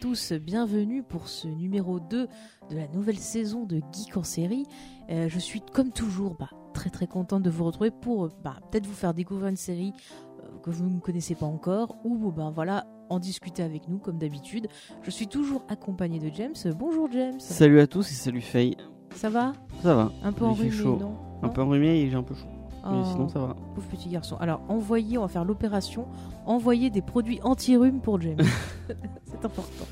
tous, bienvenue pour ce numéro 2 de la nouvelle saison de Geek en série. Euh, je suis comme toujours bah, très très contente de vous retrouver pour euh, bah, peut-être vous faire découvrir une série euh, que vous ne connaissez pas encore ou ben voilà en discuter avec nous comme d'habitude. Je suis toujours accompagnée de James. Bonjour James. Salut à tous et salut Faye. Ça va Ça va, Un peu Il fait enrhumé, chaud. non un peu enrhumé et j'ai un peu chaud. Mais Hein Oh, sinon ça va. Pauvre petit garçon. Alors envoyez, on va faire l'opération. Envoyez des produits anti-rhume pour James. C'est important.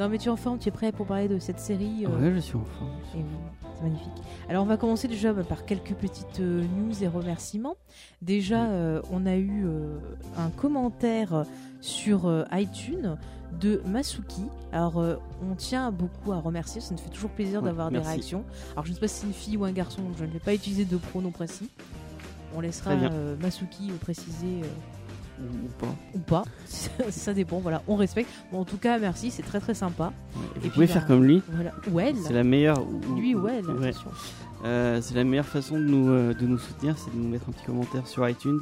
Non mais tu es en forme, tu es prêt pour parler de cette série euh, Ouais, je suis en forme. Et oui, c'est magnifique. Alors, on va commencer déjà bah, par quelques petites euh, news et remerciements. Déjà, euh, on a eu euh, un commentaire sur euh, iTunes de Masuki. Alors, euh, on tient beaucoup à remercier, ça nous fait toujours plaisir Ouais, d'avoir des merci. réactions. Alors, je ne sais pas si c'est une fille ou un garçon, donc je ne vais pas utiliser de pronom précis. On laissera Très bien. euh, Masuki préciser euh, Ou ou pas. Ouais, ou pas. ça dépend, voilà, on respecte. Bon, en tout cas, merci, c'est très très sympa. Vous puis, pouvez bah, faire comme lui. Voilà. Ou elle, C'est la meilleure. ou- lui ou elle, ouais. attention. Euh, c'est la meilleure façon de nous, euh, de nous soutenir, c'est de nous mettre un petit commentaire sur iTunes.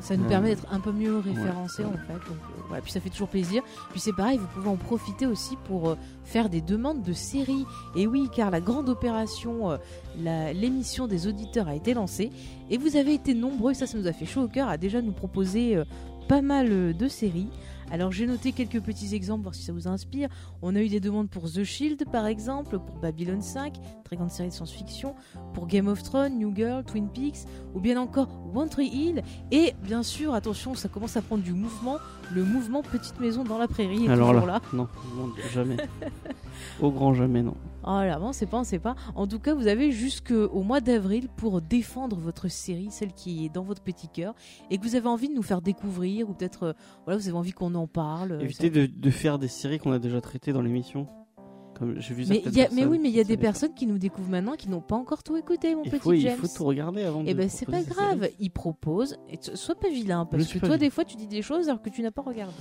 Ça nous Euh, permet d'être un peu mieux référencés ouais. en fait. Donc, euh, voilà. Puis ça fait toujours plaisir. Puis c'est pareil, vous pouvez en profiter aussi pour euh, faire des demandes de séries. Et oui, car la grande opération, euh, la- l'émission des auditeurs a été lancée. Et vous avez été nombreux, ça, ça nous a fait chaud au cœur, à déjà nous proposer euh, pas mal euh, de séries. Alors j'ai noté quelques petits exemples, voir si ça vous inspire. On a eu des demandes pour The Shield par exemple, pour Babylon 5, très grande série de science-fiction, pour Game of Thrones, New Girl, Twin Peaks, ou bien encore One Tree Hill, et bien sûr, attention, ça commence à prendre du mouvement. Le mouvement Petite Maison dans la Prairie est Alors toujours là, là. non, mon Dieu, jamais. Au grand jamais, non. Oh là, bon, c'est pas, on sait pas. En tout cas, vous avez jusqu'au mois d'avril pour défendre votre série, celle qui est dans votre petit cœur, et que vous avez envie de nous faire découvrir, ou peut-être, euh, voilà, vous avez envie qu'on en parle. euh, Évitez de, de faire des séries qu'on a déjà traitées dans l'émission. Comme j'ai vu ça- Mais, certaines il y a- mais personnes oui, mais il y a qui des savaient pas. personnes qui nous découvrent maintenant qui n'ont pas encore tout écouté, mon Il petit faut, il James. faut tout regarder avant. et de ben c'est pas proposer des séries. grave, ils proposent, et t- sois pas vilain, parce suis que pas toi vilain. des fois tu dis des choses alors que tu n'as pas regardé.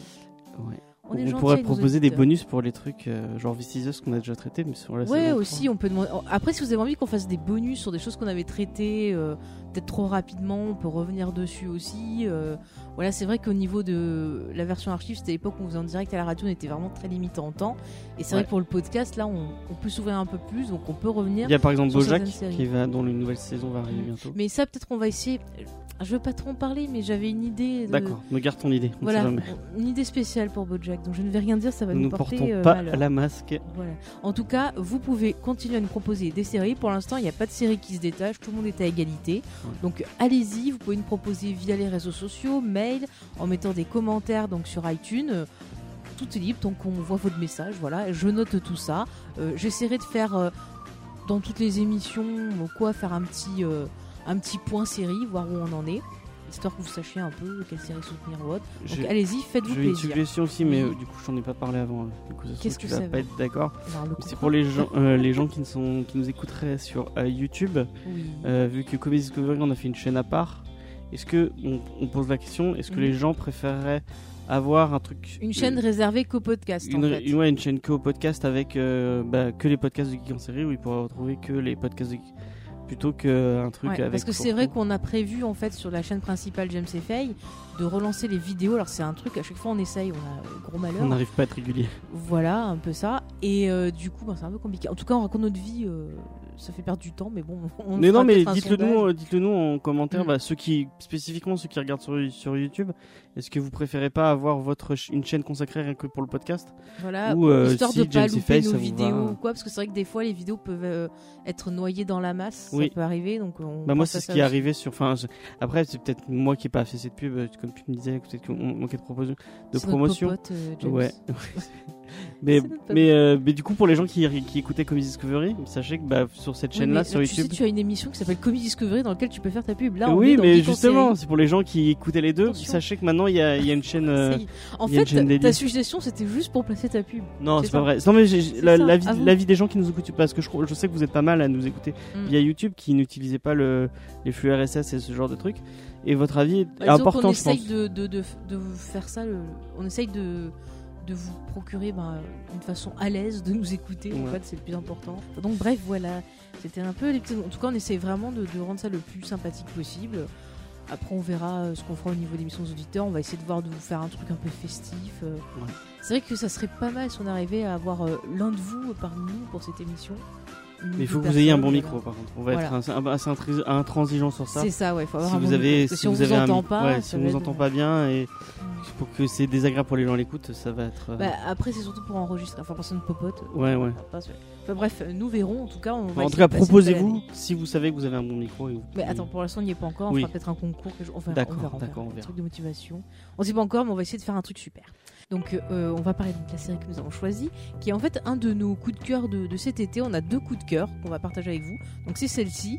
Ouais. On, est On gentil pourrait avec nos proposer des auditeurs. bonus pour les trucs euh, genre Vicious qu'on a déjà traité, mais sur la Ouais, saison aussi, on peut demander. Après, si vous avez envie qu'on fasse des bonus sur des choses qu'on avait traitées euh, peut-être trop rapidement, on peut revenir dessus aussi. euh, voilà, c'est vrai qu'au niveau de la version archive, c'était l'époque où on faisait en direct à la radio, on était vraiment très limité en temps. Et c'est vrai Ouais. que pour le podcast, là, on, on peut s'ouvrir un peu plus, donc on peut revenir. Il y a par exemple sur Bojack certaines séries. qui va dont une nouvelle saison va arriver Mm. bientôt. Mais ça, peut-être qu'on va essayer. Je veux pas trop en parler, mais j'avais une idée. de- D'accord, me garde ton idée. On ne Voilà, sait jamais. une idée spéciale pour Bojack. Donc je ne vais rien dire, ça va Nous nous, ne porter portons euh, pas malheur. la masque. Voilà. En tout cas, vous pouvez continuer à nous proposer des séries. Pour l'instant, il n'y a pas de série qui se détache. Tout le monde est à égalité. Ouais. Donc, allez-y. Vous pouvez nous proposer via les réseaux sociaux, mail, en mettant des commentaires donc sur iTunes. Euh, Tout est libre, donc on voit votre message. Voilà, je note tout ça. Euh, J'essaierai de faire euh, dans toutes les émissions ou quoi faire un petit euh, un petit point série, voir où on en est, histoire que vous sachiez un peu quelle série soutenir ou autre. Donc, J'ai- allez-y, faites-vous J'ai une plaisir. suggestion aussi, mais Oui. euh, du coup, je t'en ai pas parlé avant. euh, Du coup, ça se trouve, Qu'est-ce tu que vas ça pas veut être d'accord. Alors, le Mais C'est comprend- pour les gens, euh, les gens qui, ne sont, qui nous écouteraient sur euh, YouTube. Oui. Euh, vu que Comedy Discovery, on a fait une chaîne à part. Est-ce que on, on pose la question Est-ce que Mhm. les gens préféreraient avoir un truc Une chaîne réservée qu'au podcast. Euh, une, en fait. une- ouais, une chaîne que au podcast avec euh, bah, que les podcasts de Geek en série où ils pourraient retrouver que les podcasts de Geek plutôt qu'un truc Ouais, avec. parce que c'est vrai qu'on a prévu en fait sur la chaîne principale James et Faye de relancer les vidéos. Alors c'est un truc à chaque fois on essaye, on a euh, gros malheur. On n'arrive pas à être régulier. Voilà un peu ça. Et euh, du coup ben, c'est un peu compliqué. En tout cas on raconte notre vie, euh, ça fait perdre du temps, mais bon. On mais fera non, mais peut-être un dites-le sondage. nous, euh, dites-le nous en commentaire. Mm. bah, ceux qui spécifiquement ceux qui regardent sur, sur YouTube, est-ce que vous préférez pas avoir votre ch- une chaîne consacrée rien que pour le podcast Voilà. ou euh, Ah, Histoire si de pas James et louper Faye, nos ça vous va vidéos ou quoi, parce que c'est vrai que des fois les vidéos peuvent euh, être noyées dans la masse, Oui. ça peut arriver. Donc on Bah moi pense à c'est ce ça qui est aussi. arrivé sur. Enfin je- après c'est peut-être moi qui ai pas fait cette pub euh, comme tu me disais peut-être qu'on manquait de, propos- de C'est notre promotion. popote, euh, James. Ouais. mais, C'est notre mais, euh, mais du coup, pour les gens qui, qui écoutaient Comedy Discovery, sachez que bah, sur cette Oui, chaîne-là, mais sur tu YouTube. Sais, tu as une émission qui s'appelle Comedy Discovery dans laquelle tu peux faire ta pub. Là, on est oui, dans mais Geek en justement, c'est pour les gens qui écoutaient les deux. Attention. Sachez que maintenant, il y a, il y a une chaîne. euh, série. En il y a une chaîne fait, dédiée. ta suggestion c'était juste pour placer ta pub. Non, c'est c'est pas ça. vrai. Non, mais j'ai- j'ai- C'est la, ça, la vie, avant. la vie des gens qui nous écoutent, parce que je, crois- je sais que vous êtes pas mal à nous écouter Mm. via YouTube, qui n'utilisaient pas le, les flux RSS et ce genre de trucs. Et votre avis est Bah, disons qu'on important, je essaye pense. De, de, de, de vous faire ça, le- on essaye de, de vous procurer ben, une façon à l'aise de nous écouter. En Ouais. fait, c'est le plus important. Donc, bref, voilà. C'était un peu les petits. En tout cas, on essaye vraiment de, de rendre ça le plus sympathique possible. Après, on verra euh, ce qu'on fera au niveau des missions auditeurs. On va essayer de voir de vous faire un truc un peu festif. euh. Ouais. C'est vrai que ça serait pas mal si on arrivait à avoir euh, l'un de vous euh, parmi nous pour cette émission. Une Mais il faut que nouvelle vous ayez un bon personne, micro, voilà. par contre. On va Voilà. être un- assez intris- intransigeant sur ça. C'est ça, ouais. Faut avoir Si un vous bon avez, micro, parce que si si on vous vous avez un entend mic- pas, ouais, ça si on va vous être- entend pas bien et Mm. pour que c'est désagréable pour les gens à l'écoute, ça va être. euh, Bah, après, c'est surtout pour enregistrer. Enfin, personne ne popote. ouais, ouais. Enfin, enfin, bref, euh, nous verrons. En tout cas, on va en essayer tout cas, de passer une belle proposez-vous année. si vous savez que vous avez un bon micro. Et vous Mais attends, pour l'instant, on n'y est pas encore. On Oui. fera peut-être un concours. quelque chose. On verra, D'accord, on verra, on verra. d'accord, on Un verra. truc de motivation. On sait pas encore, mais on va essayer de faire un truc super. Donc, euh, on va parler donc de la série que nous avons choisie, qui est en fait un de nos coups de cœur de, de cet été. On a deux coups de cœur qu'on va partager avec vous. Donc, c'est celle-ci.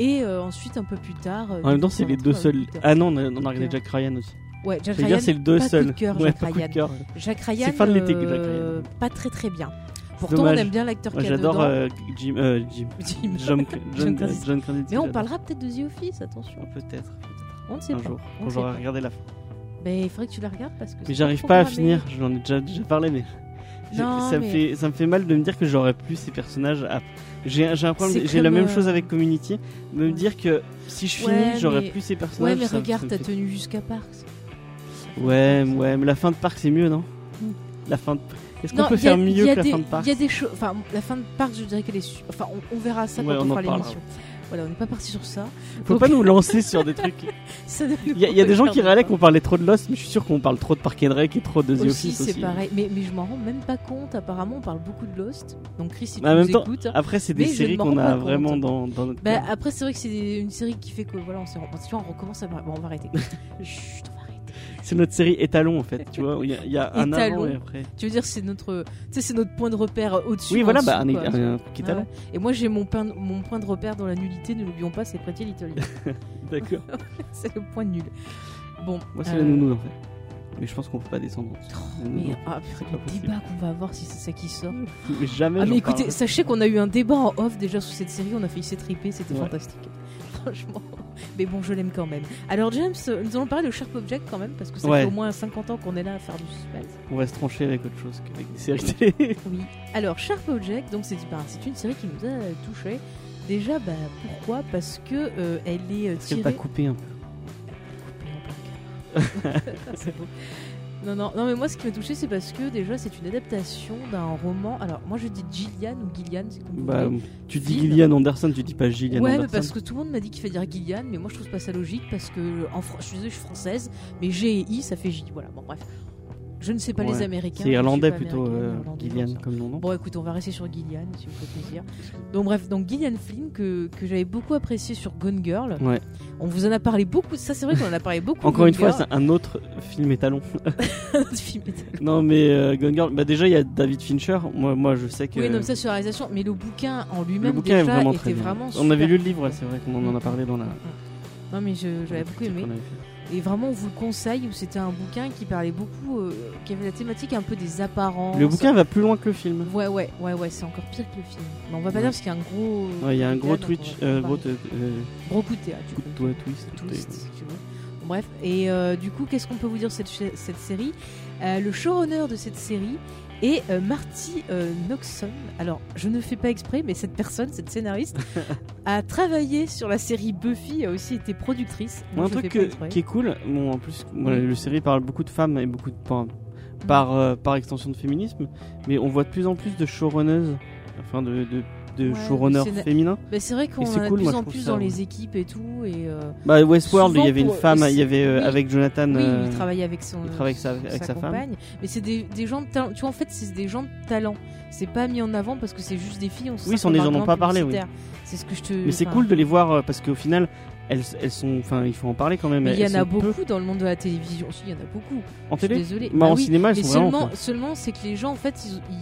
Et euh, ensuite, un peu plus tard. euh, En même temps, c'est les deux notre seuls. coup de cœur. Ah non, on a, on a regardé Cœur. Jack Ryan aussi. Ouais, Jack Je veux dire, Ryan. c'est les deux pas de coup seuls. de cœur, Ouais, Jack pas de coup de Ryan. cœur. Jack Ryan. fin de l'été que Jack euh, Ryan. Pas très très bien. Pourtant, dommage. on aime bien l'acteur Moi, qu'il y a J'adore dedans. euh, Jim, euh, Jim. Jim. John, euh, John, Krasinski. John Krasinski, Mais on j'adore. parlera peut-être de The Office, attention. Peut-être. On ne sait Un pas. jour. On Quand sait j'aurai pas. regardé la fin. Mais il faudrait que tu la regardes parce que. Mais c'est j'arrive pas à programmé. finir. J'en ai déjà, déjà parlé, mais. j'ai- Non, ça, me mais- fait, ça me fait mal de me dire que j'aurais plus ces personnages. À... J'ai j'ai un problème. C'est J'ai la comme, même euh, chose avec Community. Me ouais. dire que si je finis, Ouais, j'aurais mais- plus ces personnages. Ouais, mais ça- regarde, ça me t'as fait- tenu jusqu'à Parks. Ouais, ouais, mais la fin de parc c'est mieux, non Hmm. La fin de. Est-ce qu'on Non, peut il y a- faire il y mieux a que la des- fin de parc Il y a des choses. Enfin, la fin de Parks, je dirais qu'elle est. su- Enfin, on, on verra ça Ouais, quand on, on en fera parlera. l'émission. Voilà, on n'est pas parti sur ça. Faut pas nous lancer sur des trucs. Ça ne nous Il y, a- il y a des gens qui regarde râlaient pas. qu'on parlait trop de Lost, mais je suis sûr qu'on parle trop de Park and Rec et trop de The Aussi, Office c'est aussi. pareil. Mais, mais je m'en rends même pas compte. Apparemment, on parle beaucoup de Lost. Donc, Chris, si tu Mais Bah, en nous même temps- écoutes. hein. Après, c'est des Mais je séries ne m'en qu'on rends pas a compte. vraiment dans, dans notre. Bah, après, c'est vrai que c'est des- une série qui fait que voilà, on s'est rendu Tu vois, on recommence à. Bon, on va arrêter. Chut, on va arrêter. C'est notre série étalon en fait, tu vois. où Il y a, il y a un avant Étalon. et après. Tu veux dire, c'est notre, tu sais, c'est notre point de repère au-dessus. Oui, voilà, en bah, un, dessous, quoi. un- un truc Ouais, étalon. ouais. Et moi, j'ai mon, pain- mon point de repère dans la nullité, ne l'oublions pas, c'est Pretty Little. Liars. D'accord. c'est le point nul. Bon, Moi, c'est euh, la nounou en fait. Mais je pense qu'on peut pas descendre. en dessous. oh, La mais nounou. ah, putain, Mm. C'est pas le possible. débat qu'on va avoir si c'est ça qui sort. Mais jamais. ah, j'en mais écoutez, parlerai. sachez qu'on a eu un débat en off déjà sur cette série, on a failli s'étriper, c'était Ouais. fantastique. Franchement. Mais bon, je l'aime quand même. Alors, James, euh, nous allons parler de Sharp Object quand même, parce que ça Ouais. fait au moins 50 ans qu'on est là à faire du suspense. On va se trancher avec autre chose qu'avec des séries télé. Oui. Alors, Sharp Object, donc c'est bah, c'est une série qui nous a touché. Déjà, bah, pourquoi Parce que euh, elle est euh, Parce que t'as tirée. coupé un peu. Coupée en plein cœur. C'est beau. Non, non, non, mais moi ce qui m'a touché, c'est parce que déjà c'est une adaptation d'un roman. Alors, moi je dis Gillian ou Gillian, c'est comme vous Bah, voulez. tu dis Film. Gillian Anderson, tu dis pas Gillian Ouais, mais Anderson. parce que tout le monde m'a dit qu'il fallait dire Gillian, mais moi je trouve pas ça logique parce que en Fran- je, suis désolée, je suis française, mais G et I ça fait J. Voilà, bon, bref. Je ne sais pas Ouais. les américains. C'est je irlandais suis pas plutôt, américaine, euh, irlandais, non, Gillian ça. comme nom, non Bon, écoute, on va rester sur Gillian, si vous fait plaisir. Donc, bref, donc Gillian Flynn, que, que j'avais beaucoup apprécié sur Gone Girl. Ouais. On vous en a parlé beaucoup, ça c'est vrai qu'on en a parlé beaucoup. Encore Gone une fois, Girl. c'est un autre film étalon. Notre film est- non, mais euh, Gone Girl, bah déjà, il y a David Fincher. Moi, moi je sais que. Oui, non, mais ça sur la réalisation, mais le bouquin en le lui-même bouquin est déjà vraiment était très bien. vraiment on avait super. lu le livre, ouais, c'est vrai qu'on en a parlé dans la. Non, mais je- j'avais beaucoup aimé. qu'on avait fait. Et vraiment, on vous le conseille, où c'était un bouquin qui parlait beaucoup, euh, qui avait la thématique un peu des apparences. Le bouquin va plus loin que le film. Ouais, ouais, ouais, ouais, c'est encore pire que le film. Mais on va pas Ouais. dire parce qu'il y a un gros. Ouais, Il y a un gros donc on va Twitch, pas euh, parler. gros te- euh, Gros coup de théâtre, du coup coup. de doigt twist. twist, si tu veux. Bon, Bref, et euh, du coup, qu'est-ce qu'on peut vous dire de cette, cha- cette série Euh, Le showrunner de cette série est euh, Marty euh, Noxon. Alors, je ne fais pas exprès, mais cette personne, cette scénariste, a travaillé sur la série Buffy, a aussi été productrice. Moi, Donc, un je truc fais pas que- exprès. qui est cool, bon, en plus, moi, Oui. le série parle beaucoup de femmes et beaucoup de. par- par, euh, par extension de féminisme, mais on voit de plus en plus de showrunneuses, enfin de, de, de Ouais, showrunners de scéna- féminins. Bah, c'est vrai qu'on Et c'est en a cool, de moi, plus je en trouve plus ça, hein. dans ouais. les équipes et tout. Et, euh, Bah, Westworld, il Souvent y avait une pour- femme, et il y avait euh, oui. avec Jonathan. Oui, euh, il travaille avec son, il travaille avec sa- avec sa femme. compagne. Mais c'est des, des gens de talent. Tu vois, en fait, c'est des gens de talent. C'est pas mis en avant parce que c'est juste des filles. On se Oui, sert ça, on les comme en ont argument pas parlé, oui. publicitaire. C'est ce que je te. Mais c'est enfin, cool de les voir euh, parce qu'au final, elles, elles sont. Enfin, il faut en parler quand même. mais Il y elles en a sont peu beaucoup dans le monde de la télévision. Si, il y en a beaucoup. En Je suis télé désolée. Bah, Bah En oui. cinéma, elles Mais sont vraiment. seulement, peu. seulement c'est que les gens, en fait, ils, ils,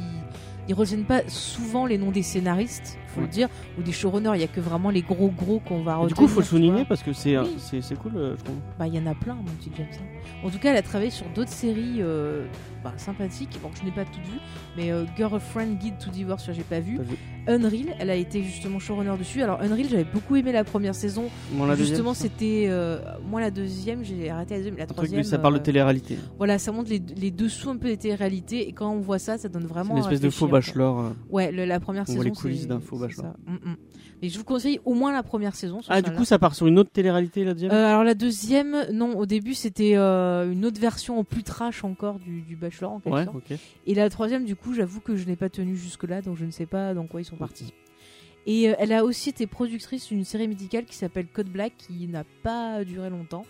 ils retiennent pas souvent les noms des scénaristes, faut Ouais. le dire, ou des showrunners. Il y a que vraiment les gros gros qu'on va Et retenir. Du coup, faut le tu vois. souligner parce que c'est Oui. c'est c'est cool, euh, je trouve. Bah, il y en a plein, mon petit James. hein. En tout cas, elle a travaillé sur d'autres séries euh, bah, sympathiques. Bon, je n'ai pas toutes vues, mais euh, Girlfriend Guide to Divorce, ça, j'ai pas vu. Pas vu. Unreal, elle a été justement showrunner dessus. Alors, Unreal, j'avais beaucoup aimé la première saison. Bon, la deuxième, justement, c'est c'était. euh, moi, la deuxième, j'ai arrêté la deuxième. La un truc troisième. de- ça parle de euh, télé-réalité. Voilà, ça montre les, les dessous un peu des téléréalités. Et quand on voit ça, ça donne C'est vraiment. une à espèce de faux réfléchir, quoi. bachelor. euh, Ouais, le- la première On saison. voit les coulisses c'est- d'un faux c'est Bachelot. ça. Mm, mm. Mais je vous conseille au moins la première saison. sur Ah, du celle-là. coup, ça part sur une autre télé-réalité, la deuxième Euh, alors la deuxième, non, au début c'était euh, une autre version en plus trash encore du, du Bachelor en quelque Ouais, sorte. ok. Et la troisième, du coup, j'avoue que je n'ai pas tenu jusque-là, donc je ne sais pas dans quoi ils sont partis. Et euh, elle a aussi été productrice d'une série médicale qui s'appelle Code Black, qui n'a pas duré longtemps,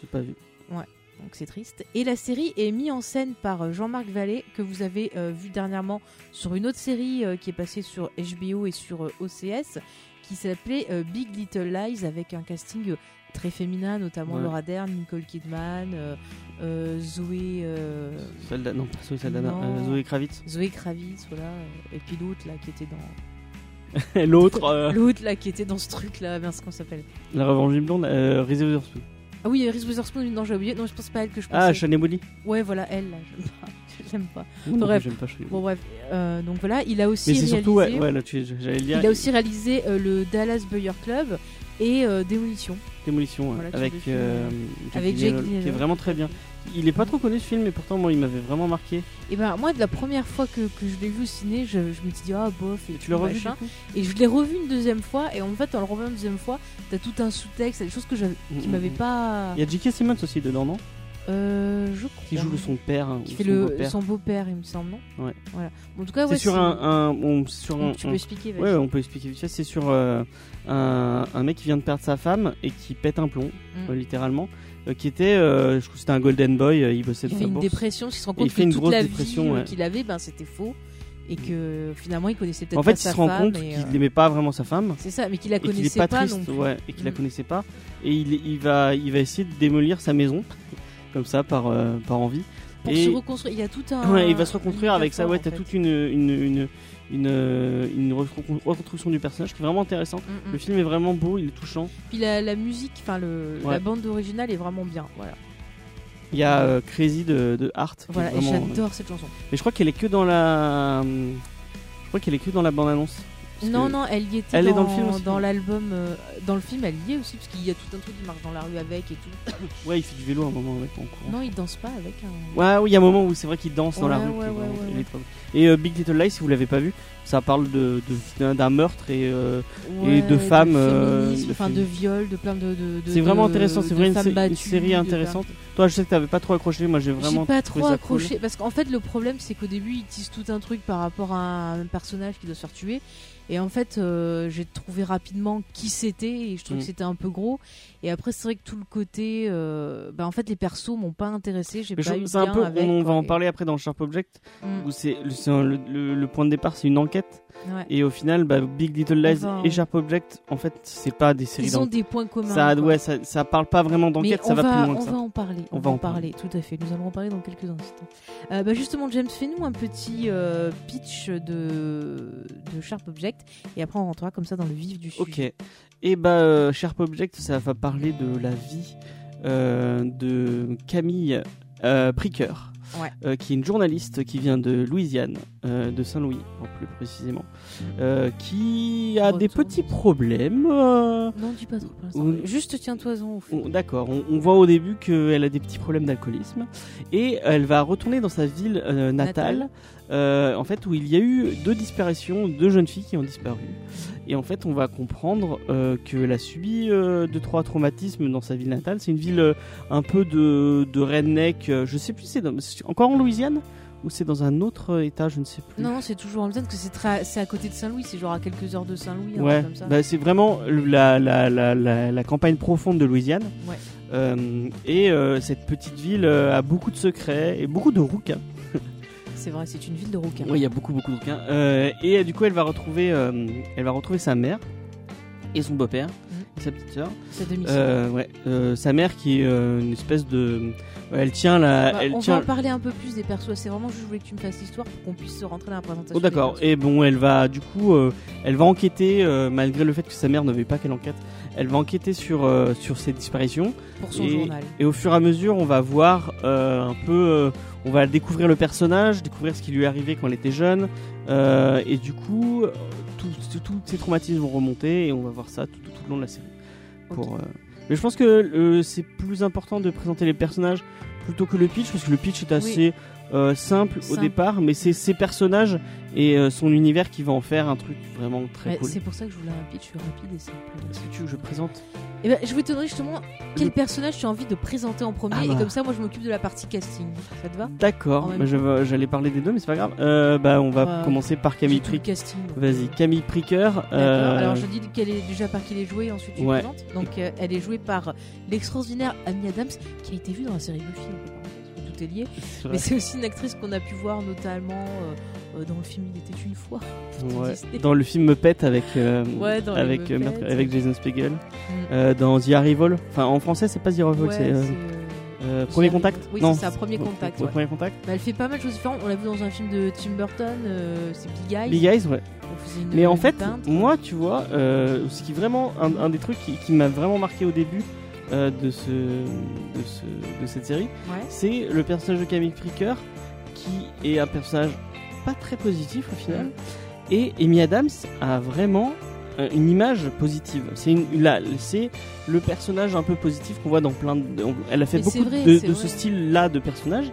J'ai pas vu. donc c'est triste. Et la série est mise en scène par euh, Jean-Marc Vallée, que vous avez euh, vu dernièrement sur une autre série euh, qui est passée sur HBO et sur euh, OCS, qui s'appelait euh, Big Little Lies, avec un casting euh, très féminin, notamment Ouais. Laura Dern, Nicole Kidman, euh, euh, Zoé... euh, Celle d'A- non, pas Zoé, celle d'Anna. Non. Euh, Zoé Kravitz. Zoé Kravitz, voilà, euh, et puis l'autre là qui était dans L'autre, euh, l'autre là qui était dans ce euh, truc là, bien ce qu'on s'appelle. la revanche du blonde, euh, Reese Witherspoon. Ah oui, Reese Witherspoon, non j'ai oublié, non je pense pas à elle que je pensais. Ah, Sean Emily. Ouais voilà elle là, j'aime pas, j'aime pas. Non, non, Bref. J'aime pas Sean Emily. Bon bref, euh, donc voilà, il a aussi Mais c'est réalisé, surtout, ouais, ouais, là, tu- j'allais le dire. il a aussi réalisé euh, le Dallas Buyer Club et euh, Démolition. Démolition, ouais, Voilà, tu avec, le film, euh, avec Jake qui est Gyllenhaal. vraiment très bien. Il est pas trop connu ce film, mais pourtant, moi, il m'avait vraiment marqué. Et ben moi de la première fois que, que je l'ai vu au ciné, je, je me suis dit ah bof et Tu tout, l'as revu du machin. coup Et je l'ai revu une deuxième fois et en fait en le revoyant une deuxième fois, t'as tout un sous-texte, t'as des choses que j'avais, qui Mm, m'avaient mm. pas. Il y a J.K. Simmons aussi dedans, non Euh, je crois. Qui joue son père. hein, qui ou fait son le beau-père. son beau-père, il me semble, non Ouais. Voilà. Bon, en tout cas, ouais, C'est sur un. un- on- sur un- Donc, tu un- peux expliquer. vas-y. Ouais, on peut expliquer vite fait. C'est sur euh, un, un mec qui vient de perdre sa femme et qui pète un plomb, Mm. euh, littéralement. euh, qui était, euh, je crois que c'était un golden boy, euh, il bossait Il dans fait la une bourse. dépression, il se rend Et il compte fait une que toute grosse la vie dépression, euh, ouais. qu'il avait, ben c'était faux, et que finalement il connaissait peut-être En fait, pas il sa se rend femme, compte et, qu'il euh, n'aimait pas vraiment sa femme. c'est ça, mais qu'il la Et qu'il est connaissait pas, non triste, plus. ouais, et qu'il la Mm. connaissait pas. Et il, il va, il va essayer de démolir sa maison, comme ça, par, euh, par envie. Pour et se reconstruire, il y a tout un. Ouais, il va se reconstruire avec ça. Ouais, t'as en fait. toute une, une, une, une, euh, une recon- reconstruction du personnage qui est vraiment intéressant. Mm, mm. Le film est vraiment beau, il est touchant. Puis la, la musique, enfin le, Ouais. la bande originale est vraiment bien. Voilà, Il y a euh, Crazy de, de Art. qui est voilà et vraiment, euh, j'adore cette chanson. Mais je crois qu'elle est que dans la. hum, Je crois qu'elle est que dans la bande-annonce. Parce Non, que- non, elle y était Elle dans, est dans le film aussi, dans ouais. l'album. euh, dans le film, elle y est aussi, parce qu'il y a tout un truc, il marche dans la rue avec et tout. Ouais, il fait du vélo à un moment avec en courant. Non, il danse pas avec un. Ouais, oui, il y a un moment où c'est vrai qu'il danse dans la Ouais, rue. ouais, qui est ouais, vraiment- ouais, il est ouais. trop- Et euh, Big Little Lies, si vous l'avez pas vu, ça parle de de- d'un d'un meurtre et euh, Ouais, de femmes, euh, féminisme, de enfin de féminisme. viol, de plein de. de- de- C'est vraiment de- intéressant, c'est de vrai, une femmes sé- une battues, série de- intéressante. toi, je sais que t'avais pas trop accroché. Moi, j'ai J'ai vraiment pas trop trouvé ça cool. accroché parce qu'en fait le problème c'est qu'au début ils tissent tout un truc par rapport à un personnage qui doit se faire tuer et en fait euh, j'ai trouvé rapidement qui c'était et je trouve Mm. que c'était un peu gros et après c'est vrai que tout le côté euh, bah en fait les persos m'ont pas intéressé j'ai Mais je pas trouve eu que c'est un de peu, lien avec, on va quoi, en et- parler après dans Sharp Object, Mm. où c'est le, c'est un- le- le- le point de départ, c'est une enquête, Ouais. et au final, bah, Big Little Lies Enfin, et Sharp Object, en fait, c'est pas des séries Ils ont d'enquête. des points communs. Ça, quoi. ouais, ça, ça parle pas vraiment Mais d'enquête, on ça va, plus loin que on ça. va en parler. On, va en parler. tout à fait. Nous allons en parler dans quelques instants. Euh, bah justement, James, fais-nous un petit euh, pitch de, de Sharp Object et après on rentrera comme ça dans le vif du sujet. Ok. Et bah, euh, Sharp Object, ça va parler de la vie euh, de Camille euh, Pricker, Ouais. euh, qui est une journaliste qui vient de Louisiane, euh, de Saint-Louis, en plus précisément, euh, qui a des Retourne. petits problèmes. euh, Non, dis pas trop pour l'instant. On- Juste tiens-toi-en au fond. on- D'accord, on, on voit au début qu'elle a des petits problèmes d'alcoolisme et elle va retourner dans sa ville euh, natale, Natale. euh, en fait où il y a eu deux disparitions, deux jeunes filles qui ont disparu. Et en fait, on va comprendre euh, qu'elle a subi euh, deux trois traumatismes dans sa ville natale. C'est une ville euh, un peu de, de redneck. euh, je sais plus, c'est dans- c'est encore en Louisiane ou c'est dans un autre euh, État, je ne sais plus. Non, non, c'est toujours en même temps que c'est très- c'est à côté de Saint-Louis. C'est genre à quelques heures de Saint-Louis. un Ouais, truc comme ça. bah, c'est vraiment la, la, la, la, la campagne profonde de Louisiane. Ouais. Euh, et euh, cette petite ville euh, a beaucoup de secrets et beaucoup de rouquins. C'est vrai, c'est une ville de requins. Ouais, il y a beaucoup, beaucoup de rouquins. Euh, et euh, du coup, elle va retrouver, euh, elle va retrouver sa mère et son beau-père, Mm. et sa petite sœur. Sa demi-sœur. Euh, ouais, euh, sa mère qui est euh, une espèce de, elle tient la, Bah, elle on tient. va en parler un peu plus des persos. C'est vraiment juste je voulais que tu me fasses l'histoire pour qu'on puisse se rentrer dans la présentation. Oh, des d'accord. persos. Et bon, elle va du coup, euh, elle va enquêter euh, malgré le fait que sa mère ne veut pas qu'elle enquête. Elle va enquêter sur euh, sur ces disparitions. Pour son et- journal. Et au fur et à mesure, on va voir euh, un peu, euh, on va découvrir le personnage, découvrir ce qui lui est arrivé quand elle était jeune, euh, et du coup, euh, tous- tous tous ces traumatismes vont remonter et on va voir ça tout, tout- tout le long de la série. Pour, euh, Mais je pense que euh, c'est plus important de présenter les personnages plutôt que le pitch, parce que le pitch est assez euh, simple, au Simple. départ, mais c'est ses personnages et euh, son univers qui va en faire un truc vraiment très Ouais, cool. C'est pour ça que je voulais un pitch rapide et simple. Est-ce que tu veux que je présente Et ben, je vais te demander justement quel Le- personnage tu as envie de présenter en premier Ah et bah. comme ça moi je m'occupe de la partie casting. Ça te va En D'accord, même bah, je vais- j'allais parler des deux, mais c'est pas grave. Euh, bah, on va Ouais. commencer par J'ai Camille tout le Pricker. casting. moi. Vas-y, Camille Pricker. D'accord. euh, Alors je dis qu'elle est déjà par qui elle est jouée et ensuite tu Ouais. le présentes. Donc euh, elle est jouée par l'extraordinaire Amy Adams qui a été vue dans la série Buffy. en fait, parce que Tout est lié. c'est vrai. Mais c'est aussi une actrice qu'on a pu voir notamment euh, euh, dans le film Il était une fois. Ouais. Disney. Dans le film Pet avec, euh, Ouais, dans les avec, euh, merde, Muppets. avec Jason Spiegel. Mm. Euh, dans The Arrival. Enfin, en français, c'est pas The Arrival, Ouais, c'est. euh, c'est, euh, euh, The premier Arrival. contact Oui, Non, c'est ça, Premier Contact, Ouais, ouais. Premier contact. bah, elle fait pas mal de choses différentes. On l'a vu dans un film de Tim Burton, euh, c'est Big Eyes. Big Eyes, ouais. Elle faisait une- Mais en une fait, peintre. moi, tu vois, euh, ce qui vraiment un, un des trucs qui, qui m'a vraiment marqué au début euh, de ce de ce- de cette série, Ouais. c'est le personnage de Camille Fricker qui est un personnage pas très positif au final. Et Amy Adams a vraiment euh, une image positive. C'est une- là, c'est le personnage un peu positif qu'on voit dans plein. De, on- elle a fait Mais c'est beaucoup vrai, de, c'est de vrai. Mm. ce style-là de personnage.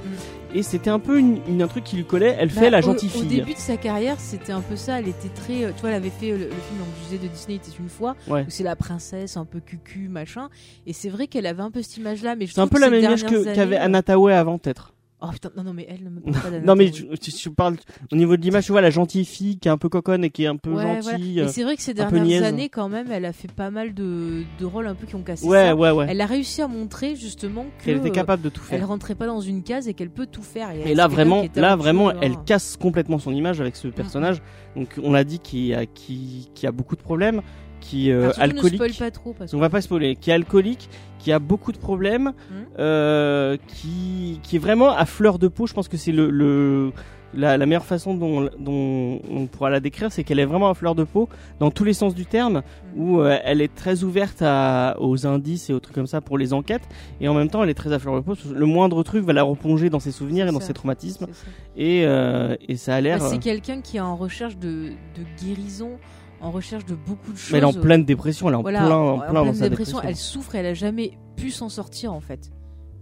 Et c'était un peu une, une- un truc qui lui collait. Elle fait Bah, la au- gentille Au fille. début de sa carrière, c'était un peu ça. Elle était très. euh, Tu vois, elle avait fait euh, le, le film dans le musée de Disney, était une fois, Ouais. où c'est la princesse un peu cucu, machin. Et c'est vrai qu'elle avait un peu cette image-là. mais je C'est un trouve peu que la ces même image dernières que- qu'avait années- euh, Anna Tawai avant, peut-être. Oh putain, non, non, mais elle ne me parle pas d'Anna Non, mais Taylor. je, je, je parle au niveau de l'image, tu vois, la gentille fille qui est un peu coconne et qui est un peu Ouais, voilà. gentille. euh, Mais c'est vrai que ces un peu niaise. dernières années, quand même, elle a fait pas mal de, de rôles un peu qui ont cassé ouais, ça. ouais, ouais. Elle a réussi à montrer justement que Elle était euh, capable de tout elle faire. rentrait pas dans une case et qu'elle peut tout faire. Et là, vraiment, là, vraiment, elle euh, casse complètement son image avec Mm. ce personnage. Donc, on l'a dit qui a, qui, qui a beaucoup de problèmes, qui est euh, Ne spoil alcoolique. pas trop parce que On va pas spoiler. Qui est alcoolique, qui a beaucoup de problèmes, Mhm. euh, qui, qui est vraiment à fleur de peau. Je pense que c'est le, le la, la meilleure façon dont, dont on pourra la décrire, c'est qu'elle est vraiment à fleur de peau dans tous les sens du terme, Mhm. où euh, elle est très ouverte à, aux indices et aux trucs comme ça pour les enquêtes, et en même temps elle est très à fleur de peau. Le moindre truc va la replonger dans ses souvenirs C'est et dans ça. ses traumatismes, c'est ça. et, euh, et ça a l'air. Bah, euh, c'est quelqu'un qui est en recherche de, de guérison, en recherche de beaucoup de choses. mais elle est en pleine dépression, elle est en euh, Voilà, plein, en plein dans pleine sa dépression. dépression. Elle souffre, elle a jamais pu s'en sortir en fait.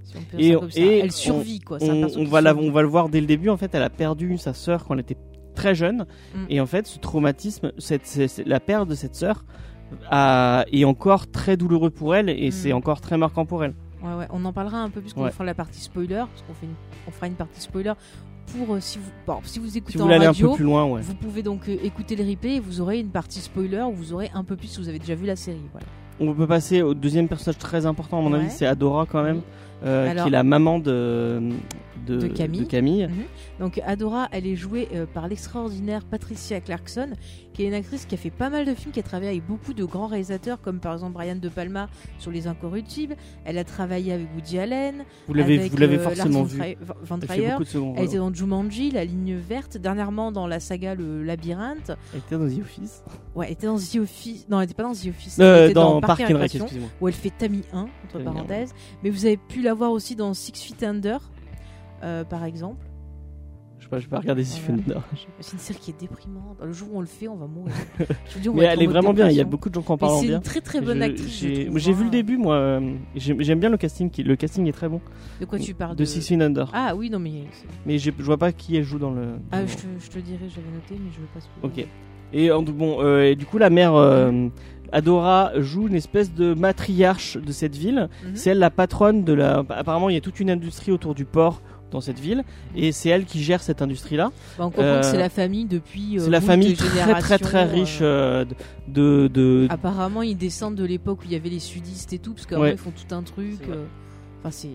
Si on peut Et- dire ça comme ça. et elle survit quoi. C'est un on, perso on qui va la- survit. on va le voir dès le début. En fait, elle a perdu sa sœur quand elle était très jeune. Mm. Et en fait, ce traumatisme, cette, c'est- c'est- la perte de cette sœur a- est encore très douloureux pour elle et Mm. c'est encore très marquant pour elle. Ouais, ouais, on en parlera un peu plus qu'on Ouais. fera la partie spoiler, parce qu'on fait une- on fera une partie spoiler pour euh, si vous bon, si vous écoutez Si vous en voulez aller un radio. peu plus loin, ouais. Vous pouvez donc euh, écouter le replay et vous aurez une partie spoiler où vous aurez un peu plus si vous avez déjà vu la série. Voilà. On peut passer au deuxième personnage très important à mon avis, Ouais. c'est Adora quand même, euh, Alors- qui est la maman de de, De Camille. Donc Adora, elle est jouée euh, par l'extraordinaire Patricia Clarkson, qui est une actrice qui a fait pas mal de films, qui a travaillé avec beaucoup de grands réalisateurs, comme par exemple Brian De Palma sur Les Incorruptibles. Elle a travaillé avec Woody Allen. Vous l'avez avec, vous l'avez euh, forcément Lars vu. von Tri- von- von Elle fait Trier. beaucoup de secondes. Elle était dans Jumanji, La Ligne Verte, dernièrement dans la saga Le Labyrinthe. Elle était dans The Office. Ouais, elle était dans The Office. Non, elle était pas dans The Office. Euh, elle était dans, dans Park and Rec, Récréation. excusez-moi. où elle fait Tammy 1, entre Tammy 1, parenthèses. Mais vous avez pu la voir aussi dans Six Feet Under, euh, par exemple. Je sais pas, je vais pas regarder si Voilà. je fais une C'est une série qui est déprimante. Le jour où on le fait, on va mourir. Je vous dis, on va Mais être elle en est mode vraiment bien, il y a dépression. beaucoup de gens qui en Mais parlent en C'est bien. une très très bonne Je- actrice. je J'ai trouve, j'ai vu hein. le début, moi. euh, J'aime j'aime bien le casting. qui- le casting est très bon. De quoi tu parles De Six Feet Under. Ah oui, non mais. c'est- Mais j'ai- je vois pas qui elle joue dans le. Ah, dans- je te, je te dirai, j'avais noté, mais je veux pas se Ok. Et en tout- bon, euh, et du coup, la mère euh, Adora joue une espèce de matriarche de cette ville. Mhm. C'est elle la patronne de la. Apparemment, il y a toute une industrie autour du port dans cette ville, et c'est elle qui gère cette industrie-là. Bah, on comprend Euh, que c'est la famille depuis. euh, c'est la moult famille très très très générations, riche euh, Ah. euh, de, de, de- Apparemment, ils descendent de l'époque où il y avait les sudistes et tout, parce qu'avant Ouais. ils font tout un truc. C'est vrai. euh, Enfin, c'est.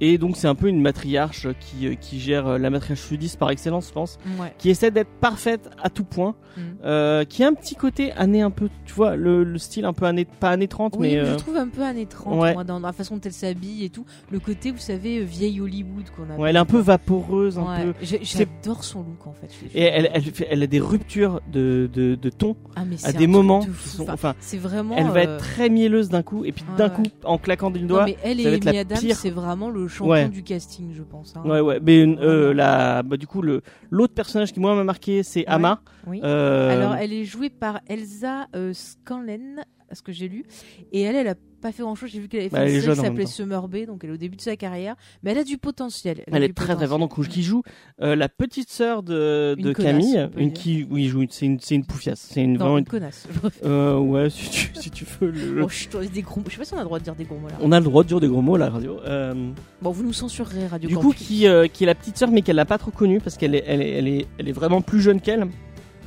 et donc c'est un peu une matriarche qui, euh, qui gère euh, la matriarche sudiste par excellence, je pense. Ouais. qui essaie d'être parfaite à tout point, Mm. euh, qui a un petit côté année un peu, tu vois, le, le style un peu année, pas année 30, Oui, mais je euh, trouve un peu années 30, ouais. moi, dans, dans la façon dont elle s'habille et tout. Le côté, vous savez, euh, vieille Hollywood qu'on a. ouais, elle est un peu vaporeuse, un peu. c'est- J'adore son look en fait. je- je- Et elle, elle, fait- elle a des ruptures de, de, de ton Ah, mais c'est à un des truc moments de qui fou. sont. Enfin, Enfin, c'est vraiment. elle va euh, être très mielleuse d'un coup, et puis ouais, d'un ouais. coup, en claquant d'une non, doigt. mais elle ça va et être la Amy Adams, pire. c'est vraiment le champion Ouais. du casting, je pense. hein. Ouais, ouais, mais euh, la, bah, du coup, le- l'autre personnage qui, moi, m'a marqué, c'est Ama. Oui. Euh, Alors, elle est jouée par Elsa euh, Scanlon. à ce que j'ai lu. Et elle, elle a pas fait grand chose. J'ai vu qu'elle avait fait Bah, elle est une série jeune en qui même s'appelait temps. Summer Bay, donc elle est au début de sa carrière. Mais elle a du potentiel. a Elle du est très très potentiel. vendante. Qui joue euh, la petite sœur de, Une de connasse, Camille, on peut une dire. qui, oui, joue. une- C'est une, c'est une poufiasse. C'est une, Non, vraiment une une- connasse. Euh, ouais, si tu, si tu veux. le- Oh, chut, des gros... Je sais pas si on a le droit de dire des gros mots là. On a le droit de dire des gros mots à la radio. Euh, Bon, vous nous censurerez, Radio du coup, Campus. qui, euh, qui est la petite sœur, mais qu'elle n'a pas trop connue parce qu'elle est, elle est, elle est, elle est vraiment plus jeune qu'elle.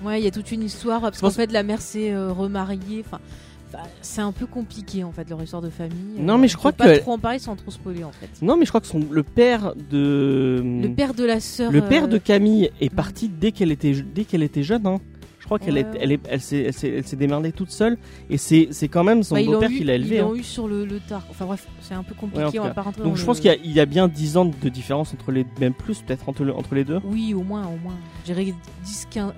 Ouais, il y a toute une histoire. Parce Je qu'en pense- fait, la mère s'est euh, remariée. Enfin, enfin, c'est un peu compliqué en fait leur histoire de famille. Non, Euh, mais je faut crois pas que- trop en parler sans trop spoiler en fait. Non, mais je crois que son, le père de. Le père de la sœur. Mm. Le père euh, de Camille est parti dès qu'elle était, je- dès qu'elle était jeune. hein. Je crois qu'elle Ouais, est- ouais. elle est- elle s'est elle s'est- elle s'est démerdée toute seule. Et c'est c'est quand même son bah, ils l'ont beau-père eu- qui l'a Ils élevée. hein. l'ont euh, eu sur le, le tard. Enfin bref, c'est un peu compliqué. Ouais, en tout on va cas. pas rentrer Donc dans je le- pense qu'il y, a- il y a bien 10 ans de différence entre les même plus peut-être entre, le- entre les deux. Oui, au moins, au moins. Je dirais 10, 15.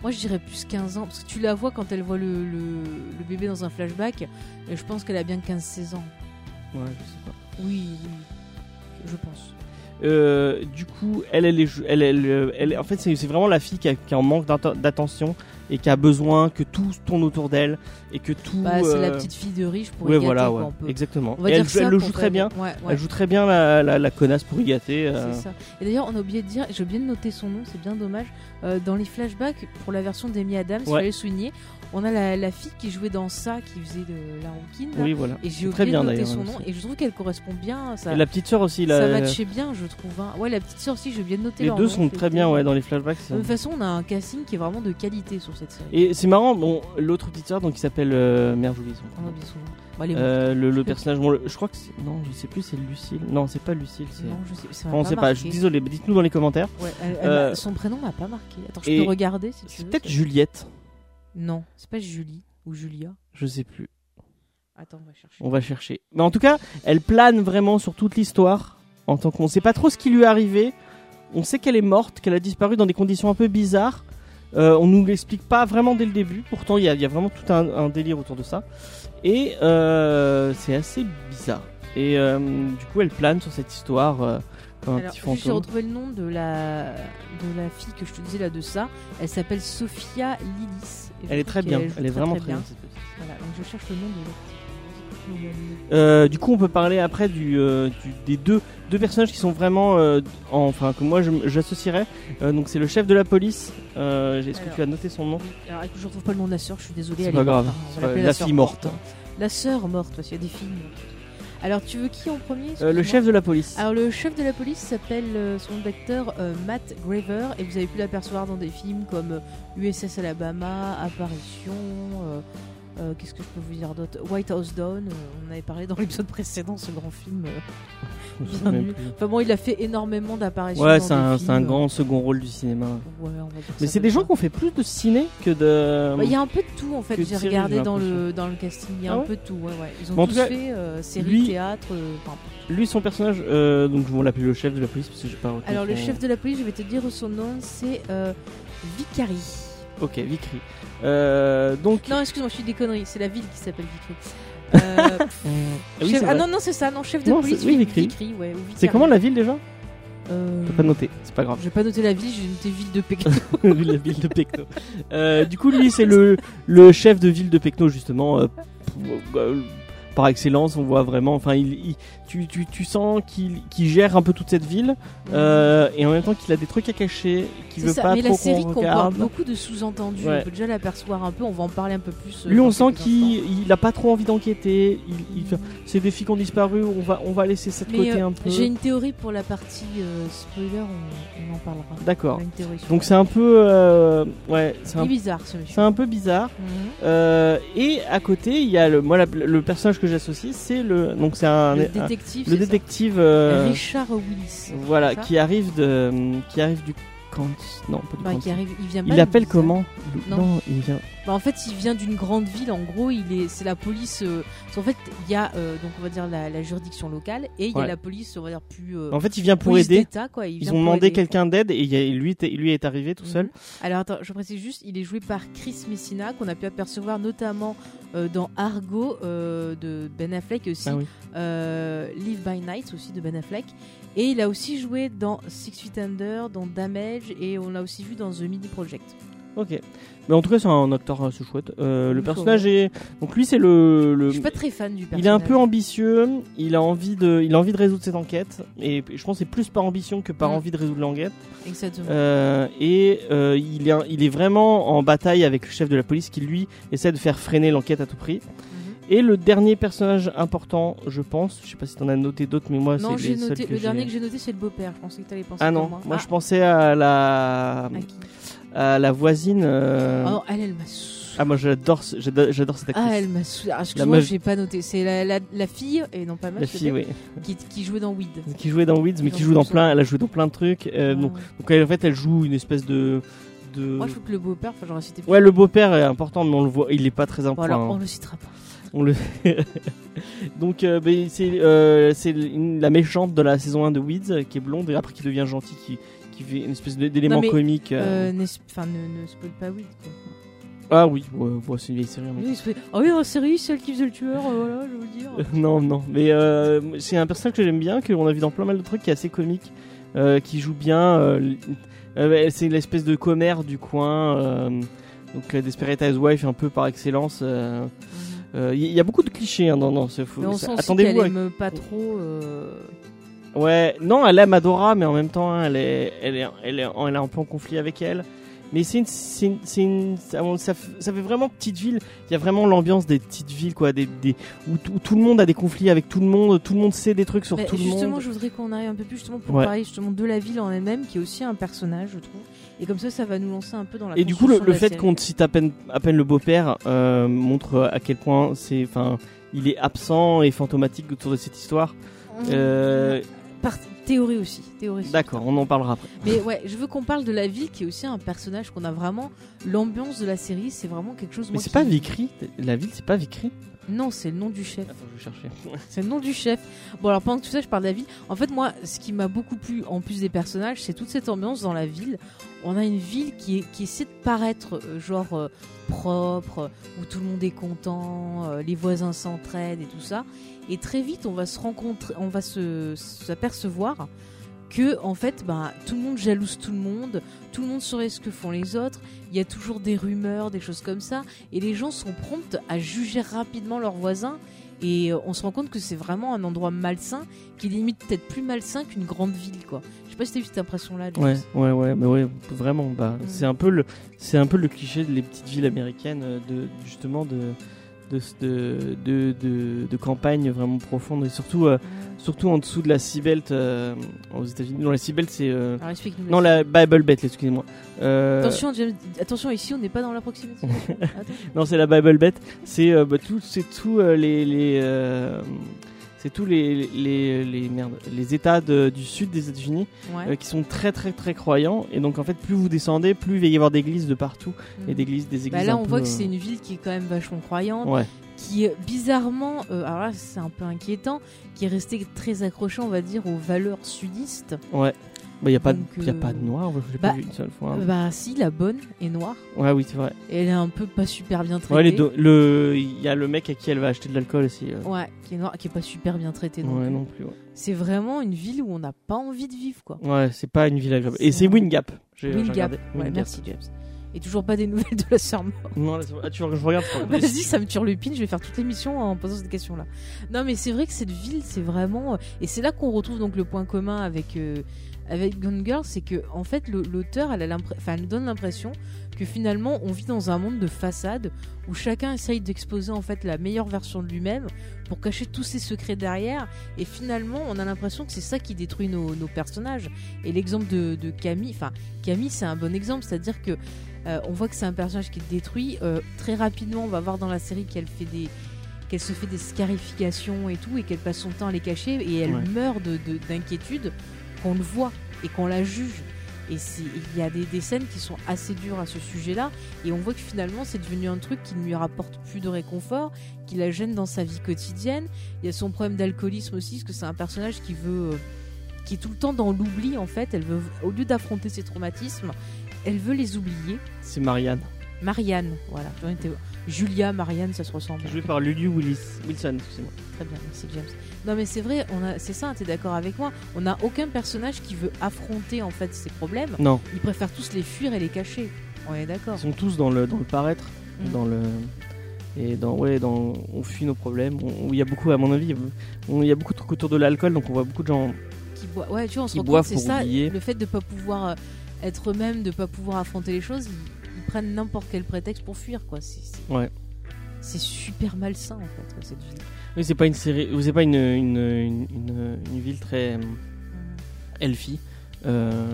Moi, je dirais plus 15 ans. Parce que tu la vois quand elle voit le, le, le bébé dans un flashback. Et je pense qu'elle a bien 15-16 ans. Ouais, je sais pas. Oui, oui. Je pense. Euh, du coup, elle, elle est, jou- elle, elle, euh, elle- en fait, c'est c'est vraiment la fille qui, a- qui en manque d'atten- d'attention et qui a besoin que tout tourne autour d'elle et que tout. Bah, c'est la euh, petite fille de riche pour Ouais, y gâter, voilà, quoi, ouais, on peut. exactement. On va Et dire elle, joue- ça elle le pour joue faire- très bien. Ouais, ouais. Elle joue très bien la, la, la connasse pour y gâter. euh. C'est ça. Et d'ailleurs, on a oublié de dire, j'ai oublié de noter son nom, c'est bien dommage. Euh, dans les flashbacks, pour la version d'Amy Adams, il Ouais. fallait le souligner, on a la, la fille qui jouait dans ça, qui faisait de la rouquine. là. Oui, voilà. Et j'ai C'est très oublié bien, de noter d'ailleurs, son elle nom, aussi. et je trouve qu'elle correspond bien. Ça, Et la petite sœur aussi. ça la- matchait bien, je trouve. hein. Ouais, la petite sœur aussi, j'ai oublié de noter les leur deux nom, sont c'était- très bien ouais, dans les flashbacks. ça. De toute façon, on a un casting qui est vraiment de qualité sur cette série. Et c'est marrant, bon, l'autre petite sœur donc, qui s'appelle euh, Mère Jolie. son On prénom. a Ah, bien souvent. Bon, elle est Euh, le, le personnage, bon, le- je crois que c'est. Non, je sais plus, c'est Lucille. Non, c'est pas Lucille. c'est- Non, je sais, ça m'a Enfin, on sait pas, je marqué. suis désolé, mais dites-nous dans les commentaires. Ouais, elle- elle m'a- Euh, Son prénom m'a pas marqué. Attends, je et peux regarder si tu C'est veux. peut-être ça. Juliette, Non, c'est pas Julie ou Julia. je sais plus. Attends, on va chercher. On va chercher. Mais en tout cas, elle plane vraiment sur toute l'histoire. En tant qu'on sait pas trop ce qui lui est arrivé, on sait qu'elle est morte, qu'elle a disparu dans des conditions un peu bizarres. Euh, on nous l'explique pas vraiment dès le début. Pourtant, il y, a- il y a vraiment tout un, un délire autour de ça. Et euh, c'est assez bizarre. Et euh, du coup, elle plane sur cette histoire euh, comme un Alors, petit juste, j'ai fantôme. retrouvé le nom de la... de la fille que je te disais là de ça. Elle s'appelle Sophia Lilis. Et je Elle est trouve très qu'elle bien. joue Elle est vraiment très bien. bien. cette petite. Voilà, donc je cherche le nom de l'autre. Euh, du coup, on peut parler après du, euh, du- des deux, deux personnages qui sont vraiment, euh, en- enfin que moi je- j'associerais. Euh, donc c'est le chef de la police. Euh, j'ai- Est-ce que Alors. tu as noté son nom Alors, écoute, je retrouve pas le nom de la sœur, je suis désolée. C'est elle pas est morte, grave, hein, on va c'est pas- l'appeler la sœur fille morte. hein. La sœur morte, parce qu'il y a des filles mortes. Alors, tu veux qui en premier Euh, Le excuse-moi Ah, chef de la police. Alors, le chef de la police s'appelle euh, son acteur euh, Matt Graver, et vous avez pu l'apercevoir dans des films comme euh, USS Alabama, Apparition. euh, euh, Qu'est-ce que je peux vous dire d'autre White House Down, euh, on avait parlé dans l'épisode précédent, ce grand film. euh. Je me souviens bien même vu. plus. Enfin bon, il a fait énormément d'apparitions. Ouais, dans c'est des un, c'est un films. grand second rôle du cinéma. Ouais, on va dire Mais ça c'est comme des ça. gens qui ont fait plus de ciné que de. Bah, Il y a un peu de tout en fait, que de j'ai séries, regardé j'ai dans le, dans le casting, il y a Ah un ouais peu de tout. Ouais, ouais. Ils ont Mais en tous tout cas, fait euh, série, lui- théâtre. euh, enfin, Lui, son personnage, euh, donc je vais l'appeler le chef de la police parce que j'ai pas. retenu Alors le son- chef de la police, je vais te dire son nom, c'est euh, Vicari. Ok, Vicry. Euh, donc. Non, excuse-moi, je suis des conneries, c'est la ville qui s'appelle Vicry. Euh, Euh, ah oui, chef- c'est Ah vrai. non, non, c'est ça, non, chef de Non, police, c'est- oui, Vicry. ouais, ou C'est Vicari. comment la ville déjà Euh, T'as pas noté, c'est pas grave. J'ai pas noté la ville, j'ai noté ville de Pékin. Ville- la ville de Pecno. Euh, du coup, lui, c'est le, le chef de ville de Pecno, justement. euh, pour- euh, par excellence, on voit vraiment. Enfin, il, il- tu, tu, tu sens qu'il qu'il gère un peu toute cette ville euh, et en même temps qu'il a des trucs à cacher, qu'il C'est veut ça, pas mais trop la série qu'on comporte regarde. beaucoup de sous-entendus, Ouais. on peut déjà l'apercevoir un peu, on va en parler un peu plus. euh, Lui, dans on sent quelques instants. qu'il il a pas trop envie d'enquêter. Il, il fait, c'est des filles qui ont disparu. On va, on va laisser cette Mais, côté euh, un peu. J'ai une théorie pour la partie euh, spoiler, on, on en parlera. D'accord. On a une théorie sur Donc ça. c'est un peu, euh, ouais, c'est Il est un, bizarre ce monsieur. c'est un peu bizarre. Mhm. Euh, et à côté, il y a le, moi, la- le personnage que j'associe, c'est le, donc c'est un, le un- détective, le c'est ça détective, euh, Richard Willis. voilà, c'est ça qui arrive de, qui arrive du Kant, non, pas du Enfin, Kant. Bah, qui arrive, il vient pas Il de- appelle comment Le- Non. il vient. Bah, En fait, il vient d'une grande ville. En gros, il est, c'est la police. euh, en fait, il y a euh, donc on va dire la, la juridiction locale et il y Ouais. a la police, on va dire plus. euh, En fait, il vient pour police aider. d'État, quoi. Il Ils vient ont pour demandé aider. quelqu'un d'aide et il y a- lui, était- lui est arrivé tout seul. Mhm. Alors attends, je précise juste, il est joué par Chris Messina qu'on a pu apercevoir notamment euh, dans Argo euh, de Ben Affleck et aussi Ah oui. euh, Live by Night aussi de Ben Affleck et il a aussi joué dans Six Feet Under, dans Damage et on l'a aussi vu dans The Mini Project. Ok. Mais en tout cas, c'est un acteur assez chouette. Euh, Il le faut, personnage est. Donc lui, c'est le. le- Je suis pas très fan du personnage. Euh, Il est un peu ambitieux. Il a envie de. Il a envie de résoudre cette enquête. Et je pense que c'est plus par ambition que par Mm. envie de résoudre l'enquête. Exactement. Euh, et euh, il, est, il est vraiment en bataille avec le chef de la police qui lui essaie de faire freiner l'enquête à tout prix. Mhm. Et le dernier personnage important, je pense, je sais pas si t'en as noté d'autres, mais moi non, c'est j'ai les seuls noté. que Le j'ai- dernier que j'ai noté, c'est le beau-père. Je pensais que t'allais penser Ah comme non, moi. moi, Ah, je pensais à la, à qui à la voisine. euh, Ah non, elle, elle m'a saoulée. Ah moi j'adore, ce- j'adore j'adore cette actrice. Ah, elle m'a saoulée. Ah, La Excuse-moi, meuf- j'ai pas noté. C'est la, la, la fille, et non pas la meuf, fille, oui, qui, qui jouait dans Weed. qui jouait dans Weeds, mais Dans qui joue dans Weeds, plein, elle a joué dans plein de trucs. euh, Ah, donc, ouais. donc, elle, en fait, elle joue une espèce de, de... Moi, je trouve que le beau-père, enfin, j'aurais cité. Ouais, le beau-père est important, mais on le voit, il est pas très hein. Bon, important. alors, on le citera pas. On le... Donc euh, ben, c'est euh, c'est une- la méchante de la saison 1 de Weeds euh, qui est blonde et après qui devient gentille, qui, qui fait une espèce d'é- d'élément Non, mais, comique. euh. Euh, n'est- enfin, ne, ne spoil pas Weed. Quoi. Ah oui, ouais, ouais, c'est une vieille série. mais- Oui, il se fait, Ah oui, en série, celle qui faisait le tueur, euh, voilà, je veux dire. non, non, mais euh, c'est un personnage que j'aime bien, qu'on a vu dans plein mal de trucs, qui est assez comique, euh, qui joue bien. euh, l- euh, c'est l'espèce de commère du coin. euh, donc la Desperate Housewife un peu par excellence. euh, euh, Il y, il y a beaucoup de clichés hein, dans, dans ce Mais on sent aussi qu'elle Attendez-vous à aime pas trop. euh, Ouais, non, elle aime Adora, mais en même temps, elle est, elle est, elle est, en- elle est un peu en conflit avec elle. Mais c'est une, c'est une- c'est une- ça, on- ça f- ça fait vraiment petite ville. Il y a vraiment l'ambiance des petites villes, quoi, des, des- où, t- où tout le monde a des conflits avec tout le monde, tout le monde sait des trucs sur bah, tout le justement, monde. je voudrais qu'on arrive un peu plus justement pour Ouais. parler justement de la ville en elle-même, qui est aussi un personnage, je trouve. Et comme ça, ça va nous lancer un peu dans la. Et du coup, le, construction le de la fait série. qu'on cite à peine, à peine le beau-père euh, montre à quel point c'est, enfin, il est absent et fantomatique autour de cette histoire. Euh, Mmh. Par théorie aussi, théorie. aussi. D'accord, on en parlera après. Mais ouais, je veux qu'on parle de la ville, qui est aussi un personnage qu'on a vraiment. L'ambiance de la série, c'est vraiment quelque chose. Mais moi, c'est qui- pas Vicry, la ville, c'est pas Vicry. Non, c'est le nom du chef. Attends, je vais chercher. C'est le nom du chef. Bon, alors pendant que tout ça, je parle de la ville. En fait, moi, ce qui m'a beaucoup plu, en plus des personnages, c'est toute cette ambiance dans la ville. On a une ville qui, est, qui essaie de paraître, euh, genre, euh, propre, euh, où tout le monde est content, euh, les voisins s'entraident et tout ça. Et très vite, on va se rencontrer, on va se s'apercevoir que, en fait, bah, tout le monde jalouse tout le monde, tout le monde saurait ce que font les autres, il y a toujours des rumeurs, des choses comme ça, et les gens sont promptes à juger rapidement leurs voisins et euh, on se rend compte que c'est vraiment un endroit malsain, qui est limite peut-être plus malsain qu'une grande ville, quoi. Je sais pas si t'as eu cette impression-là. James. Ouais, ouais, ouais, mais ouais, vraiment. Bah, Mm. c'est un peu le, c'est un peu le cliché des petites villes américaines, euh, de justement de de de, de, de- de campagne vraiment profonde et surtout euh, surtout en dessous de la Seabelt euh, aux États-Unis. Non, la Seabelt c'est euh, Alors explique-nous. non la Bible Belt, excusez-moi. Euh, Ah, Attention, James, attention, ici on n'est pas dans la proximité. Attends. Non, c'est la Bible Belt. C'est euh, bah, tout, c'est tout euh, les, les euh, c'est tous les les, les, les- merde, les États de- du sud des États-Unis Ouais. euh, qui sont très très très croyants et donc en fait plus vous descendez, plus il va y avoir d'églises de partout. et Mm. d'églises, des églises. Bah là, un on peu, voit que euh, c'est une ville qui est quand même vachement croyante, Ouais. qui euh, bizarrement, euh, alors là c'est un peu inquiétant, qui est restée très accrochée, on va dire, aux valeurs sudistes. Ouais. Bah, y a pas, de- Donc, y a euh, pas de noir. Je l'ai bah, pas vu une seule fois. hein. Bah si, la bonne est noire, ouais, oui, c'est vrai. et elle est un peu pas super bien traitée. Ouais, les do- le, il y a le mec à qui elle va acheter de l'alcool aussi. euh. Ouais, qui est noire, qui est pas super bien traitée. non Ouais, plus. non plus. Ouais, C'est vraiment une ville où on n'a pas envie de vivre, quoi. Ouais, c'est pas une ville agréable. Et C'est- c'est Wingap. Euh, J'ai- j'ai Wingap. regardé. Ouais, Wingap. merci James. Et toujours pas des nouvelles de la sœur Maud. Non, là, c'est- ah, tu veux que je regarde pour- Vas-y, ça me turlupine, je vais faire toute l'émission en posant cette question-là. Non, mais c'est vrai que cette ville, c'est vraiment. euh, Et c'est là qu'on retrouve donc le point commun avec, euh, avec Gone Girl, c'est que, en fait, le- l'auteur, elle, a l'impre- enfin, elle donne l'impression que finalement, on vit dans un monde de façade où chacun essaye d'exposer en fait la meilleure version de lui-même pour cacher tous ses secrets derrière. Et finalement, on a l'impression que c'est ça qui détruit nos, nos personnages. Et l'exemple de, de Camille, enfin, Camille, c'est un bon exemple, c'est-à-dire que euh, on voit que c'est un personnage qui est détruit. Euh, très rapidement, on va voir dans la série qu'elle fait des qu'elle se fait des scarifications et tout, et qu'elle passe son temps à les cacher, et elle Ouais. meurt de- de- d'inquiétude qu'on le voit et qu'on la juge. Et c'est- il y a des, des scènes qui sont assez dures à ce sujet-là, et on voit que finalement c'est devenu un truc qui ne lui rapporte plus de réconfort, qui la gêne dans sa vie quotidienne. Il y a son problème d'alcoolisme aussi, parce que c'est un personnage qui veut, euh, qui est tout le temps dans l'oubli en fait. Elle veut, au lieu d'affronter ses traumatismes, elle veut les oublier. C'est Marianne. Marianne, voilà. J'en étais- Julia, Marianne, ça se ressemble. Joué par Lulu Willis. Wilson, excusez-moi. Très bien, merci James. Non mais c'est vrai, on a, c'est ça, hein, t'es d'accord avec moi. On n'a aucun personnage qui veut affronter en fait ses problèmes. Non. Ils préfèrent tous les fuir et les cacher. On est d'accord. Ils sont tous dans le, dans le paraître, Mm. dans le et dans ouais, dans on fuit nos problèmes. On- Il y a beaucoup, à mon avis, il y a be- on- il y a beaucoup de trucs autour de l'alcool, donc on voit beaucoup de gens. Qui boi- Ouais, tu vois, on se Qui rend compte, boivent c'est pour ça. oublier. Le fait de pas pouvoir euh, être eux-mêmes, de pas pouvoir affronter les choses, ils, ils prennent n'importe quel prétexte pour fuir, quoi. C'est, c'est- Ouais. C'est super malsain, en fait, quoi, cette vie. Oui, c'est pas une série, ou c'est pas une une, une, une- une ville très euh, healthy. Euh,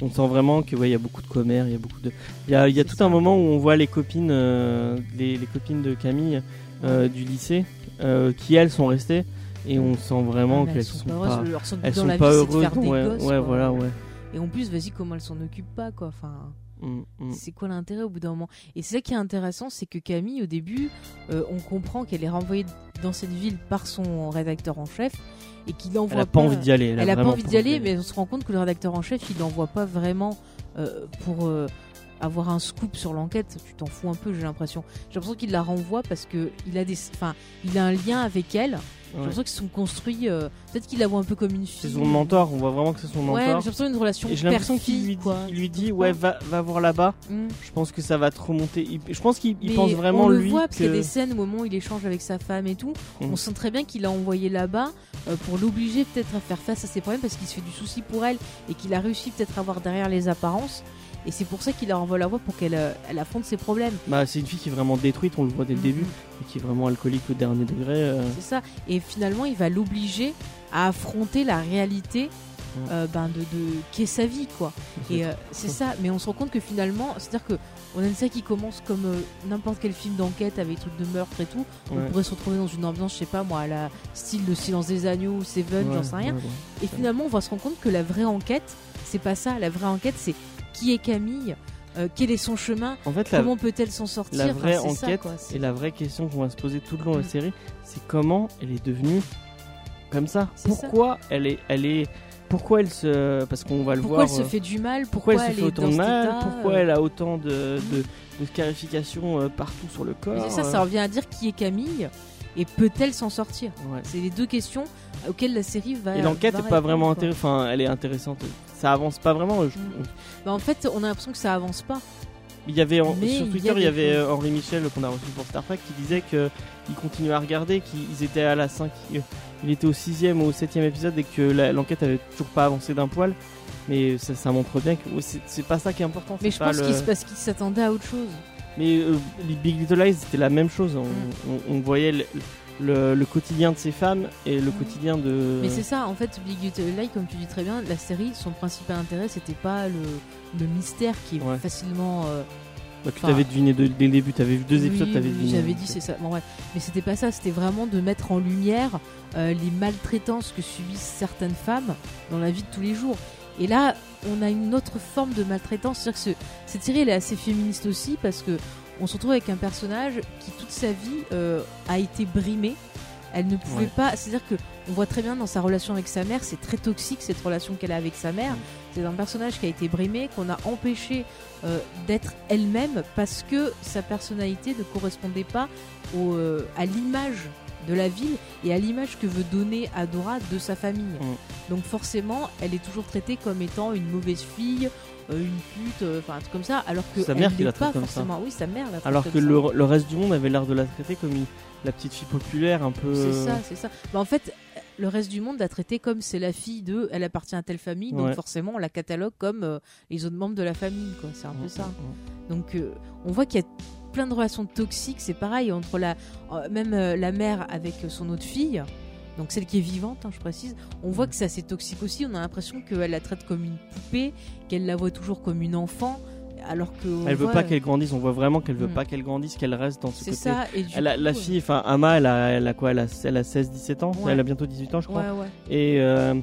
on sent vraiment que ouais, il y a beaucoup de commères, il y a beaucoup de, il y a, il y a C'est tout ça. un moment où on voit les copines, euh, les, les copines de Camille euh, du lycée, euh, qui elles sont restées, et on sent vraiment Ah, mais qu'elles elles sont, pas pas, heureuses, leur seul but elles dans sont la pas vie, c'est de heureuses. faire des ouais, gosses, ouais, quoi. voilà, ouais. Et en plus, vas-y, comment elles s'en occupent pas, quoi. Enfin, Mm, mm. c'est quoi l'intérêt au bout d'un moment Et c'est ça qui est intéressant, c'est que Camille, au début, euh, on comprend qu'elle est renvoyée dans cette ville par son rédacteur en chef et qu'il n'envoie Elle a pas envie d'y aller. Elle a pas vraiment envie d'y aller, mais on se rend compte que le rédacteur en chef, il n'envoie pas vraiment euh, pour euh, avoir un scoop sur l'enquête. Tu t'en fous un peu, j'ai l'impression. J'ai l'impression qu'il la renvoie parce que il a des, enfin, il a un lien avec elle. J'ai Ouais. l'impression qu'ils se sont construits. euh, Peut-être qu'il la voit un peu comme une C'est fille. son mentor, on voit vraiment que c'est son Ouais, mais j'ai mentor. l'impression d'une relation et j'ai l'impression qu'il père-fille, lui, dit- quoi. il lui dit Ouais, va, va voir là-bas, Mm. je pense que ça va te remonter. Il- Je pense qu'il il Mais pense vraiment on le lui. voit parce que... qu'il y a des scènes au moment où il échange avec sa femme et tout. Mhm. On sent très bien qu'il l'a envoyé là-bas euh, pour l'obliger peut-être à faire face à ses problèmes parce qu'il se fait du souci pour elle et qu'il a réussi peut-être à avoir derrière les apparences. Et c'est pour ça qu'il la renvoie là-bas pour qu'elle euh, elle affronte ses problèmes. Bah, c'est une fille qui est vraiment détruite, on le voit dès le Mhm. début, et qui est vraiment alcoolique au dernier degré. euh. C'est ça. Et finalement, il va l'obliger à affronter la réalité Mhm. euh, ben, de, de qu'est sa vie, quoi. Et euh, c'est ça, mais on se rend compte que finalement, c'est-à-dire que on a une série qui commence comme euh, n'importe quel film d'enquête avec des trucs de meurtre et tout. Ouais. On pourrait se retrouver dans une ambiance, je sais pas moi, à la style de Silence des Agneaux ou Seven, Ouais, j'en sais rien. ouais, ouais. Et finalement, on va se rendre compte que la vraie enquête, c'est pas ça. La vraie enquête, c'est qui est Camille, Euh, quel est son chemin, En fait, la, comment peut-elle s'en sortir. la Enfin, vraie c'est ça, enquête quoi. C'est- et la vraie question qu'on va se poser tout le long de la Mhm. série, c'est comment elle est devenue comme ça. C'est ça. Pourquoi elle est, elle est, pourquoi elle se, parce qu'on va le pourquoi voir. elle se euh, fait du mal, pourquoi pourquoi, elle se fait est autant dans de cet mal, état, pourquoi euh, elle a autant de, de, de scarifications euh, partout sur le mais corps. euh, c'est ça, ça revient à dire qui est Camille et peut-elle s'en sortir. euh, ouais. C'est les deux questions auxquelles la série va. Et l'enquête va est pas répondre, vraiment quoi. intéressante, enfin elle est intéressante, ça avance pas vraiment. je- Mhm. Bah, en fait, on a l'impression que ça avance pas. Il y avait en- Mais sur il y Twitter, a il y des avait choses. euh, Henri Michel qu'on a reçu pour Star Trek qui disait que il continuait à regarder, qu'ils étaient à la 5 il était au 6 ou au 7 épisode et que la- l'enquête avait toujours pas avancé d'un poil. Mais ça, ça montre bien que ouais, c'est c'est pas ça qui est important. Mais c'est je pas pense le- qu'il se passe qu'il s'attendait à autre chose. Mais euh, les Big Little Lies, c'était la même chose. On, on- on voyait le, le- le quotidien de ces femmes et le Mm. quotidien de. Mais c'est ça, en fait, Big Little Lies, comme tu dis très bien, la série, son principal intérêt, c'était pas le, le mystère qui est Ouais. facilement. euh, Bah, tu enfin- t'avais deviné de- dès le début, t'avais vu deux oui, épisodes, t'avais oui, deviné. J'avais dit, c'est ça. Bon, ouais. Mais c'était pas ça, c'était vraiment de mettre en lumière euh, les maltraitances que subissent certaines femmes dans la vie de tous les jours. Et là, on a une autre forme de maltraitance. C'est-à-dire que ce- cette série, elle est assez féministe aussi parce que on se retrouve avec un personnage qui toute sa vie euh, a été brimée. Elle ne pouvait Ouais. pas. C'est-à-dire que on voit très bien dans sa relation avec sa mère, c'est très toxique cette relation qu'elle a avec sa mère. Mm. C'est un personnage qui a été brimé, qu'on a empêché euh, d'être elle-même parce que sa personnalité ne correspondait pas au, euh, à l'image de la ville et à l'image que veut donner Adora de sa famille. Mm. Donc forcément, elle est toujours traitée comme étant une mauvaise fille, euh, une pute, euh, enfin un truc comme ça, alors que Sa elle mère qui l'est la traite pas comme ça. forcément. Oui, sa mère la traite Alors comme que ça. le, le reste du monde avait l'air de la traiter comme une- la petite fille populaire, un peu. C'est euh, ça, c'est ça. Bah, en fait, le reste du monde l'a traitée comme c'est la fille de, elle appartient à telle famille, donc Ouais. forcément on la catalogue comme euh, les autres membres de la famille, quoi. C'est un Mm, peu ça. mm, mm. Donc euh, on voit qu'il y a plein de relations toxiques, c'est pareil, entre la, euh, même euh, la mère avec euh, son autre fille, donc celle qui est vivante, hein, je précise, on voit que c'est assez toxique aussi, on a l'impression qu'elle la traite comme une poupée, qu'elle la voit toujours comme une enfant, alors que... on Elle veut voit, pas euh, qu'elle grandisse, on voit vraiment qu'elle veut Mm. pas qu'elle grandisse, qu'elle reste dans ce C'est côté. ça, et du Elle a- coup, la euh, fille, enfin Ama, elle a, elle a quoi Elle a, elle a 16-17 ans Ouais. Elle a bientôt 18 ans, je crois. Ouais, ouais. Et euh,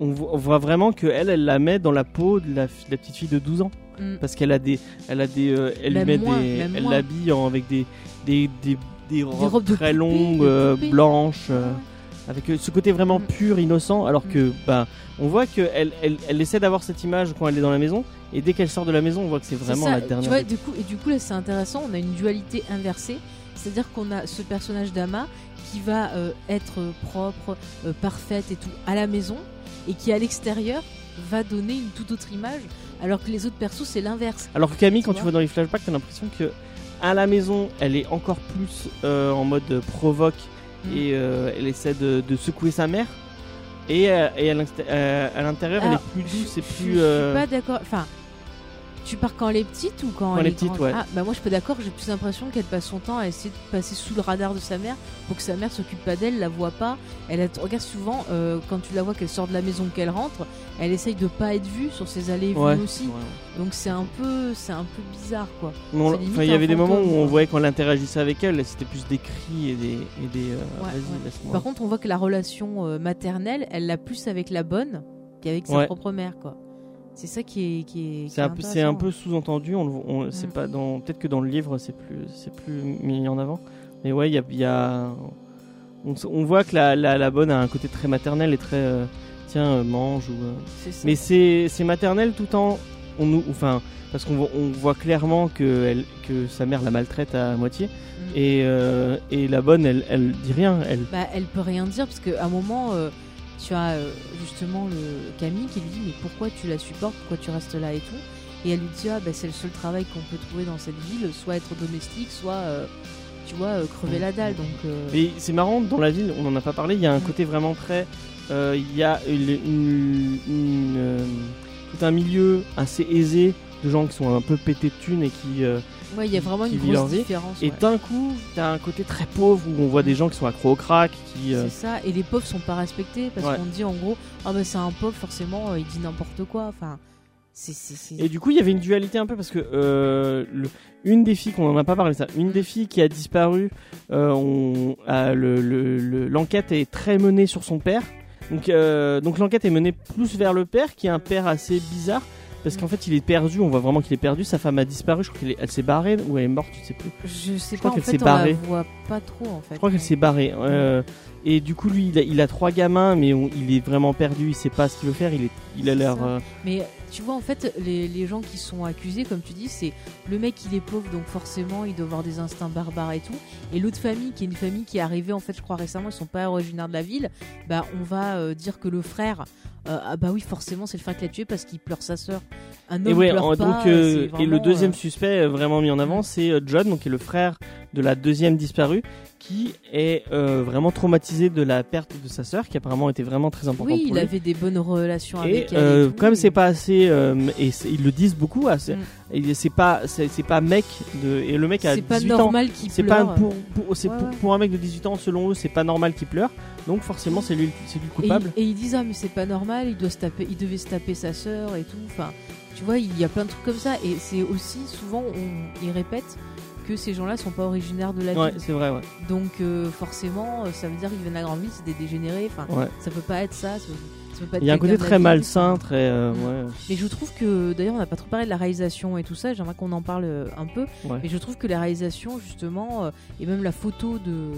on, vo- on voit vraiment que elle, elle la met dans la peau de la, fi- de la petite fille de 12 ans. Mm. Parce qu'elle a des. Elle, a des, euh, elle lui Même met moins, des. même Elle moins. l'habille en- avec des, des, des, des robes, robes de très poupée, longues, de euh, poupée. Ah. blanches. euh, avec euh, ce côté vraiment Mm. pur, innocent, alors Mm. que bah, on voit qu'elle elle, elle essaie d'avoir cette image quand elle est dans la maison, et dès qu'elle sort de la maison, on voit que c'est C'est vraiment ça, la dernière. Tu vois, du coup, et du coup, là, c'est intéressant. On a une dualité inversée. C'est-à-dire qu'on a ce personnage d'Ama qui euh, va euh, être propre, euh, parfaite et tout à la maison, et qui à l'extérieur va donner une toute autre image, alors que les autres persos, c'est l'inverse. Alors que Camille, Tu quand tu vois vois dans les flashbacks, t'as l'impression que à la maison, elle est encore plus euh, en mode provoque Mm. et euh, elle essaie de, de secouer sa mère. Et, euh, et à l'inst- euh, à l'intérieur, elle Alors, est plus je- douce et Je plus. suis euh, pas d'accord. Enfin, tu pars quand elle est petite ou quand, Quand elle elle est est petite, grande ouais. Ah, bah moi je suis pas d'accord, j'ai plus l'impression qu'elle passe son temps à essayer de passer sous le radar de sa mère pour que sa mère s'occupe pas d'elle, la voit pas. Elle elle te regarde souvent euh, quand tu la vois qu'elle sort de la maison, qu'elle rentre, elle essaye de pas être vue sur ses allées et venues ouais. aussi. Ouais. Donc c'est un peu, c'est un peu bizarre quoi. Non, C'est limite enfin, il y un avait des moments fantôme, où on quoi. voyait quand elle interagissait avec elle, c'était plus des cris et des. Et des euh, Ouais, vas-y, ouais. laisse-moi. Par contre, on voit que la relation euh, maternelle, elle l'a plus avec la bonne qu'avec sa Ouais. propre mère quoi. C'est ça qui est qui est. qui C'est est un, peu- c'est un intéressant. peu sous-entendu, on, le- on, c'est Mm. pas dans, peut-être que dans le livre c'est plus, c'est plus mis en avant. Mais ouais, il y a, il y a- on, s- on voit que la, la, la bonne a un côté très maternel et très, euh, tiens, euh, mange ou. euh. C'est ça. Mm. Mais c'est, c'est maternel tout en, on nous, enfin, parce qu'on voit- on voit clairement que, elle, que sa mère la maltraite à moitié Mm. et, euh, et la bonne, elle, elle dit rien, elle. Bah, elle peut rien dire parce qu'à un moment, euh, tu as euh, justement le Camille qui lui dit mais pourquoi tu la supportes, pourquoi tu restes là et tout. Et elle lui dit ah bah, c'est le seul travail qu'on peut trouver dans cette ville, soit être domestique, soit euh, tu vois euh, crever la dalle. Donc euh, Et c'est marrant, dans la ville, on n'en a pas parlé, il y a un côté vraiment très. euh, Il y a une- une- une, euh, tout un milieu assez aisé de gens qui sont un peu pétés de thunes et qui. euh, ouais, il y a vraiment qui une vit leur grosse vie. différence. Et ouais. d'un coup, t'as un côté très pauvre où on voit des gens qui sont accros au crack, qui. euh, C'est ça. Et les pauvres sont pas respectés parce Ouais. qu'on dit en gros ah bah c'est un pauvre forcément euh, il dit n'importe quoi. Enfin c'est c'est c'est- Et du coup, il y avait une dualité un peu parce que euh, le- une des filles qu'on n'en a pas parlé ça, une des filles qui a disparu, euh, on, a le- le- le- l'enquête est très menée sur son père. Donc, euh, donc l'enquête est menée plus vers le père, qui est un père assez bizarre. Parce qu'en fait, il est perdu, on voit vraiment qu'il est perdu. Sa femme a disparu, je crois qu'elle est- elle s'est barrée ou elle est morte, je sais plus. je sais je pas crois en qu'elle fait s'est on la barrée. voit pas trop en fait. Je crois qu'elle s'est barrée. euh, et du coup, lui, il a, il a trois gamins, mais on- il est vraiment perdu, il sait pas ce qu'il veut faire, il, est, il a C'est l'air. ça. euh, Mais tu vois, en fait, les, les gens qui sont accusés, comme tu dis, c'est le mec, il est pauvre, donc forcément, il doit avoir des instincts barbares et tout. Et l'autre famille, qui est une famille qui est arrivée, en fait, je crois récemment, ils sont pas originaires de la ville, bah, on va euh, dire que le frère, euh, ah bah oui, forcément, c'est le frère qui l'a tué parce qu'il pleure sa sœur. Un homme Et ouais, pleure pas, en- donc euh, euh, c'est et le vraiment, deuxième euh, suspect euh, vraiment mis en avant, c'est euh, John, donc qui est le frère de la deuxième disparue, qui est euh, vraiment traumatisé de la perte de sa sœur, qui apparemment était vraiment très importante oui, pour il lui. avait des bonnes relations Et avec elle. euh, et tout, comme et- c'est pas assez, euh, et c'est- ils le disent beaucoup, ah, c'est Mm. et c'est pas c'est c'est pas mec de et le mec a c'est pas 18 ans. normal qu'il C'est pleure. pas pour pour, c'est Ouais, pour, ouais. pour un mec de 18 ans selon eux c'est pas normal qu'il pleure donc forcément c'est lui c'est lui le Et, coupable et ils disent ah mais c'est pas normal, il doit se taper, il devait se taper sa sœur et tout. Enfin, tu vois, il y a plein de trucs comme ça. Et c'est aussi souvent on, ils répètent que ces gens-là sont pas originaires de la ouais ville. c'est vrai ouais. Donc euh, forcément, euh, ça veut dire qu'ils viennent à la grande ville, c'est des dégénérés. Enfin, Ouais. ça peut pas être ça. Ça peut, ça peut pas être il y a un quelqu'un côté de la très ville. malsain très euh, ouais. Mais je trouve que d'ailleurs on n'a pas trop parlé de la réalisation et tout ça. J'aimerais qu'on en parle euh, un peu. Ouais. Mais je trouve que la réalisation justement euh, et même la photo de,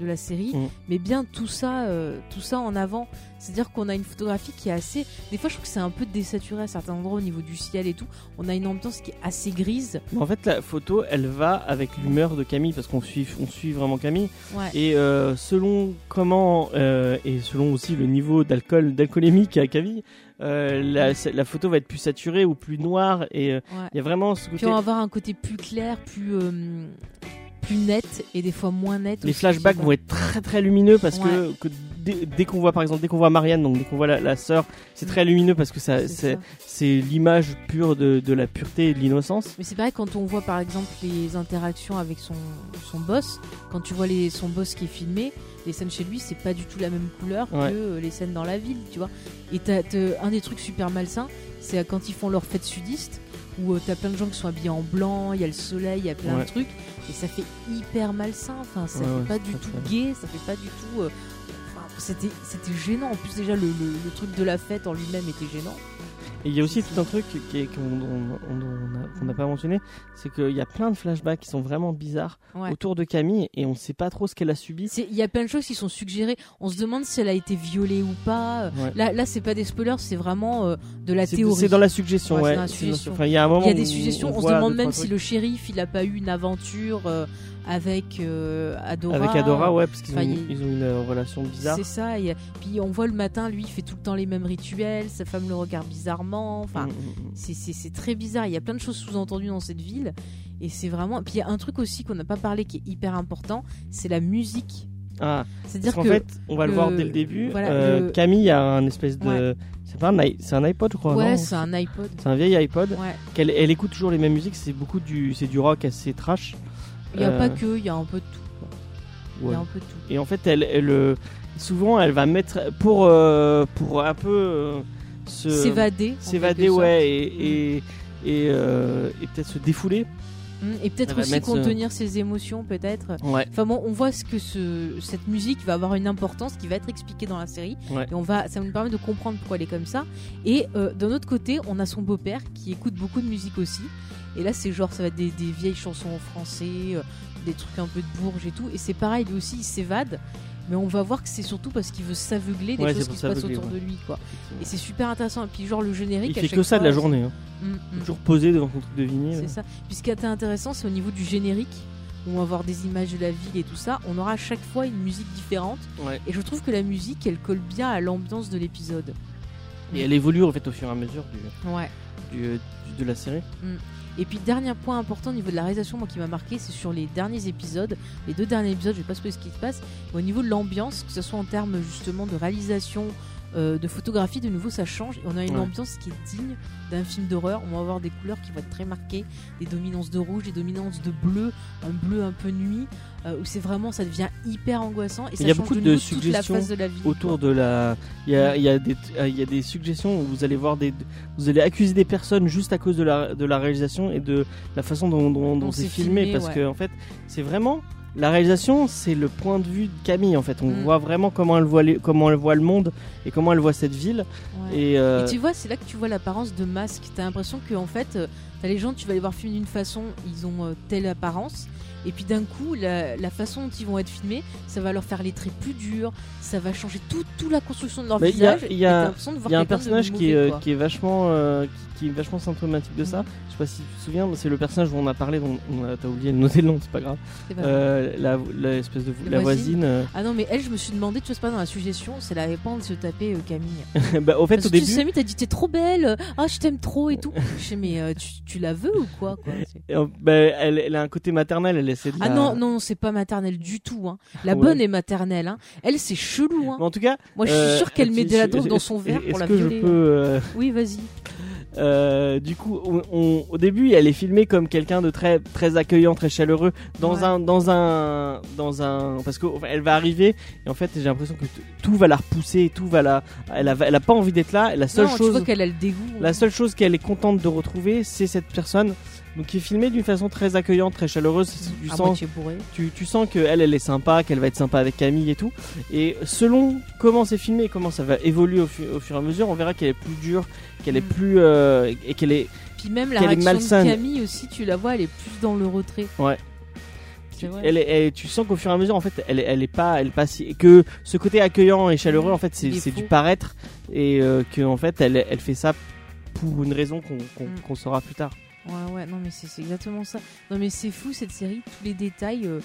de la série Mm. met bien tout ça, euh, tout ça en avant. C'est-à-dire qu'on a une photographie qui est assez. Des fois je trouve que c'est un peu désaturé à certains endroits au niveau du ciel et tout. On a une ambiance qui est assez grise. Mais En fait, la photo, elle va avec l'humeur de Camille, parce qu'on suit, on suit vraiment Camille. Ouais. Et euh, selon comment, euh, et selon aussi le niveau d'alcool, d'alcoolémie qu'a Camille, euh, la, la photo va être plus saturée ou plus noire. Et euh, Ouais. il y a vraiment ce Puis côté. on va avoir un côté plus clair, plus euh, plus net et des fois moins net. Les aussi, flashbacks je sais vont être très très lumineux parce que, Ouais. que dès, dès qu'on voit par exemple dès qu'on voit Marianne donc dès qu'on voit la, la sœur c'est très lumineux parce que pas. ça Mm. C'est euh, c'est ça. c'est l'image pure de, de la pureté et de l'innocence Mais c'est pareil quand on voit par exemple les interactions avec son, son boss, quand tu vois les, son boss qui est filmé, les scènes chez lui, c'est pas du tout la même couleur Ouais. que euh, les scènes dans la ville, tu vois. Et t'as, t'as- un des trucs super malsains, c'est quand ils font leur fête sudiste, où euh, t'as plein de gens qui sont habillés en blanc, il y a le soleil, il y a plein Ouais. de trucs, et ça fait hyper malsain, enfin, ça Ouais, fait ouais, pas c'est du pas tout très- gay, ça fait pas du tout. euh, enfin, c'était, c'était gênant, en plus déjà le, le- le truc de la fête en lui-même était gênant. Et il y a aussi tout un truc qui est- qu'on on- on- on a- qu'on n'a pas mentionné, c'est qu'il y a plein de flashbacks qui sont vraiment bizarres Ouais. autour de Camille et on ne sait pas trop ce qu'elle a subi. C'est- Il y a plein de choses qui sont suggérées. On se demande si elle a été violée ou pas. Euh, Ouais. Là, là c'est pas des spoilers, c'est vraiment euh, de la C'est- théorie. C'est dans la suggestion, Ouais, c'est ouais. dans la C'est dans- suggestion. enfin, il y a un moment Il y a des où suggestions. On, se voit demande deux, même trois si trucs. le shérif il a pas eu une aventure euh, avec euh, Adora. Avec Adora, ouais, parce qu'ils ont, Enfin, une- ils ont une euh, relation bizarre. C'est ça. et puis on voit le matin, lui, il fait tout le temps les mêmes rituels, sa femme le regarde bizarrement. Enfin, Mm, mm, mm. c'est- c'est c'est très bizarre. Il y a plein de choses sous-entendues dans cette ville. Et c'est vraiment. Puis il y a un truc aussi qu'on n'a pas parlé qui est hyper important c'est la musique. Ah, parce C'est-à-dire qu'en que. fait, on va le, le- voir dès le début. voilà, euh, le- Camille a un espèce de. C'est pas un, i- c'est un iPod, je crois. non ouais, c'est un iPod. C'est un vieil iPod. Ouais. qu'elle elle écoute toujours les mêmes musiques. C'est beaucoup du, c'est du rock assez trash. Il n'y a Euh, pas que, il y a un peu de tout. quoi. Il y a un peu de tout. Et en fait, elle, elle, euh, souvent, elle va mettre pour euh, pour un peu euh, se S'évader. en s'évader, quelque sorte. ouais, et et, et, euh, et peut-être se défouler. Mm, Et Elle peut-être va aussi mettre euh, ce- contenir ses émotions, peut-être. Ouais. Enfin bon, on voit ce que ce- cette musique va avoir une importance qui va être expliquée dans la série. Ouais. Et on va, ça nous permet de comprendre pourquoi elle est comme ça. Et euh, d'un autre côté, on a son beau-père qui écoute beaucoup de musique aussi. Et là, c'est genre, ça va être des, des vieilles chansons en français, euh, des trucs un peu de bourges et tout. Et c'est pareil, lui aussi, il s'évade. Mais on va voir que c'est surtout parce qu'il veut s'aveugler des Ouais, c'est choses pour qui se passent s'aveugler, autour de lui. quoi. Et c'est super intéressant. Et puis, genre, le générique. Il à fait chaque que ça de fois, la journée. hein. c'est- Mm, mm. Toujours hein. posé devant son truc de vinyle. C'est ça. Puis ce qui était intéressant, c'est au niveau du générique. où On va avoir des images de la ville et tout ça. On aura à chaque fois une musique différente. Ouais. Et je trouve que la musique, elle colle bien à l'ambiance de l'épisode. Et elle évolue en fait au fur et à mesure du, Ouais. du- du- de la série. Et puis dernier point important au niveau de la réalisation, moi qui m'a marqué, c'est sur les derniers épisodes, les deux derniers épisodes, je vais pas spoiler ce qui se passe, mais au niveau de l'ambiance, que ce soit en termes justement de réalisation, euh, de photographie, de nouveau ça change. Et on a une Ouais. ambiance qui est digne d'un film d'horreur. On va avoir des couleurs qui vont être très marquées, des dominances de rouge, des dominances de bleu, un bleu un peu nuit, euh, où c'est vraiment, ça devient hyper angoissant et ça Il y a change beaucoup de, de nouveau toute la suggestions face de la vie. Autour de la, il y a, il y a des, euh, il y a des suggestions où vous allez voir des, vous allez accuser des personnes juste à cause de la, de la réalisation et de la façon dont, dont, dont c'est filmé, parce ouais. que en fait, c'est vraiment la réalisation, c'est le point de vue de Camille en fait. On Mm. voit vraiment comment elle voit, les- comment elle voit le monde et comment elle voit cette ville Ouais. et, euh, Et tu vois, c'est là que tu vois l'apparence de masque. T'as l'impression que en fait, euh, t'as les gens, tu vas les voir filmer d'une façon, ils ont euh, telle apparence, et puis d'un coup, la, la façon dont ils vont être filmés, ça va leur faire les traits plus durs, ça va changer tout, tout la construction de leur Mais il y a- visage. il y a- et t'as l'impression de voir Il y a un quelqu'un de personnage qui, mauvais, est, euh, quoi. qui est vachement euh, qui, qui est vachement symptomatique de ça. Mhm. Je sais pas si tu te souviens, mais c'est le personnage dont on a parlé, dont on a- t'as oublié de noter le nom, c'est pas grave. C'est pas- Euh, la, la espèce de La la voisine. voisine. euh, Ah non, mais elle, je me suis demandé, tu vois, c'est pas dans la suggestion, c'est la répandre de se taper euh, Camille. bah, au fait, Parce au que début, tu Samy, t'as dit t'es trop belle, ah je t'aime trop et tout. je sais, mais euh, tu, tu la veux ou quoi, quoi C'est- euh, bah, elle, elle a un côté maternel, elle essaie de. Ah la- non, non, c'est pas maternelle du tout. Hein. La Ouais. bonne est maternelle. Hein. Elle, c'est chelou. Hein. Mais en tout cas, Moi, je suis euh, sûre qu'elle met tu- de la je- drogue je- dans son verre est-ce pour la hein. que violer. je peux euh, Oui, vas-y. Euh, du coup, on, on- au début, elle est filmée comme quelqu'un de très très accueillant, très chaleureux, dans Ouais. un dans un dans un parce que enfin, elle va arriver et en fait, j'ai l'impression que t- tout va la repousser, tout va la elle a, elle a pas envie d'être là. Et la seule non, tu chose vois qu'elle a le dégoût. hein. la seule chose qu'elle est contente de retrouver, c'est cette personne. Donc qui est filmée d'une façon très accueillante, très chaleureuse. C'est- Tu à sens, moitié bourrée. tu, tu sens que elle, elle est sympa, qu'elle va être sympa avec Camille et tout. Et selon comment c'est filmé, et comment ça va évoluer au, fu- au fur et à mesure, on verra qu'elle est plus dure, qu'elle est Mm. plus euh, et qu'elle est Puis même la qu'elle est réaction malsaine. de Camille aussi, tu la vois, elle est plus dans le retrait. Ouais. C'est vrai. Elle est- elle- tu sens qu'au fur et à mesure, en fait, elle, est- elle est pas, elle est pas si- que ce côté accueillant et chaleureux, en fait, c'est Mm. Il est c'est faux. du paraître et euh, que en fait, elle, elle fait ça pour une raison qu'on qu'on- Mm. qu'on saura plus tard. Ouais, ouais, non, mais c'est c'est exactement ça. Non, mais c'est fou cette série, tous les détails euh,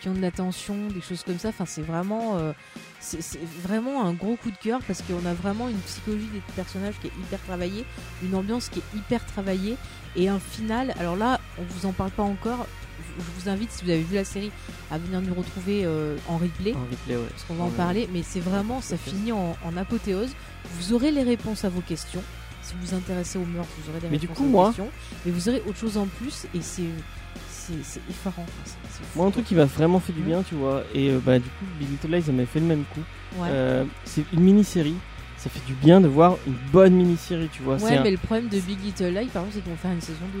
qui ont de l'attention, des choses comme ça. Enfin, c'est vraiment, euh, c'est c'est vraiment un gros coup de cœur parce qu'on a vraiment une psychologie des personnages qui est hyper travaillée, une ambiance qui est hyper travaillée et un final. Alors là, on vous en parle pas encore. Je je vous invite, si vous avez vu la série, à venir nous retrouver euh, en replay En replay, ouais. parce qu'on va en Ouais. parler, mais c'est vraiment, ça Ok. finit en, en apothéose. Vous aurez les réponses à vos questions. Si vous vous intéressez aux meurtres, vous aurez des Mais du réponses coup, à vos moi- questions. Mais vous aurez autre chose en plus, et c'est c'est- c'est effarant. quoi. C'est- c'est fou, Moi, un truc qui m'a vraiment fait du Mm. bien, tu vois, et euh, bah, du coup, Big Little Lies, ça m'avait fait le même coup. quoi. Ouais, Euh, c'est une mini-série, ça fait du bien de voir une bonne mini-série, tu vois. Ouais, c'est un- mais le problème de Big Little Lies, par exemple, c'est qu'ils vont faire une saison 2.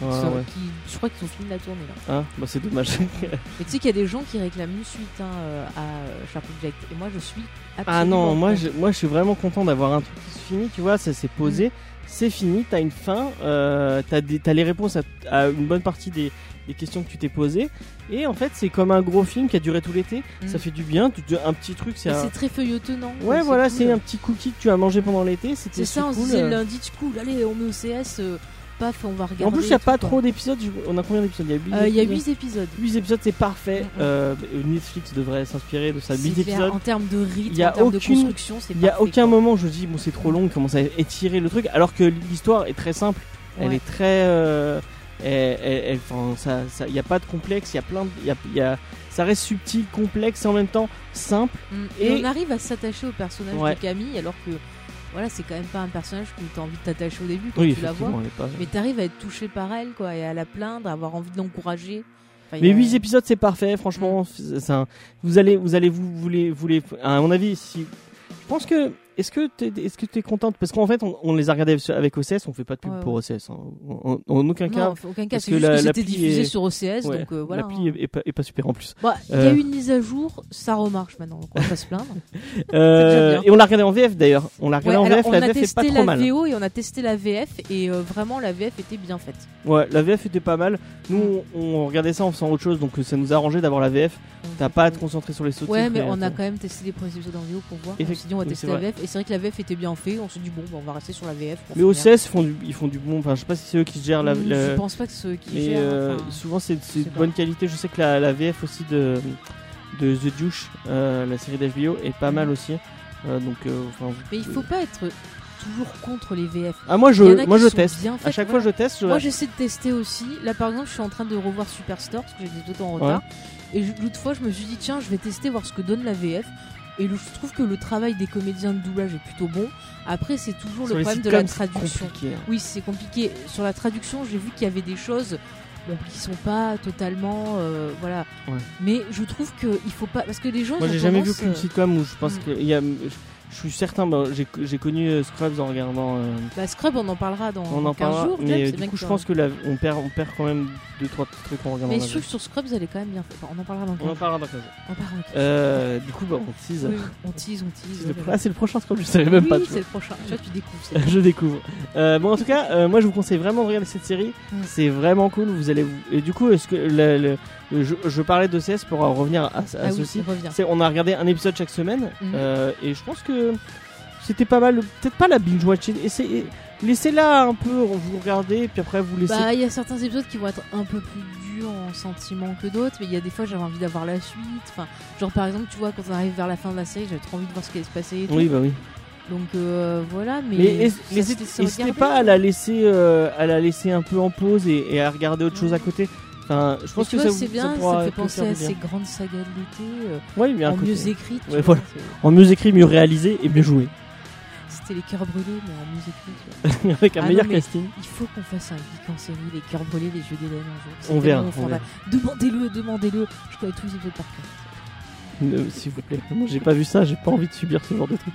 Ouais, Ils sont- ouais. qui- je crois qu'ils ont fini la tournée. Là. Hein bah, c'est dommage. Mais tu sais qu'il y a des gens qui réclament une suite hein, euh, à Sharp Object, et moi je suis absolument. Ah non, moi contre. je, moi je suis vraiment content d'avoir un truc qui se finit, tu vois, ça s'est Mm. posé, c'est fini, t'as une fin, euh, t'as des- t'as les réponses à, à une bonne partie des, des questions que tu t'es posées, et en fait c'est comme un gros film qui a duré tout l'été, Mm. ça fait du bien, tu te- un petit truc, c'est Et un... C'est très feuilletonnant. Ouais voilà, cool. c'est un petit cookie que tu as mangé pendant l'été, c'était C'est ça, on cool. se disait euh, le lundi, tu cool, allez, on met au CS. euh, paf, on va regarder. En plus, il n'y a tout, pas quoi. trop d'épisodes. je- On a combien d'épisodes Il y a Euh, 8 Il y a 8 épisodes. 8 épisodes, c'est parfait. Mhm. Euh, Netflix devrait s'inspirer de ça. C'est 8 clair, épisodes. En termes de rythme, Il y a en termes aucune- de construction, c'est Il n'y a parfait, aucun quoi. moment où je me dis, bon, c'est trop long, comment ça étirer le truc. Alors que l'histoire est très simple. Elle Ouais. est très. euh, elle- elle- elle- enfin, ça, ça- il n'y a pas de complexe, il y a plein de. il y a- il y a- ça reste subtil, complexe et en même temps simple. Mm. Et, Et- on arrive à s'attacher au personnage Ouais. de Camille alors que voilà, c'est quand même pas un personnage que tu as envie de t'attacher au début quand tu la vois. elle est pas. Mais t'arrives à être touché par elle quoi et à la plaindre, à avoir envie de l'encourager. Enfin, il y Mais a- Mm. 8 épisodes, c'est parfait, franchement. c'est- c'est un- vous allez, vous allez, vous voulez, vous voulez. À mon avis, si. Je pense que. Est-ce que t'es, est-ce que t'es contente Parce qu'en fait, on, on les a regardés avec- avec OCS, on fait pas de pub Ouais, pour OCS. hein. En, en- en aucun Non, cas. en aucun cas, parce c'est que juste la- que c'était l'appli diffusé est- sur OCS, ouais, donc euh, voilà. L'appli est, est pas, est pas super en plus. Bah, Il y a Euh. eu une mise à jour, ça remarche maintenant, donc on va pas se plaindre. Euh, déjà bien. et on l'a regardé en VF d'ailleurs. On l'a regardé Ouais, en alors, VF, on la a VF est testé pas trop la mal. VO et on a testé la VF et euh, vraiment la VF était bien faite. Ouais, la VF était pas mal. Nous, on, on regardait ça en faisant autre chose, donc euh, ça nous arrangeait d'avoir la VF. T'as pas à euh, te concentrer sur les sous-titres. Ouais, mais et- on a quand même testé les premiers épisodes en VO pour voir. On s'est dit, on va Effectivement, tester c'est la vrai. VF. Et c'est vrai que la VF était bien fait. On s'est dit, bon, bah, on va rester sur la VF. pour Mais faire. OCS, font du, ils font du bon. Enfin, je sais pas si c'est eux qui gèrent la. Mm, la- Je pense pas que ceux qui mais gèrent, euh, enfin, souvent, c'est je c'est de sais pas. bonne qualité. Je sais que la, la VF aussi de, de The Douche, euh, la série d'HBO, est pas mal aussi. Euh, donc, euh, enfin, vous- Mhm. Mais il faut pas être toujours contre les VF. Ah, moi, Il y en a je, moi, qui je sont teste. bien à faites, chaque voilà. fois, je teste. je- Moi, j'essaie de tester aussi. Là, par exemple, je suis en train de revoir Superstore parce que j'étais tout le temps en Ouais. retard. Et je- l'autre fois, je me suis dit, tiens, je vais tester, voir ce que donne la VF. Et le- je trouve que le travail des comédiens de doublage est plutôt bon. Après, c'est toujours sur le les problème de la sitcoms, c'est traduction. compliqué, hein. Oui, c'est compliqué. Sur la traduction, j'ai vu qu'il y avait des choses bon, qui sont pas totalement. euh, voilà. Ouais. Mais je trouve qu'il faut pas. Parce que les gens. Moi, ils ont j'ai jamais vu tendance, qu'une euh, sitcom où je pense Mm. que. il Y a, je- je suis certain, bah, j'ai j'ai connu euh, Scrubs en regardant. euh, Bah, Scrub, on en parlera dans, on dans en 15 parlera. jours. James, mais euh, c'est du bien coup, que je t'en- pense que la- on, perd, on perd quand même 2-3 trucs en regardant. Mais la je trouve VF. que sur Scrubs, elle est quand même bien faite. Enfin, on en parlera dans 15 On en jours. parlera dans 15 jours. On en parlera dans 15 Euh, du coup, bah, on tease. jours. Oui, on tease, on tease. Le ouais, pro- ouais. Ah, c'est le prochain Scrubs, je savais même oui, pas. Ah, oui, tu c'est le prochain. Tu vois, tu découvres. c'est- vois. je découvre. Euh, bon, en tout cas, euh, moi je vous conseille vraiment de regarder cette série. Mm. C'est vraiment cool. Vous allez vous... Et du coup, est-ce que le- le- le- je, je parlais de CS pour en revenir à, à Ah oui, ceci. on revient. C'est- On a regardé un épisode chaque semaine Mm. euh, et je pense que c'était pas mal. Peut-être pas la binge watching. Essayez... Laissez-la un peu, vous regardez, puis après vous laissez. Bah, il y a certains épisodes qui vont être un peu plus durs en sentiment que d'autres, mais il y a des fois j'avais envie d'avoir la suite. Enfin, genre par exemple, tu vois, quand on arrive vers la fin de la série, j'avais trop envie de voir ce qui allait se passer. et tout. oui, bah oui. Donc euh, voilà, mais, Mais n'hés- ça se n'hésite- laisse n'hésitez regarder, pas à quoi. la laisser, euh, à la laisser un peu en pause et, et à regarder autre chose à côté. Enfin, je pense Mm. Et tu que vois, ça vous c'est bien, ça, ça, pourra fait que penser faire à du bien. ces grandes sagas de l'été, euh, Oui, mais un en côté- mieux écrites. tu Ouais, vois, voilà. c'est- en mieux écrit, mieux réalisé et mieux joué, C'était les cœurs brûlés, mais en mieux écrites. tu vois. avec un Ah non, meilleur mais- casting. Il faut qu'on fasse un geek en série, les cœurs brûlés, les jeux d'Hélène un jour. C'est On verra, tellement on verra. fondamental. Demandez-le, demandez-le. Je connais tous les épisodes par cœur. Ne- Euh, S'il vous plaît, moi j'ai pas vu ça, j'ai pas envie de subir ce genre de truc.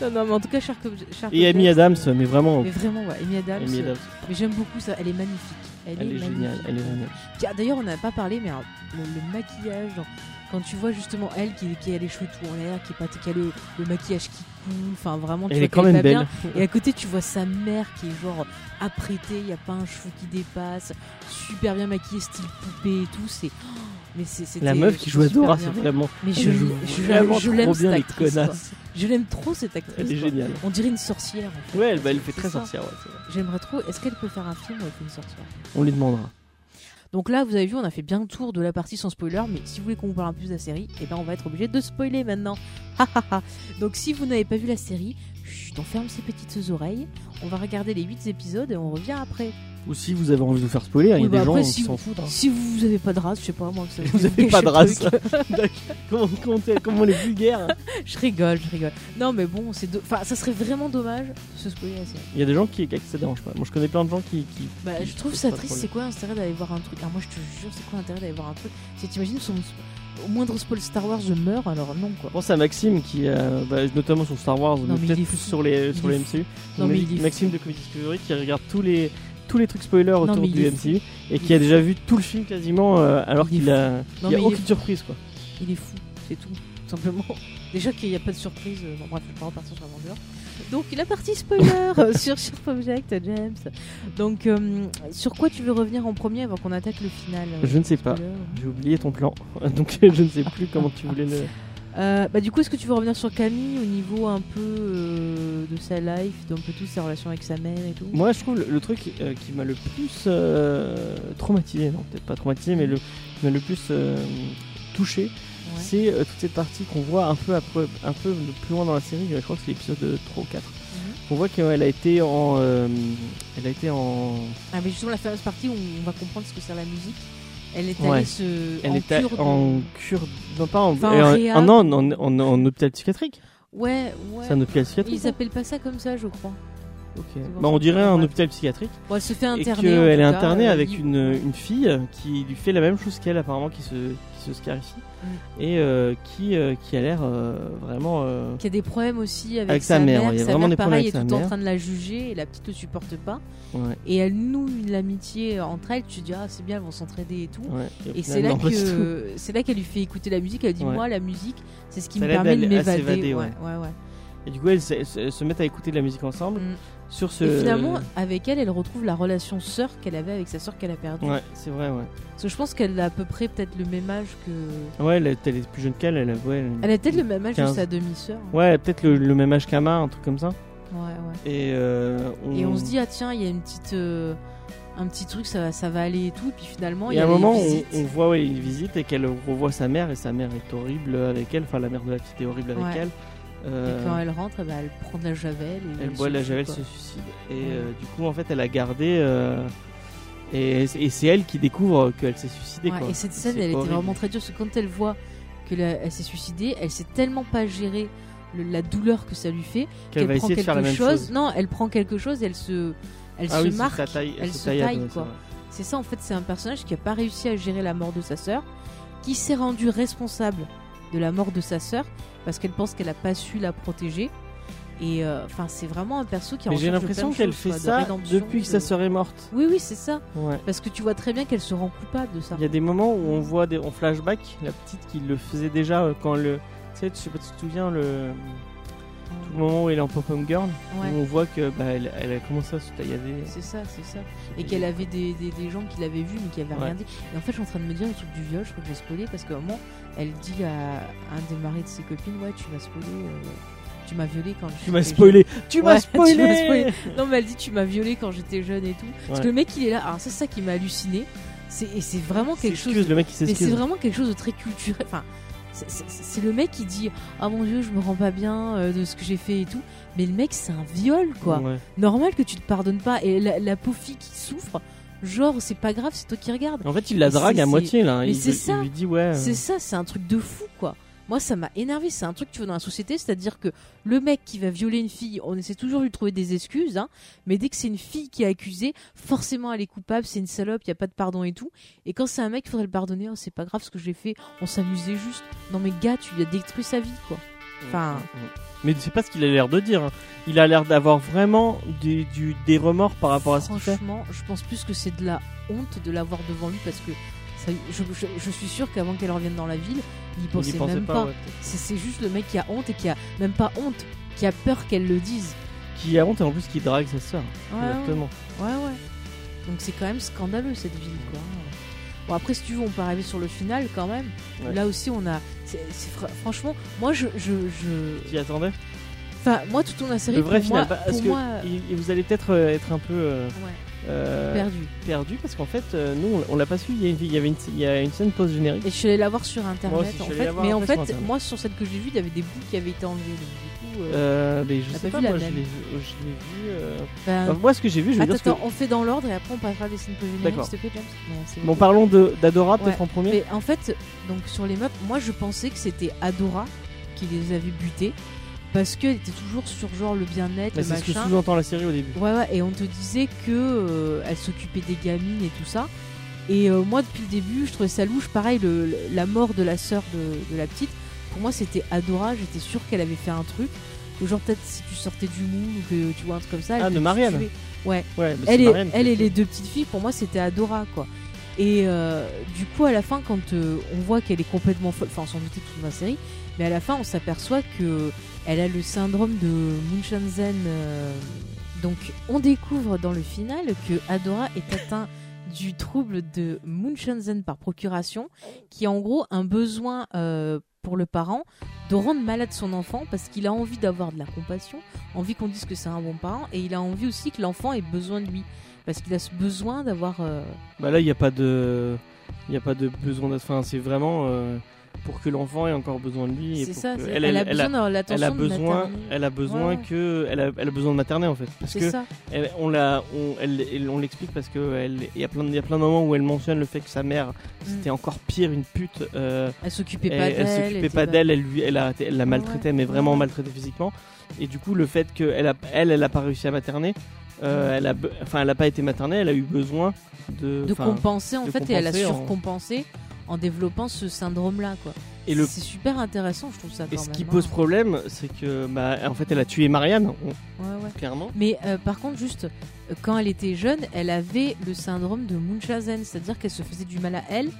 Non, non, mais en tout cas, Shark Obje- Shark Et Amy Objects, Adams, euh, mais vraiment, Mais vraiment, ouais, Amy Adams. Amy euh, Adams, Mais j'aime beaucoup ça, elle est magnifique. Elle, elle est magnifique. géniale, elle est géniale. Tiens, D'ailleurs, on n'a pas parlé, mais hein, le, le maquillage, genre, quand tu vois justement elle qui, qui a les cheveux tout en l'air, qui, est pas- qui a le, le maquillage qui coule, enfin vraiment, tu Elle vois est quand qu'elle même pas belle. bien. Et à côté, tu vois sa mère qui est genre apprêtée, il n'y a pas un cheveu qui dépasse, super bien maquillée, style poupée et tout. C'est. oh, Mais c'est c'était- La meuf c'était qui joue super Dora, bien. c'est vraiment. Mais je, Elle joue je- vraiment je trop l'aime bien cette les actrice, quoi. connasses. Je l'aime trop cette actrice. Elle est quoi. géniale. On dirait une sorcière. en fait. Ouais, elle, bah, elle C'est fait très ça. sorcière. ouais, c'est vrai. J'aimerais trop. Est-ce qu'elle peut faire un film avec une sorcière On lui demandera. Donc là, vous avez vu, on a fait bien le tour de la partie sans spoiler, mais si vous voulez qu'on vous parle un peu plus de la série, eh ben on va être obligé de spoiler maintenant. Ha, ha, ha. Donc si vous n'avez pas vu la série, chut, on ferme ses petites oreilles, on va regarder les 8 épisodes et on revient après. Ou si vous avez envie de vous faire spoiler, Ah, il y Oui, a des bah, gens après, qui si s'en vous- foutent. hein. Si vous n'avez pas de race, je sais pas moi, ça Vous me avez gâche pas le de race. truc. D'accord. comment, comment, t'es- comment on est vulgaire. hein. je rigole, je rigole. Non mais bon, c'est do- enfin ça serait vraiment dommage de se spoiler la série. Il y a des gens qui, qui ça dérange pas. Moi, je connais plein de gens qui. qui- Bah, qui- je trouve qui- ça pas de triste. C'est problème. quoi l'intérêt d'aller voir un truc Alors, moi, je te jure, c'est quoi l'intérêt d'aller voir un truc Si t'imagines, son... au moindre spoil Star Wars, je meurs, alors non, quoi. Je pense à Maxime qui, euh, bah, notamment sur Star Wars, Non, mais mais il peut-être est plus fou. sur les sur Il les est MCU. Non, mais Mais il est Maxime de Comedy Discovery qui regarde tous les tous les trucs spoilers autour mais il du est MCU et Il qui a est déjà vu tout le film quasiment euh, alors Il est qu'il a Non, il y a mais il est aucune fou. surprise quoi. Il est fou, c'est tout, tout simplement. Déjà qu'il n'y a pas de surprise, euh, bon, bref, je vais pas repartir sur la vendeur. Donc, la partie spoiler euh, sur Sharp Object, James. Donc, euh, sur quoi tu veux revenir en premier avant qu'on attaque le final euh, Je ne sais pas. spoiler J'ai oublié ton plan donc je ne sais plus comment tu voulais le. Euh, bah, du coup, est-ce que tu veux revenir sur Camille au niveau un peu euh, de sa life, d'un peu tout sa relation avec sa mère et tout Moi, je trouve le, le truc euh, qui m'a le plus euh, traumatisé, non, peut-être pas traumatisé, mais le, qui m'a le plus euh, touché, Ouais. c'est euh, toute cette partie qu'on voit un peu, après, un peu de plus loin dans la série, je crois que c'est l'épisode 3 ou 4. Mhm. On voit qu'elle a été en. euh, elle a été en. Ah, mais justement, la fameuse partie où on va comprendre ce que c'est la musique, elle est Ouais. allée se. Elle en était cure de- en cure. Non, pas en. Enfin, en euh, réhab. non, en, en- en hôpital psychiatrique. Ouais, ouais. C'est un hôpital psychiatrique. Ils appellent pas ça comme ça, je crois. Ok. bon, Bah, on c'est dirait un normal. hôpital psychiatrique. Bon, elle se fait et interner. en qu'elle tout est cas, internée euh, avec il- une, une fille euh, qui lui fait la même chose qu'elle, apparemment, qui se, qui se scarifie. Mm. Et euh, qui, euh, qui a l'air euh, vraiment. euh, Qui a des problèmes aussi avec, Avec sa mère, ouais, il y Sa a vraiment mère, des problèmes pareil, avec est sa tout en mère. train de la juger et la petite ne supporte pas. ouais, Et elle noue une- l'amitié entre elles. Tu te dis, ah, c'est bien, elles vont s'entraider et tout. ouais. au Et final, c'est là non, pas du tout. que c'est là qu'elle lui fait écouter la musique. Elle dit Ouais. moi la musique, c'est ce qui Ça me l'aide à- permet de à m'évader. s'évader, Ouais, ouais. ouais, ouais. Et du coup, elles, se- se- se mettent à écouter de la musique ensemble. Mm. Sur ce. Et finalement, avec elle, elle retrouve la relation sœur qu'elle avait avec sa sœur qu'elle a perdue. Ouais, c'est vrai, ouais. Parce que je pense qu'elle a à peu près peut-être le même âge que. Ouais, elle, est- elle est plus jeune qu'elle, elle, a- ouais, elle- Elle a peut-être le même âge que 15. sa demi-sœur. Ouais, elle a peut-être le, le même âge qu'Ama, un truc comme ça. Ouais, ouais. Et, euh, Et on se dit ah tiens, il y a une petite euh, un petit truc, ça va, ça va aller et tout. Et puis finalement, il Et y a à un les moment, on, visites. on voit ouais, une visite et qu'elle revoit sa mère, et sa mère est horrible avec elle, enfin la mère de la petite est horrible avec Ouais. elle. Euh, Et quand elle rentre, eh ben, elle prend de la javel. ou elle boit se de la tue, javel, quoi. se suicide. Et euh, du coup, en fait, elle a gardé. euh, et et c'est elle qui découvre qu'elle s'est suicidée. Ouais, quoi. et cette scène, c'est elle était horrible. vraiment très dure parce que quand elle voit que la- elle s'est suicidée, elle sait tellement pas gérer le- la douleur que ça lui fait Qu'elle va prend essayer de quelque faire la même chose. Non, elle prend quelque chose, elle se, elle Ah se oui, c'est marque, sa taille, elle se à taille, deux, quoi. ça. C'est ça en fait, c'est un personnage qui a pas réussi à gérer la mort de sa sœur, qui s'est rendu responsable de la mort de sa sœur parce qu'elle pense qu'elle a pas su la protéger. Et euh, enfin, c'est vraiment un perso qui. est Mais en j'ai recherche de l'impression plein de qu'elle choses, fait quoi, de ça rédemption, depuis que de- sa sœur est morte. Oui, oui, c'est ça. Ouais. Parce que tu vois très bien qu'elle se rend coupable de ça. Il y a des moments où on voit des, en flashback la petite qui le faisait déjà euh, quand le. Tu sais, je sais pas si tu te souviens, le, tout le moment où elle est en pop-up girl, Ouais. où on voit que bah, elle, elle a commencé à se taillader. C'est ça, c'est ça. Et qu'elle avait des, des, des gens qui l'avaient vu mais qui avaient rien Ouais. dit. Et en fait, je suis en train de me dire le truc du viol, je crois que j'ai spoilé parce qu'à un moment, elle dit à un des maris de ses copines Ouais, tu m'as spoilé, euh, tu m'as violé quand j'étais Tu m'as jeune. spoilé Tu Ouais, m'as tu m'as spoilé, spoilé. Non, mais elle dit Tu m'as violé quand j'étais jeune et tout. Parce que Ouais. le mec, il est là. Alors, c'est ça qui m'a halluciné. C'est- Et c'est vraiment quelque chose. S'excuse, le mec qui Mais c'est s'excuse. vraiment quelque chose de très culturel. Enfin, c'est- c'est c'est le mec qui dit Ah mon dieu, je me rends pas bien euh, de ce que j'ai fait et tout. Mais le mec, c'est un viol quoi Ouais. normal que tu te pardonnes pas et la, la pauvre fille qui souffre genre c'est pas grave c'est toi qui regarde En fait, il la Mais drague c'est- à moitié là. mais il, c'est lui- ça. il lui dit ouais. c'est ça c'est un truc de fou quoi moi ça m'a énervé c'est un truc que tu vois dans la société c'est à dire que le mec qui va violer une fille on essaie toujours de lui trouver des excuses hein, mais dès que c'est une fille qui est accusée forcément elle est coupable c'est une salope il y a pas de pardon et tout et quand c'est un mec il faudrait le pardonner oh, c'est pas grave ce que j'ai fait on s'amusait juste non mais gars tu lui as détruit sa vie quoi Enfin. euh, Mais c'est pas ce qu'il a l'air de dire. hein. Il a l'air d'avoir vraiment du, du- des remords par rapport à ce qu'il fait. Franchement, je pense plus que c'est de la honte de l'avoir devant lui parce que ça- je, je- je suis sûr qu'avant qu'elle revienne dans la ville, il y Il y pensait pensait même pas. ouais. C'est c'est juste le mec qui a honte et qui a même pas honte, qui a peur qu'elle le dise. Qui a honte et en plus qui drague sa sœur. Ouais, ouais, Exactement. ouais, ouais. Donc c'est quand même scandaleux cette ville, quoi. Bon après si tu veux, on peut arriver sur le final quand même. Ouais. Là aussi, on a. c'est- c'est fra- franchement, moi je, je, je- Qui attendait Enfin, moi tout tourne la série. Le vrai pour final. moi, bah, pour parce que moi, il- il- vous allez peut-être euh, être un peu euh, ouais, euh, perdu. perdu parce qu'en fait, euh, nous, on- on l'a pas su. Il y a une- il y avait une, il y a une scène post générique. Et je suis allée la voir sur internet Moi aussi, je en suis allée fait. la voir Mais en après fait, sur Internet. moi sur celle que j'ai vue, il y avait des bouts qui avaient été enlevés. Donc, du coup, euh, Euh, mais je T'as sais pas pas, vu la moi je l'ai même vu. euh, je l'ai vu, euh, ben, enfin, moi ce que j'ai vu, je vais attends, dire ce que- attends, on fait dans l'ordre et après on passera des scènes post-génériques, D'accord. s'il te plaît, James. Non, c'est Bon, ok. parlons de- d'Adora Ouais. peut-être en premier. Mais en fait, donc sur les maps, moi je pensais que c'était Adora qui les avait butés parce qu'elle était toujours sur genre le bien-être, Mais le c'est ce que machin. sous-entend la série au début. Ouais, ouais, et on te disait que euh, elle s'occupait des gamines et tout ça. Et euh, moi, depuis le début, je trouvais ça louche. Pareil, le- le- la mort de la sœur de, de la petite, pour moi, c'était Adora. J'étais sûre qu'elle avait fait un truc. Ou genre, peut-être si tu sortais du moule ou que tu vois un truc comme ça. Ah, elle de te Marianne. tuait. Ouais, mais c'est Elle, et, Marianne qui elle le et fait. les deux petites filles, pour moi, c'était Adora, quoi. Et euh, du coup, à la fin, quand euh, on voit qu'elle est complètement folle, enfin, on s'en doutait toute la série, mais à la fin, on s'aperçoit que elle a le syndrome de Munchausen. euh, donc, on découvre dans le final que Adora est atteint du trouble de Munchausen par procuration, qui est en gros un besoin euh, pour le parent de rendre malade son enfant parce qu'il a envie d'avoir de la compassion, envie qu'on dise que c'est un bon parent et il a envie aussi que l'enfant ait besoin de lui parce qu'il a ce besoin d'avoir. euh, Bah là, il n'y a pas de, il y a pas de besoin d'être. Enfin, c'est vraiment euh, pour que l'enfant ait encore besoin de lui. et c'est pour ça. que- c'est- elle, elle- elle a, besoin de l'attention. elle a de besoin, maternité. elle a besoin Ouais, ouais. que, elle a, elle a besoin de materner en fait, parce C'est que ça. elle- on l'a, on, elle- elle- on l'explique parce que elle, il y a plein, de- il y a plein de moments où elle mentionne le fait que sa Mm. mère c'était encore pire une pute. euh, Elle s'occupait elle, pas elle d'elle. s'occupait était pas d'elle, elle lui, elle a, elle l'a maltraitée, Ouais. mais vraiment Ouais. maltraitée physiquement. Et du coup, le fait qu'elle a, elle, elle a pas réussi à materner, euh, elle a, be- enfin, elle a pas été maternée, elle a eu besoin de, de enfin, compenser en de fait et elle a compenser en- surcompensé en développant ce syndrome là quoi. et le C'est super intéressant je trouve ça. Et quand ce qui même, pose hein. problème, c'est que, bah, en fait, elle a tué Marianne, on- Ouais, ouais. clairement. Mais euh, par contre juste euh, quand elle était jeune elle avait le syndrome de Munchausen c'est-à-dire qu'elle se faisait du mal à elle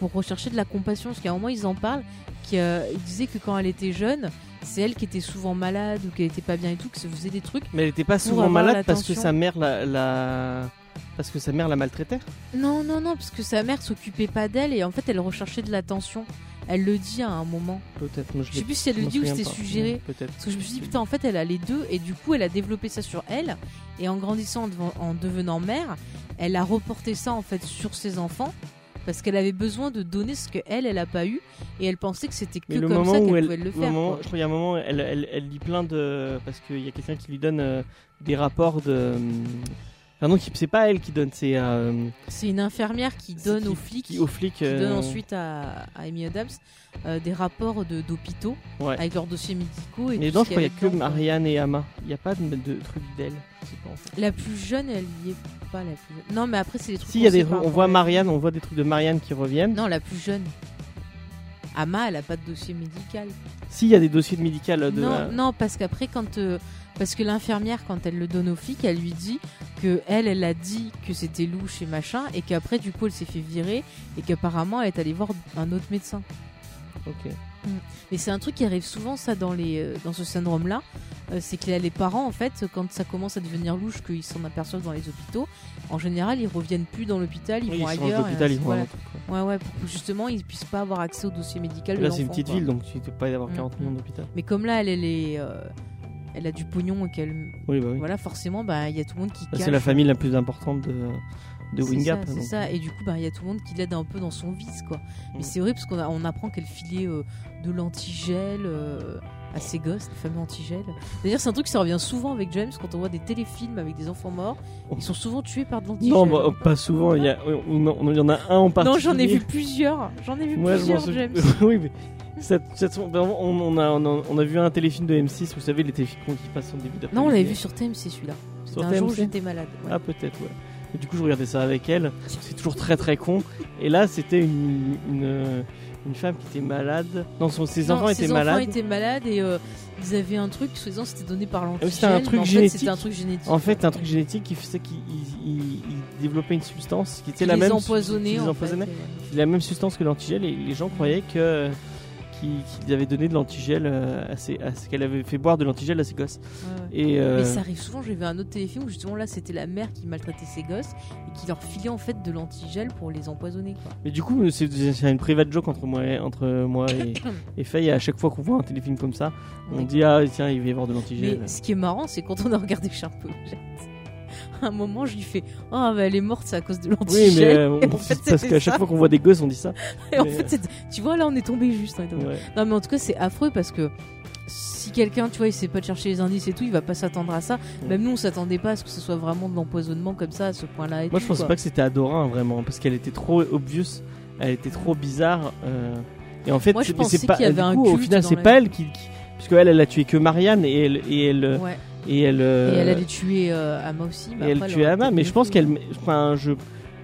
pour rechercher de la compassion parce qu'à un moment ils en parlent qui euh, ils disaient que quand elle était jeune c'est elle qui était souvent malade ou qu'elle était pas bien et tout qui se faisait des trucs. Mais elle n'était pas souvent avoir malade parce que l'attention. sa mère la, la- parce que sa mère la maltraitait. Non non non parce que sa mère s'occupait pas d'elle et en fait elle recherchait de l'attention. Elle le dit à un moment. Peut-être. Moi, Je sais l'ai- plus si elle je le m'en dit ou souviens c'était pas. suggéré. Mmh, Peut-être. Parce que je me suis dit, putain, en fait, elle a les deux, et du coup, elle a développé ça sur elle, et en grandissant, en deven- en devenant mère, elle a reporté ça, en fait, sur ses enfants, parce qu'elle avait besoin de donner ce qu'elle, elle a pas eu, et elle pensait que c'était que Mais le comme moment ça où qu'elle elle, pouvait le le faire. moment- quoi. je crois qu'il y a un moment, elle, elle, elle lit plein de, parce qu'il y a quelqu'un qui lui donne euh, des rapports de. hum, Enfin non, qui- c'est pas elle qui donne, c'est euh, C'est une infirmière qui c'est donne qui- aux flics, qui- qui, aux flics. euh, donne ensuite à, à Amy Adams euh, des rapports de- d'hôpitaux, Ouais. avec leurs dossiers médicaux. Et Mais tout ce dedans, je crois qu'il y avait a que dedans, quoi. Marianne et Ama. Il n'y a pas de, de truc d'elle. je sais pas, en fait. La plus jeune, elle y est pas, la plus jeune. Non, mais après, c'est les trucs. Si, il y a qu'on sait des, par on rapport à voit la- Marianne, on voit des trucs de Marianne qui reviennent. Non, la plus jeune. Ama, elle a pas de dossier médical. S'il y a des dossiers de médical de. non, euh, non, parce qu'après, quand euh, parce que l'infirmière, quand elle le donne au flic, elle lui dit que elle, elle a dit que c'était louche et machin, et qu'après, du coup, elle s'est fait virer et qu'apparemment, elle est allée voir un autre médecin. ok. Mais c'est un truc qui arrive souvent, ça, dans les euh, dans ce syndrome-là, euh, c'est que là, les parents, en fait, quand ça commence à devenir louche, qu'ils s'en aperçoivent dans les hôpitaux, en général, ils reviennent plus dans l'hôpital, ils Oui, vont ils changent ailleurs. et d'hôpital, ainsi- ils vont à un voilà. autre, quoi. Ouais, ouais, pour que justement, ils puissent pas avoir accès au dossier médical. de Là, c'est une l'enfant, petite quoi. ville, donc tu ne peux pas y avoir Mm. 40 millions d'hôpitaux. Mais comme là, elle, elle est, euh, elle a du pognon et qu'elle, Oui, bah oui. voilà, forcément, bah, il y a tout le monde qui. Là, cache- c'est la famille la plus importante de, de C'est Wingap. ça, C'est donc. ça, et du coup, bah, il y a tout le monde qui l'aide un peu dans son vice, quoi. Mais Mm. c'est horrible parce qu'on a- on apprend qu'elle filait euh, de l'antigel euh, à ses gosses, le fameux antigel. D'ailleurs, c'est un truc qui revient souvent avec James quand on voit des téléfilms avec des enfants morts. Ils sont souvent tués par de l'antigel. Oh. Non, bah, oh, pas souvent. Il y, a- on- on- il y en a un en Non, particulier. j'en ai vu plusieurs. J'en ai vu Moi, je plusieurs, m'en souviens. James. oui, mais. ça- ça- on, ben, on a, on, a, on a vu un téléfilm de M6, vous savez, les téléfilms qui passent en début d'après-midi. Non, on l'avait vu sur TMC celui-là. Sur C'était un jour où TMC. j'étais malade. ouais. Ah, peut-être, ouais. Et du coup, je regardais ça avec elle. C'est toujours très très con. Et là, c'était une, une, une femme qui était malade. Non, son, ses Non, enfants ses étaient enfants malades. étaient malades et euh, ils avaient un truc, soi-disant c'était donné par l'antigel. mais Ah c'était un truc mais en fait, génétique. C'était un truc génétique. En fait, un truc génétique qui faisait qu'il il- il- il développait une substance qui était Qui la les même, empoisonnait, qui les en fait, empoisonnait, et ouais. qui était la même substance que l'antigel. Et les gens croyaient que qu'ils qu'ils avaient donné de l'antigel euh, à ses, à ses- qu'elle avait fait boire de l'antigel à ses gosses. Ouais, ouais. Et euh, Mais ça arrive souvent, j'ai vu un autre téléfilm où justement là c'était la mère qui maltraitait ses gosses et qui leur filait en fait de l'antigel pour les empoisonner. Quoi. mais du coup, c'est c'est une private joke entre moi et, entre moi et, et Faye. Et à chaque fois qu'on voit un téléfilm comme ça, on Ouais. dit ah tiens, il va y avoir de l'antigel. Mais ce qui est marrant, c'est quand on a regardé Sharpologette, à un moment je lui fais Ah, bah, elle est morte, c'est à cause de Oui, mais l'antigel. euh, Et en on- fait, parce c'était qu'à ça. chaque fois qu'on voit des gosses, on dit ça. et en mais- euh, fait, c'était- tu vois, là on est tombé juste. hein, donc. Ouais. Non, mais en tout cas, c'est affreux parce que si quelqu'un, tu vois, il sait pas de chercher les indices et tout, il va pas s'attendre à ça. Ouais. Même nous, on s'attendait pas à ce que ce soit vraiment de l'empoisonnement comme ça, à ce point-là. et Moi, tout, je pensais quoi. pas que c'était Adorin vraiment, parce qu'elle était trop obvious, elle était trop bizarre. euh, Et en fait, Moi, je mais pensais c'est pas. qu'il y avait du un coup, au culte final, dans c'est la pas vie. elle qui, qui- puisque elle, elle a tué que Marianne et elle et elle Ouais. et elle. Et euh, elle allait tuer euh, Ama aussi. et mais elle après, tuait aurait Ama, peut-être hein. mais je pense mieux qu'elle, fait. enfin, je.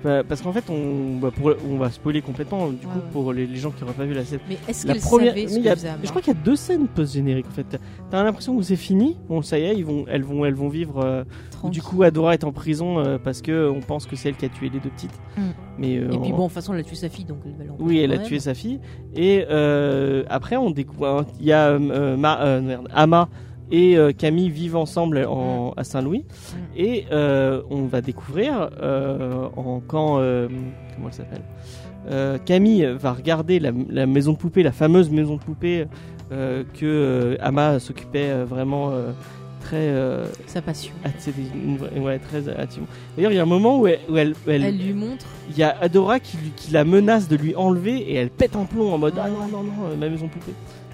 bah, Parce qu'en fait, on, bah, pour- on va spoiler complètement du Ouais, coup ouais. pour les, les gens qui n'auraient pas vu la scène. Mais est-ce La qu'elle première, savait ce mais il que y a- faisait Ama je crois qu'il y a deux scènes post générique en fait. T'as l'impression que c'est fini, bon ça y est, ils vont, elles vont, elles vont vivre euh, Tranquille. Du coup, Adora est en prison euh, parce que euh, on pense que c'est elle qui a tué les deux petites. Mm. Mais euh, Et puis bon, en- de toute façon, elle a tué sa fille, donc elle va l'emmener oui, elle a quand tué même. sa fille. Et euh, après, on découvre. Il y a euh, Ma- euh, merde, Ama et euh, Camille vivent ensemble en- à Saint-Louis. Mm. Et euh, on va découvrir euh, en quand euh, comment elle s'appelle Euh, Camille va regarder la, la maison de poupée, la fameuse maison de poupée euh, que euh, Ama s'occupait euh, vraiment euh, très. euh, Sa passion. att- C'était une vraie- ouais, très attention. D'ailleurs, il y a un moment où elle, où elle- où elle- Elle lui montre. il y a Adora qui, lui- qui la menace de lui enlever et elle pète un plomb en mode ah non non non euh, ma maison poupée.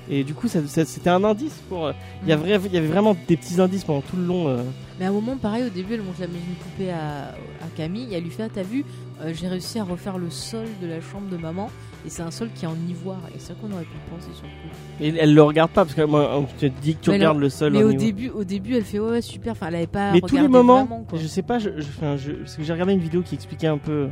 Et du coup, ça- ça- c'était un indice pour. euh, Il y Mm. a vrai- il y avait vraiment des petits indices pendant tout le long. euh, Mais à un moment, pareil, au début, elle montre la maison de poupée à, à Camille. Elle lui fait Ah, t'as vu, euh, j'ai réussi à refaire le sol de la chambre de maman. Et c'est un sol qui est en ivoire. Et c'est vrai qu'on aurait pu le penser sur le coup. Et elle le regarde pas parce que moi, on te dit que tu Mais regardes le sol. Mais au au niveau- début, au début, elle fait Ouais, ouais, super. Enfin, elle avait pas. Mais tous les regardé moments, vraiment, quoi. je sais pas, je, je- enfin, je- parce que j'ai regardé une vidéo qui expliquait un peu, euh,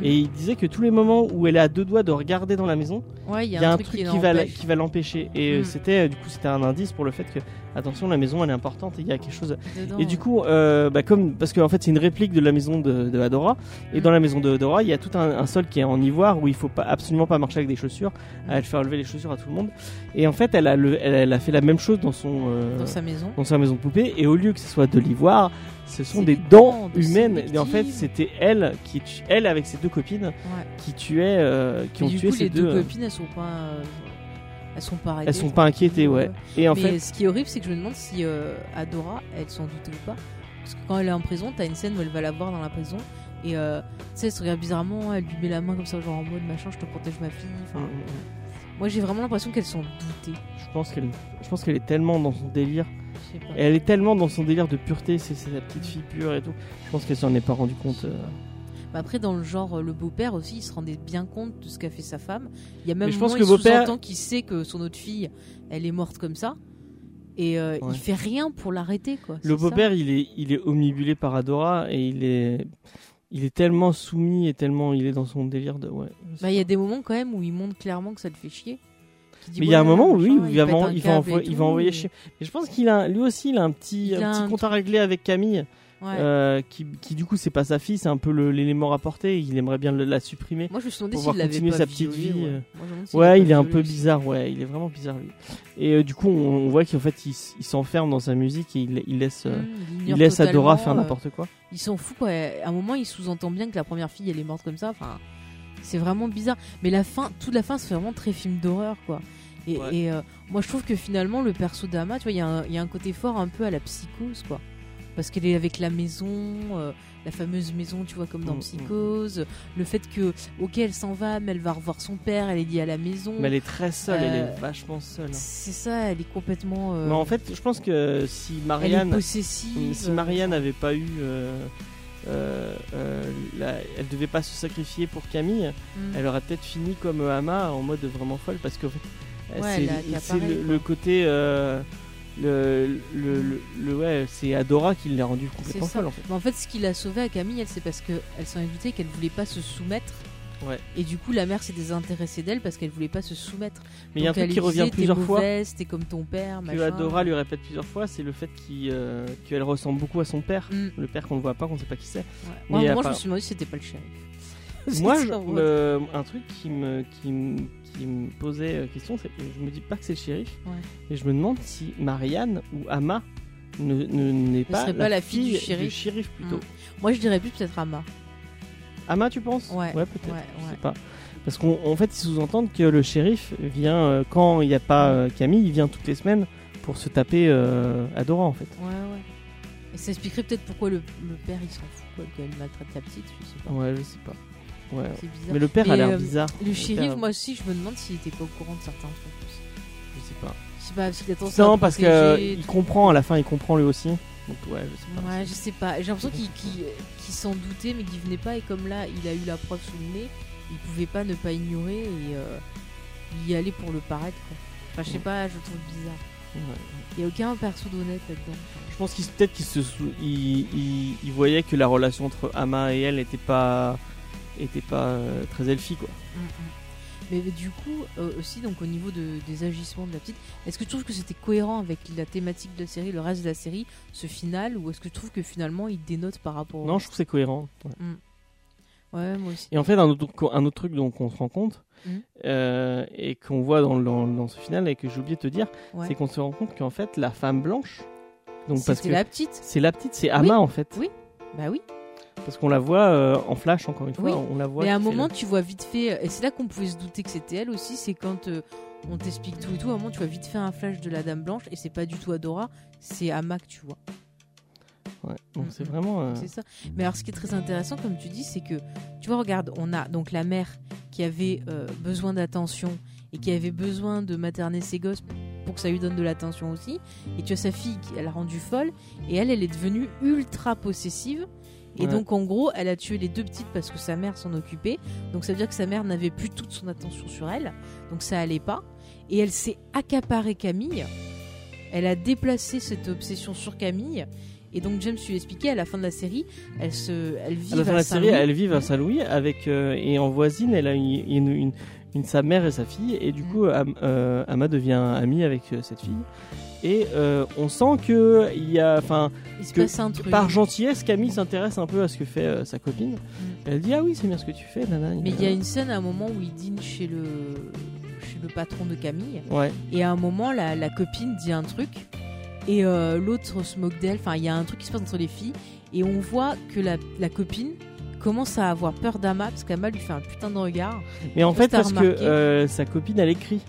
Mm. et il disait que tous les moments où elle est à deux doigts de regarder dans la maison, Ouais, il il y a un truc, qui, qui, va, la- l'empêche. qui va l'empêcher. Et euh, Mm. c'était, euh, du coup, c'était un indice pour le fait que, attention, la maison elle est importante, et il y a quelque chose. Dedans, Et ouais. du coup, euh, bah, comme, parce qu'en fait, c'est une réplique de la maison de, de Adora, et Mm. dans la maison de Adora, il y a tout un, un sol qui est en ivoire où il faut pas, absolument pas marcher avec des chaussures. Mm. Elle fait enlever les chaussures à tout le monde. Et en fait, elle a, le- elle, elle a fait la même chose dans son. euh, dans sa maison. dans sa maison de poupée et au lieu que ce soit de l'ivoire ce sont C'est des des dents dents de humaines ces et en fait victimes. c'était elle qui tu- elle avec ses deux copines Ouais. qui tuaient euh, qui Mais ont du tué coup, ces les deux, deux euh, copines, elles sont pas. euh, elles sont pas arrêtées. elles sont pas inquiétées ouais et en mais fait ce qui est horrible, c'est que je me demande si euh, Adora, elle s'en doutait ou pas. Parce que quand elle est en prison, t'as une scène où elle va la voir dans la prison. Et euh, tu sais, elle se regarde bizarrement, elle lui met la main comme ça, genre en mode machin, je te protège ma fille. Enfin, Mm. Moi, j'ai vraiment l'impression qu'elle s'en doutait. je pense qu'elle je pense qu'elle est tellement dans son délire Je sais pas. et elle est tellement dans son délire de pureté c'est c'est sa petite fille pure et tout je pense qu'elle s'en est pas rendue compte euh. Bah après, dans le genre, euh, le beau-père aussi, il se rendait bien compte de ce qu'a fait sa femme. Il y a même Mais je un pense moment, il que beau-père- sous-entend qu'il sait que son autre fille, elle est morte comme ça. Et euh, Ouais. il fait rien pour l'arrêter, quoi. le C'est ça. beau-père il est il est omnibulé par Adora et il est il est tellement soumis et tellement il est dans son délire de ouais Bah, il y a des moments quand même où il montre clairement que ça le fait chier. Qu'il dit, Mais il y a un ouais, moment où machin, oui, où il va, pète envo- un il va câble envoyer, et il tout, va envoyer et- chier. Mais je pense qu'il a, lui aussi, il a un petit, Il un a petit un compte à régler avec Camille, Ouais. euh, qui, qui, du coup c'est pas sa fille, c'est un peu le- l'élément rapporté. Il aimerait bien le- la supprimer. Moi, je me suis demandé pour s'il pouvoir l'avait continuer pas sa petite violée, vie, ouais. euh. Moi, je me demande s'il Ouais, l'avait il est pas un violée peu aussi. bizarre. Ouais, il est vraiment bizarre lui. Et euh, du coup, on, on voit qu'en fait, il, s- il s'enferme dans sa musique et il, il laisse, euh, Mmh, il ignore laisse Adora totalement, faire euh, n'importe quoi. Il s'en fout quoi. À un moment, il sous-entend bien que la première fille, elle est morte comme ça. Enfin, c'est vraiment bizarre. Mais la fin, toute la fin, c'est vraiment très film d'horreur quoi. Et, Ouais. et, euh, moi, je trouve que finalement, le perso d'Ama, tu vois, il y, a un- il y a un côté fort un peu à la psychose quoi. Parce qu'elle est avec la maison, euh, la fameuse maison, tu vois, comme dans Mm, mm. Psychose. Le fait que, ok, elle s'en va, mais elle va revoir son père, elle est liée à la maison. Mais elle est très seule, elle euh, est vachement seule. C'est ça, elle est complètement. euh, Mais en fait, je pense que si elle Marianne, est possessive. si Marianne n'avait pas eu, euh, euh, euh, la- elle devait pas se sacrifier pour Camille. Mm. elle aurait peut-être fini comme Hama en mode vraiment folle parce que en fait, euh, Ouais, elle a c'est- accaparé, c'est le, quoi. le côté euh, le, le, le- le- ouais c'est Adora qui l'a rendue complètement C'est ça. folle en fait. Mais en fait, ce qui l'a sauvée à Camille, elle, c'est parce qu'elle s'en est doutée qu'elle voulait pas se soumettre. Ouais. Et du coup, la mère s'est désintéressée d'elle parce qu'elle voulait pas se soumettre. Mais il y a un Donc, elle truc qui lui disait, revient T'es plusieurs fois mauvaise, T'es comme ton père, que machin. Adora lui répète plusieurs fois, c'est le fait qu'il, euh, qu'elle ressemble beaucoup à son père, Mm. le père qu'on ne voit pas, qu'on ne sait pas qui c'est. Ouais. Moi, Mais à un moment, apparemment- je me suis demandé si c'était pas le shérif. C'est Moi, ça, Mm. je- en mode. le- un truc qui me, qui, me- qui me posait euh, question, c'est que je me dis pas que c'est le shérif, Ouais. et je me demande si Marianne ou Ama ne, ne- n'est pas, serait pas la fille du shérif. plutôt. Mm. Moi, je dirais plus peut-être Ama. Ama, tu penses Ouais. peut-être. Ouais, Je sais ouais. pas. Parce qu'en en fait, ils sous-entendent que le shérif vient, euh, quand il n'y a pas euh, Camille, il vient toutes les semaines pour se taper euh, Adora en fait. Ouais, ouais. Et ça expliquerait peut-être pourquoi le, le père, il s'en fout, quoi, qu'elle maltraite la petite. Je sais pas. Ouais, je sais pas. Ouais. C'est bizarre. Mais le père a Mais, l'air euh, bizarre. Le shérif, père, moi aussi, je me demande s'il était pas au courant de certains trucs. Je sais pas. Je sais pas, parce qu'il a tendance à Non, parce que euh, protéger, il comprend, à la fin, il comprend lui aussi. Donc ouais, je sais pas. Ouais, je sais pas. J'ai l'impression qu'il qu'il- qu'il s'en doutait, mais qu'il venait pas. Et comme là, il a eu la preuve sous le nez, il pouvait pas ne pas ignorer et euh, y aller pour le paraître. Quoi. Enfin, je sais pas, je trouve bizarre. Ouais. Il y a aucun perso d'honnête là-dedans. Je pense qu'il peut-être qu'il se sou- il, il- il voyait que la relation entre Ama et elle n'était pas était pas euh, très elfie quoi. mm. Mais, mais du coup, euh, aussi, donc au niveau de- des agissements de la petite, est-ce que tu trouves que c'était cohérent avec la thématique de la série, le reste de la série, ce final, ou est-ce que tu trouves que finalement il dénote par rapport au- Non, je trouve que c'est cohérent. Ouais. Ouais, moi aussi. Et en fait, un autre, un autre truc dont on se rend compte, Mhm. euh, et qu'on voit dans, dans, dans ce final, et que j'ai oublié de te dire, Ouais. c'est qu'on se rend compte qu'en fait, la femme blanche, donc parce C'était que la petite c'est la petite, c'est Ama en fait. Oui. Bah oui. Parce qu'on la voit euh, en flash, encore une fois. Oui. On la voit Mais à un qui fait moment, tu vois vite fait, euh, et c'est là qu'on pouvait se douter que c'était elle aussi, c'est quand euh, on t'explique tout et tout, à un moment, tu vois vite fait un flash de la Dame Blanche, et c'est pas du tout Adora, c'est Amak, tu vois. le- Ouais. Donc, c'est Mm, mm. vraiment. euh, C'est ça. Mais alors, ce qui est très intéressant, comme tu dis, c'est que, tu vois, regarde, on a donc la mère qui avait euh, besoin d'attention et qui avait besoin de materner ses gosses pour que ça lui donne de l'attention aussi. Et tu as sa fille qui, elle a rendu folle et elle, elle est devenue ultra possessive. Et Ouais. donc, en gros, elle a tué les deux petites parce que sa mère s'en occupait. Donc, ça veut dire que sa mère n'avait plus toute son attention sur elle. Donc, ça allait pas. Et elle s'est accaparée Camille. Elle a déplacé cette obsession sur Camille. Et donc, James lui expliquait à la fin de la série, elle se, elle vit À la fin de à la série, Saint-Louis. elle vit à Saint-Louis avec euh, et en voisine, elle a une, une- une- une- sa mère et sa fille et du Mm. coup, Am- euh, Ama devient amie avec euh, cette fille et euh, on sent que il y a, enfin, Il se que passe un truc. par gentillesse, Camille s'intéresse un peu à ce que fait euh, sa copine. Elle dit ah oui, c'est bien ce que tu fais, nana. Mm. Mais il y a une scène à un moment où il dîne chez le, chez le patron de Camille. Ouais. Et à un moment, la, la copine dit un truc. Et euh, l'autre se moque d'elle. Enfin, il y a un truc qui se passe entre les filles. Et on voit que la, la copine commence à avoir peur d'Ama. Parce qu'Ama lui fait un putain de regard. Mais en Je sais fait, pas parce si t'as que remarqué. Mm. euh, sa copine, elle écrit.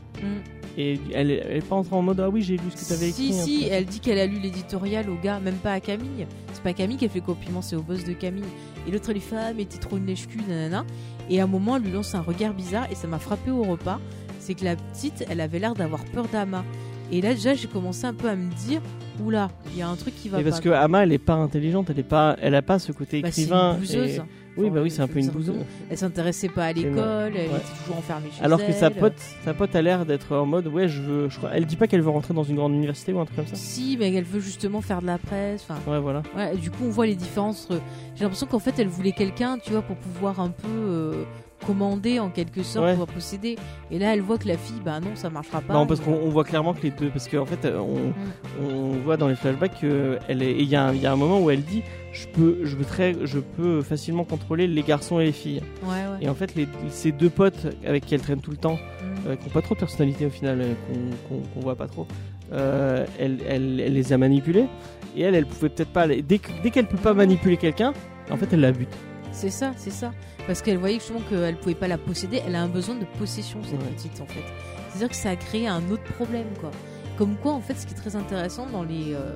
Et elle est, elle est pas entrée en mode Ah oui, j'ai lu ce que t'avais Si, écrit. un si, peu. elle dit qu'elle a lu l'éditorial au gars, même pas à Camille. C'est pas Camille qui a fait le compliment, c'est au boss de Camille. Et l'autre, elle lui fait Ah, mais t'es trop une lèche-cul, nanana. Et à un moment, elle lui lance un regard bizarre et ça m'a frappé au repas. C'est que la petite, elle avait l'air d'avoir peur d'Ama. Et là, déjà, j'ai commencé un peu à me dire Oula, il y a un truc qui va Mais pas. parce que Ama, elle est pas intelligente, elle est pas, elle a pas ce côté Bah, c'est une écrivain. bouseuse. et- Oui, bah oui, c'est un peu une Enfin, bouseuse. Elle s'intéressait pas à l'école, elle Ouais. était toujours enfermée chez Alors que sa elle. pote, sa pote a l'air d'être en mode ouais, je veux. Je crois, elle dit pas qu'elle veut rentrer dans une grande université ou un truc comme ça. Si, mais elle veut justement faire de la presse. Enfin, Ouais, voilà. Ouais, et du coup, on voit les différences. entre- J'ai l'impression qu'en fait, elle voulait quelqu'un, tu vois, pour pouvoir un peu euh, commander en quelque sorte, Ouais. pouvoir posséder. Et là, elle voit que la fille, bah Mm. non, ça marchera pas. non, parce qu'on on voit clairement que les deux, parce qu'en fait, euh, on, on voit dans les flashbacks que elle est. et Il y, a un- il y a un moment où elle dit, je peux, je veux très, je peux facilement contrôler les garçons et les filles. Ouais, ouais. Et en fait, les, ces deux potes avec qui elle traîne tout le temps, Mm. euh, qui n'ont pas trop de personnalité au final, euh, qu'on qu'on- qu'on voit pas trop, euh, elle, elle- elle les a manipulés. Et elle, elle pouvait peut-être pas. les- Dès, que- dès qu'elle peut pas manipuler quelqu'un, en fait, elle la bute. C'est ça, c'est ça. Parce qu'elle voyait justement qu'elle pouvait pas la posséder. Elle a un besoin de possession, cette Ouais. petite, en fait. C'est-à-dire que ça a créé un autre problème, quoi. Comme quoi, en fait, ce qui est très intéressant dans les. euh,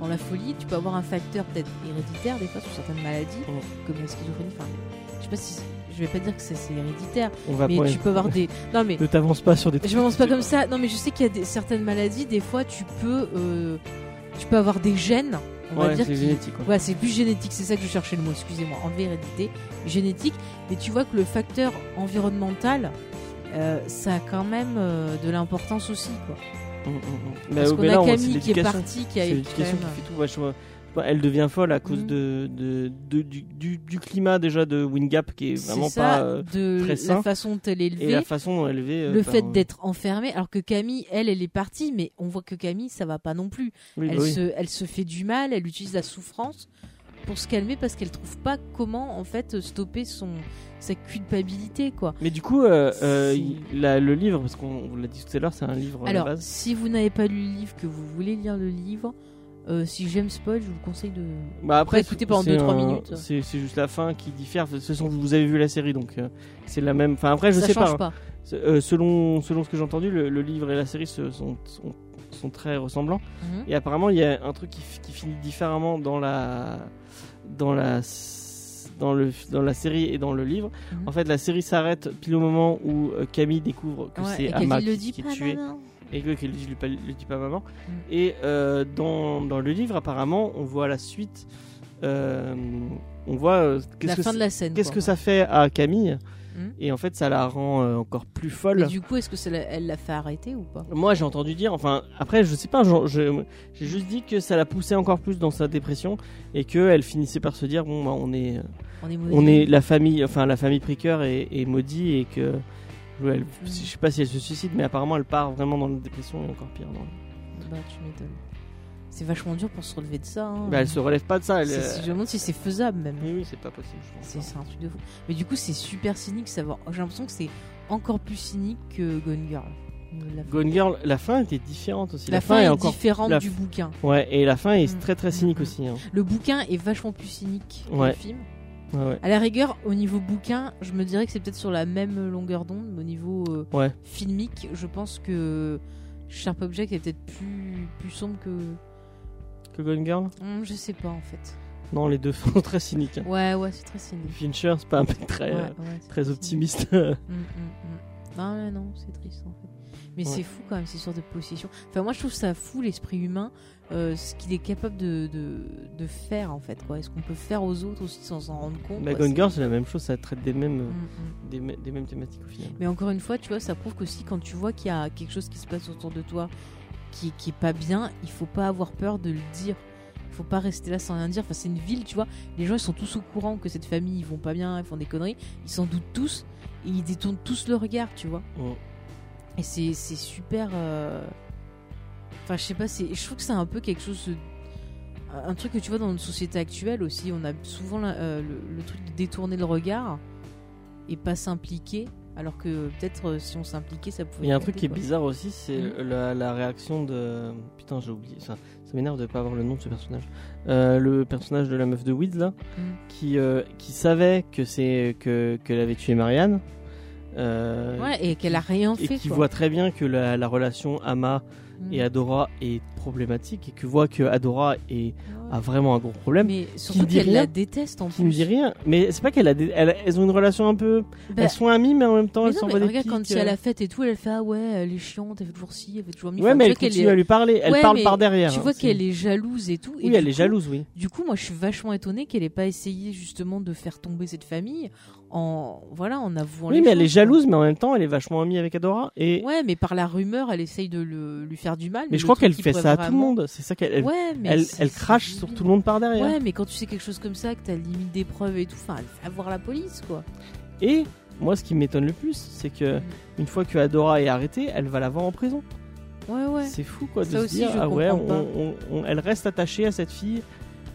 dans la folie, tu peux avoir un facteur peut-être héréditaire des fois sur certaines maladies, Ouais. comme la schizophrénie. Enfin, je sais pas si, je vais pas dire que ça c'est héréditaire, On va mais pas- tu peux avoir des. Non mais Ne t'avance pas sur des Je m'avance pas comme ça. Non, mais je sais qu'il y a des- certaines maladies, des fois, tu peux, euh, tu peux avoir des gènes. On va Ouais, dire c'est qui- génétique. quoi. Ouais, c'est plus génétique, c'est ça que je cherchais le mot, excusez-moi, en hérédité, génétique. Mais tu vois que le facteur environnemental, euh, ça a quand même euh, de l'importance aussi. Quoi. Mm, mm, mm. Parce Bah, qu'on mais a là, on- c'est Camille qui est l'éducation. partie, qui a C'est eu l'éducation qui fait tout. ouais, je vois. Bah, elle devient folle à cause Mm. de, de- de- du, du- du climat déjà de Wingap qui est C'est vraiment ça, pas. euh, de très la sain. façon dont elle est et élevée. la façon dont elle est élevée. euh, Le par- fait d'être enfermée, alors que Camille, elle, elle est partie, mais on voit que Camille, ça va pas non plus. Oui, bah elle, oui. se, elle se fait du mal, elle utilise la souffrance pour se calmer parce qu'elle trouve pas comment en fait stopper son sa culpabilité quoi. Mais du coup, euh, euh, C'est- il- la- le livre, parce qu'on vous l'a dit tout à l'heure, c'est un livre à la Alors base. si vous n'avez pas lu le livre que vous voulez lire le livre, euh, si j'aime spoil, je vous conseille de Bah Après, écoutez pendant c'est deux, trois un- minutes. C'est c'est juste la fin qui diffère. De toute façon, vous avez vu la série, donc euh, c'est la même. Enfin, après, je ça sais change pas. hein. pas. C'est- euh, selon, selon ce que j'ai entendu, le, le livre et la série se- sont, sont, sont très ressemblants. Mhm. Et apparemment, il y a un truc qui, f- qui finit différemment dans la, dans la, s- dans le, dans la série et dans le livre. Mhm. En fait, la série s'arrête pile au moment où euh, Camille découvre que Ouais, et c'est qu'elle Ama dit, le qui, dit qui est pas, tué nanan. et que qu'elle dit, je lui, pa- le dis pas à maman. Mm. Et euh, dans, dans le livre, apparemment, on voit la suite. euh, on voit euh, La qu'est-ce que fin de c'est- la scène. qu'est-ce quoi. que ça fait à Camille. Mm. Et en fait, ça la rend euh, encore plus Mais folle. du coup, est-ce que ça l'a- elle l'a fait arrêter ou pas Moi, j'ai entendu dire, enfin, après, je sais pas, j'en- je- j'ai juste dit que ça la poussait encore plus dans sa dépression et qu'elle finissait par se dire bon, bah, on est, On est mauvais. on est la famille, enfin, la famille Pricker est, est maudit et que. ouais, elle- Mm. je sais pas si elle se suicide, mais apparemment, elle part vraiment dans la dépression et encore pire. dans le- Bah, tu m'étonnes. C'est vachement dur pour se relever de ça. hein. Bah, elle se relève pas de ça. Elle, euh, C'est- Je me demande si c'est faisable même. Oui, oui, c'est pas possible. je pense C'est pas. c'est un truc de fou. Mais du coup, c'est super cynique. Ça va... J'ai l'impression que c'est encore plus cynique que Gone Girl. La, Gone Girl, la fin était différente aussi. la fin, est, encore. différente la du bouquin. Ouais, et la fin est Mm. très très cynique Mm. aussi. hein. Le bouquin est vachement plus cynique que Ouais. le film. Ouais, ouais. À la rigueur, au niveau bouquin, je me dirais que c'est peut-être sur la même longueur d'onde, mais au niveau euh, Ouais. filmique, je pense que Sharp Object est peut-être plus, plus sombre que. Que Gone Girl Hum, je sais pas en fait. Non, les deux sont très cyniques. hein. Ouais, ouais, c'est très cynique. Fincher, c'est pas un mec très, Ouais, euh, ouais, c'est très cynique. optimiste. Hum, hum, hum. Ah ouais, non, c'est triste en fait. Mais Ouais. c'est fou quand même ces sortes de possessions. Enfin, moi je trouve ça fou l'esprit humain, euh, ce qu'il est capable de, de, de faire en fait. Quoi. Est-ce qu'on peut faire aux autres aussi sans s'en rendre compte La quoi, Gone c'est- Girl, c'est la même chose, ça traite des mêmes, Hum, hum. des, mê- des mêmes thématiques au final. Mais encore une fois, tu vois, ça prouve qu'aussi quand tu vois qu'il y a quelque chose qui se passe autour de toi qui, qui est pas bien, il faut pas avoir peur de le dire. Il faut pas rester là sans rien dire. Enfin, c'est une ville, tu vois. Les gens, ils sont tous au courant que cette famille, ils vont pas bien, ils font des conneries. Ils s'en doutent tous et ils détournent tous le regard, tu vois. Mm. Et c'est c'est super. euh, Enfin, je sais pas, c'est- je trouve que c'est un peu quelque chose. Un truc que tu vois dans notre société actuelle aussi. On a souvent la- euh, le, le truc de détourner le regard et pas s'impliquer. Alors que peut-être euh, si on s'impliquait, ça pouvait. Il y a un truc qui est quoi. bizarre aussi, c'est Mm. la, la réaction de. Putain, j'ai oublié ça. Ça m'énerve de pas avoir le nom de ce personnage. Euh, le personnage de la meuf de Weeds, là, Mm. qui, euh, qui savait que c'est que qu'elle avait tué Marianne. euh, Ouais, et qu'elle a rien et fait. qui quoi. voit très bien que la, la relation Ama Mm. et Adora est problématique et que voit que Adora Ouais. est, a vraiment un gros problème. Mais surtout dit qu'elle rien. la déteste en Qui plus. ne dit rien, mais c'est pas qu'elle a des- elle- elles ont une relation un peu. Bah, elles sont amies, mais en même temps mais elles non, sont mais pas des regarde, quand piques, il y a euh. la fête et tout, elle fait Ah ouais, elle est chiante, elle fait toujours ci, elle fait toujours mi. Ouais, Enfin, mais tu elle vois qu'elle continue est- à lui parler, elle Ouais, parle mais par derrière. Tu hein, vois c'est- qu'elle est jalouse et tout. et Oui, du elle est coup- jalouse, oui. Du coup, moi, je suis vachement étonnée qu'elle ait pas essayé justement de faire tomber cette famille en voilà en avouant. Oui, les mais elle est choses, quoi. jalouse, mais en même temps, elle est vachement amie avec Adora. Et... Ouais, mais par la rumeur, elle essaye de le- lui faire du mal. mais je le crois truc qu'elle qui fait pourrait ça à tout le vraiment- monde. C'est ça qu'elle elle, Ouais, mais elle, c'est- elle c'est crache débile. sur tout le monde par derrière. Ouais, mais quand tu sais quelque chose comme ça, que t'as limite des preuves et tout, enfin, elle fait avoir la police, quoi. Et moi, ce qui m'étonne le plus, c'est que Mm. une fois que Adora est arrêtée, elle va la voir en prison. Ouais, ouais. C'est fou, quoi, de Ça se aussi, dire je ah ouais, comprends on- pas. on- on- elle reste attachée à cette fille.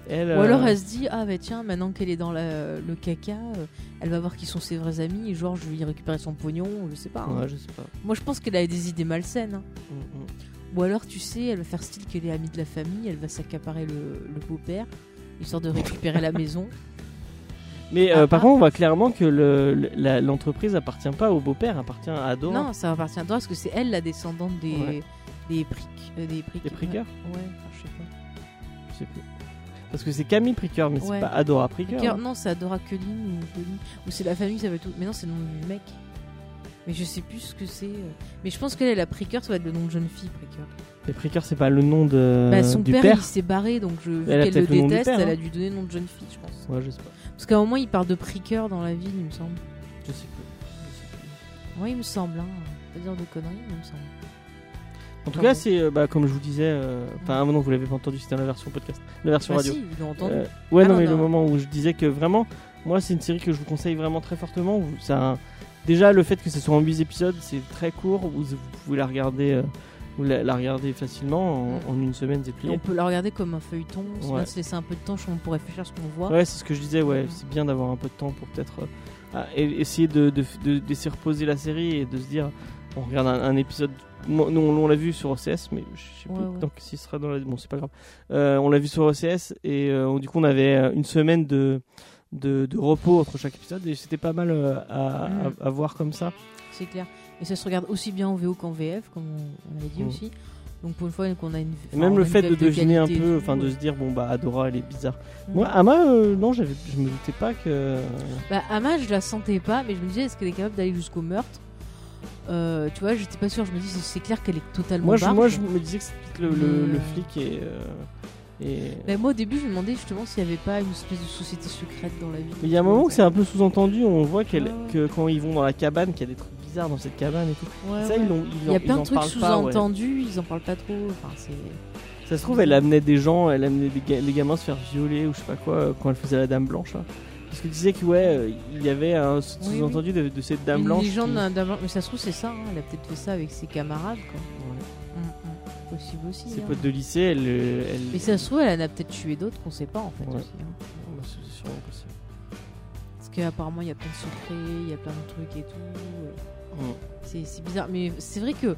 Elle, Ou euh, alors elle se dit ah bah tiens maintenant qu'elle est dans la- le caca, euh, elle va voir qui sont ses vrais amis. et Genre je vais y récupérer son pognon, je sais pas. hein. Ouais, je sais pas. Moi je pense qu'elle a des idées malsaines. hein. Mm, mm. Ou alors, tu sais, elle va faire style qu'elle est amie de la famille, elle va s'accaparer le, le beau-père, histoire de récupérer la maison. Mais euh, Ah, par ah. contre, on voit clairement que le- le- la- l'entreprise appartient pas au beau-père, appartient à Adora. Non, ça appartient à toi parce que c'est elle la descendante des, Ouais. des priques. euh, des priques. Des prickers Ouais, ouais, enfin, je sais pas. Je sais plus. Parce que c'est Camille Pricker, mais Ouais. c'est pas Adora Pricker. Pricker, non, c'est Adora Cullen ou Cullen. Ou c'est la famille, ça va tout. Mais non, c'est le nom du mec. Mais je sais plus ce que c'est. euh. Mais je pense qu'elle est la Pricker, ça va être le nom de jeune fille, Pricker. Les Pricker, c'est pas le nom de... bah, son Euh, du père, père. il s'est barré, donc je, vu Elle a qu'elle le peut-être le nom du déteste, père, elle hein. a dû donner le nom de jeune fille, je pense. Ouais, je sais pas. Parce qu'à un moment, il parle de Pricker dans la ville, il me semble. Je sais plus. Je sais plus. Oui, il me semble. Hein. Pas dire de conneries, mais il me semble. En tout Ah cas, bon. c'est euh, bah, comme je vous disais. euh, Enfin, ah, non, vous l'avez pas entendu, c'était dans la version podcast, la version Bah radio. si, ils l'ont entendu. Euh, ouais, Ah non, non, mais non. le moment où je disais que vraiment, moi, c'est une série que je vous conseille vraiment très fortement. Vous- Ça, déjà, le fait que ce soit en 8 épisodes, c'est très court. Vous, vous pouvez la regarder, euh, vous la, la regarder facilement Mm. en, en une semaine, c'est Et plié. on peut la regarder comme un feuilleton, ça Ouais. va se laisser un peu de temps, je pense, pour réfléchir à ce qu'on voit. Ouais, c'est ce que je disais, ouais, c'est bien d'avoir un peu de temps pour peut-être euh, ah, e- essayer de, de, de- d'essayer de reposer la série et de se dire, on regarde un, un épisode. Moi, Nous, on, on l'a vu sur OCS, mais je sais Ouais, plus ouais. donc s'il sera dans la. Bon, c'est pas grave. Euh, on l'a vu sur OCS et euh, du coup, on avait euh, une semaine de, de, de repos entre chaque épisode et c'était pas mal euh, à, Mm. à- à voir comme ça. C'est clair. Et ça se regarde aussi bien en VO qu'en VF, comme on, on avait dit Mm. aussi. Donc pour une fois qu'on a une. Et enfin, même on a le une fait de VF deviner un qualité et peu, tout, enfin, de ouais. se dire, bon, bah, Adora, elle est bizarre. Mm. Moi, Ama, euh, non, j'avais, je me doutais pas que. Bah, Ama, je la sentais pas, mais je me disais, est-ce qu'elle est capable d'aller jusqu'au meurtre Euh, Tu vois, j'étais pas sûre. Je me dis, c'est- c'est clair qu'elle est totalement. Moi je, barge. moi, je me disais que c'était le, le, Mais, le euh, flic et. euh, et- Bah, moi, au début, je me demandais justement s'il y avait pas une espèce de société secrète dans la ville. Mais il y a un moment que c'est un peu sous-entendu, on voit qu'elle- Ouais, ouais. que quand ils vont dans la cabane, qu'il y a des trucs bizarres dans cette cabane et tout. Ah. Ouais, ça, ouais. ils l'ont- ils Il y l'ont- a plein ils en de trucs parlent pas, ouais. sous-entendus, ils en parlent pas trop. Enfin, c'est. Ça se trouve, elle amenait des gens, elle amenait des ga- les gamins se faire violer ou je sais pas quoi euh, quand elle faisait la dame blanche. là. Parce que tu disais que, ouais, euh, il y avait un sous- Oui, oui. sous-entendu de, de cette dame Une blanche. légende qui- d'un Dame Blanche. Mais ça se trouve, c'est ça. hein. Elle a peut-être fait ça avec ses camarades. Quoi. Ouais. Mm, mm. Possible aussi. Ses hein. potes de lycée, elle. euh, elle- Mais ça se trouve, elle en a peut-être tué d'autres qu'on sait pas en fait. Ouais. Aussi, hein. Ouais, c'est sûrement possible. Parce qu'apparemment, il y a plein de secrets, il y a plein de trucs et tout. euh, Mm. C'est c'est bizarre. Mais c'est vrai que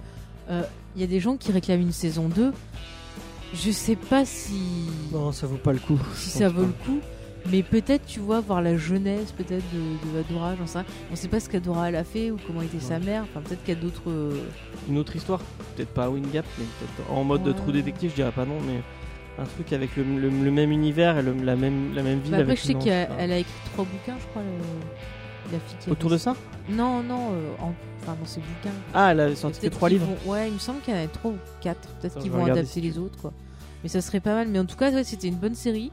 euh, il y a des gens qui réclament une saison 2. Je sais pas si, Non, ça vaut pas le coup. si je ça pense vaut pas. le coup. Mais peut-être, tu vois, voir la jeunesse peut-être de, de Adora, j'en sais rien. On sait pas ce qu'Adora elle a fait ou comment était sa mère. Enfin, peut-être qu'il y a d'autres. euh, Une autre histoire, peut-être pas à Wingap, mais peut-être en mode de Ouais. trou détective, je dirais pas non, mais un truc avec le, le- le même univers et le- la, même, la même ville. Bah, après, avec je sais une qu'elle ange, a, enfin. elle a écrit trois bouquins, je crois, le- la fille qui a hein. Autour fait de ça Non, non, euh, en- enfin, dans ses bouquins. Ah, elle a sorti que Peut-être trois qu'ils livres. vont- Ouais, il me semble qu'il y en a trois ou quatre. Peut-être Attends, qu'ils je vais vont regarder adapter si tu les autres, quoi. Mais ça serait pas mal. Mais en tout cas, ouais, c'était une bonne série.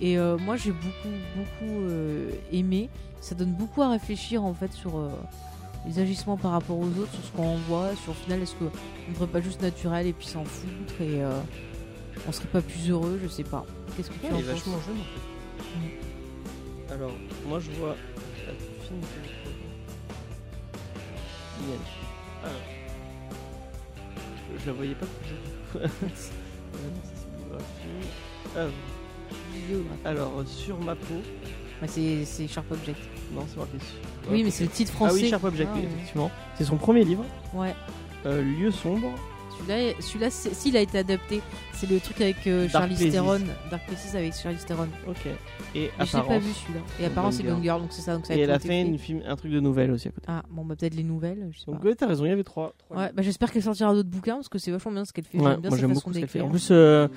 Et euh, moi, j'ai beaucoup, beaucoup euh, aimé. Ça donne beaucoup à réfléchir, en fait, sur euh, les agissements par rapport aux autres, sur ce qu'on voit, sur au final, est-ce qu'on ne ferait pas juste naturel et puis s'en foutre et euh, on serait pas plus heureux, je sais pas. Qu'est-ce que tu en penses jeune Alors, moi je vois la fine de- Mienne. Ah. Je- Je la voyais pas comme ça. Euh, non, ça, c'est biographie. Ah, Biographe. Alors, euh, sur ma peau. Ouais, c'est- C'est Sharp Object. Non, c'est marqué sur. Oui, mais c'est le titre Ah français. oui, Sharp Object, Ah, oui, ouais. effectivement. C'est son premier livre, Ouais. euh, Lieu sombre. Celui-là, celui-là c'est- s'il a été adapté, c'est le truc avec euh, Dark Charlize Places. Theron. Dark Places avec Charlize Theron. Ok. Et Mais je l'ai pas apparence. vu celui-là. Et Une apparemment, c'est bonne Gone Girl, donc c'est ça. Donc ça a Et elle a été fait fait. une film, un truc de nouvelle aussi à côté. Ah, bon, bah peut-être les nouvelles, je sais Donc, pas. ouais, t'as raison, il y avait trois. trois Ouais, bah j'espère qu'elle sortira d'autres bouquins parce que c'est vachement bien ce qu'elle fait. Ouais, J'aime bien moi sa j'aime façon beaucoup ce qu'elle fait. En d'écrire. plus, euh,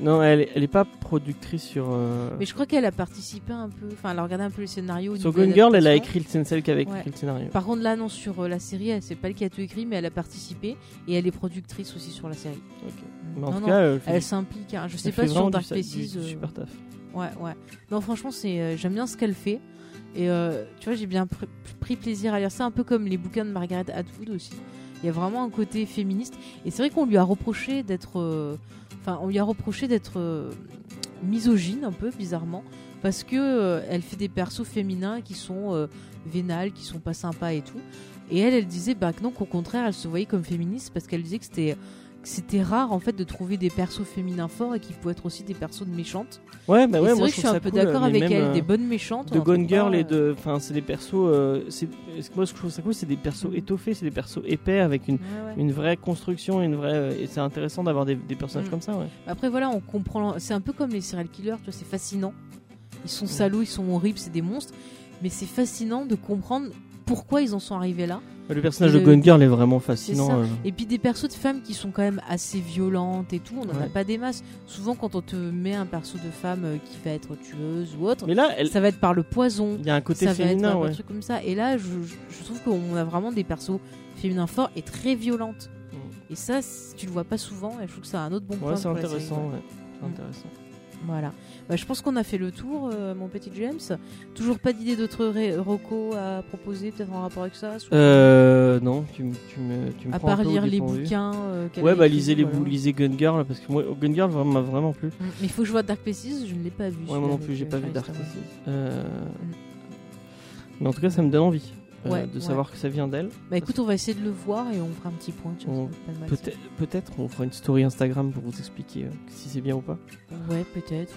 non, elle, elle est pas productrice sur. Euh... Mais je crois qu'elle a participé un peu, enfin, elle a regardé un peu le scénario. au Sur niveau Gone Girl, elle a adaptation. écrit le scénario, celle qui avait écrit Ouais. le scénario. Par contre, là, non, sur euh, la série, elle c'est pas elle qui a tout écrit, mais elle a participé et elle est productrice aussi sur la série. Ok. Mm. Mais en non, tout non, cas, euh, elle fait- s'implique. hein. Je elle sais fait pas vraiment sur du Dark sa- Places. du- du euh, super taf. Ouais, ouais. Non, franchement, c'est, euh, j'aime bien ce qu'elle fait. Et euh, tu vois, j'ai bien pr- pris plaisir à lire ça, un peu comme les bouquins de Margaret Atwood aussi. Il y a vraiment un côté féministe. Et c'est vrai qu'on lui a reproché d'être. euh, Enfin, on lui a reproché d'être euh, misogyne, un peu, bizarrement. Parce que euh, elle fait des persos féminins qui sont euh, vénales, qui sont pas sympas et tout. Et elle, elle disait bah, que non, qu'au contraire, elle se voyait comme féministe parce qu'elle disait que c'était. que C'était rare en fait de trouver des persos féminins forts et qui pouvaient être aussi des personnes méchantes. Ouais, bah Et ouais, c'est moi vrai je que je trouve suis un ça peu cool, d'accord mais avec même, elle, euh, des bonnes méchantes. De on en Gone trouve Girl pas, et euh, de. Enfin, c'est des persos. euh, c'est- ce que- Moi, ce que je trouve ça cool, c'est des persos Mhm. étoffés, c'est des persos épais avec une. ouais, ouais. Une vraie construction, une vraie. euh, Et c'est intéressant d'avoir des, des personnages Mhm. comme ça, ouais. Après voilà, on comprend. C'est un peu comme les serial killers, tu vois, c'est fascinant. Ils sont salauds, ils sont horribles, c'est des monstres. Mais c'est fascinant de comprendre pourquoi ils en sont arrivés là. Le personnage de Le- Gone Girl est vraiment fascinant. ça. euh. Et puis des persos de femmes qui sont quand même assez violentes et tout, on n'en a Ouais. pas des masses. Souvent quand on te met un perso de femme euh, qui va être tueuse ou autre, Mais là, elle- ça va être par le poison. il y a un côté ça va féminin, être un ouais. truc comme ça. Et là, je, je- je trouve qu'on a vraiment des persos féminins forts et très violentes. Mm. Et ça, c- tu le vois pas souvent. Et je trouve que c'est un autre bon point. Ouais, c'est pour la série, intéressant, ouais. ouais. C'est Mhm. intéressant. Voilà. Bah, je pense qu'on a fait le tour, euh, mon petit James. Toujours pas d'idée d'autres ré- recos à proposer, peut-être en rapport avec ça. sur- Euh, non, tu, me- tu me, tu me à prends un part peu au lire les dépourvu. bouquins. euh, qu'elle Ouais, a bah écrits, lisez les voilà. bou- lisez Gun Girl parce que moi Gun Girl vraiment- m'a vraiment plu. Mm. Mais il faut que je vois Dark Places. Je ne l'ai pas vu. Ouais, celui moi non avec, plus, j'ai euh, pas vu Charlize Dark Theron. Places. Euh, Mais en tout cas, ça me donne envie euh, Ouais, de ouais. savoir que ça vient d'elle. Bah écoute, on va essayer de le voir et on fera un petit point. tiens, ça On- va être pas mal, ça. Peut-être peut-être on fera une story Instagram pour vous expliquer euh, si c'est bien ou pas. Ouais, peut-être.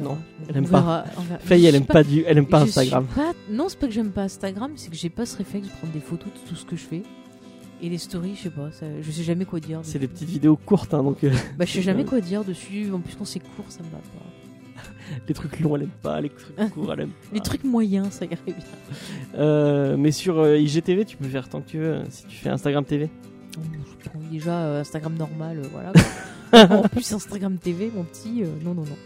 On verra. Non, elle aime On pas. verra, on verra. Faye, Je elle sais aime pas, du, elle aime pas Je Instagram. suis pas- Non, c'est pas que j'aime pas Instagram, c'est que j'ai pas ce réflexe de prendre des photos de tout ce que je fais. Et les stories, je sais pas, ça- je sais jamais quoi dire. C'est des dessus. petites vidéos courtes, hein, donc euh, Bah, je sais jamais quoi dire dessus. En plus, quand c'est court, ça me va pas. les trucs longs, elle aime pas, les trucs courts, elle aime pas. Les trucs moyens, ça irait bien. Euh, mais sur euh, IGTV, tu peux faire tant que tu veux euh, si tu fais Instagram TV. Oh, je prends déjà euh, Instagram normal, euh, voilà. quoi. en plus, Instagram TV, mon petit, euh, non, non, non.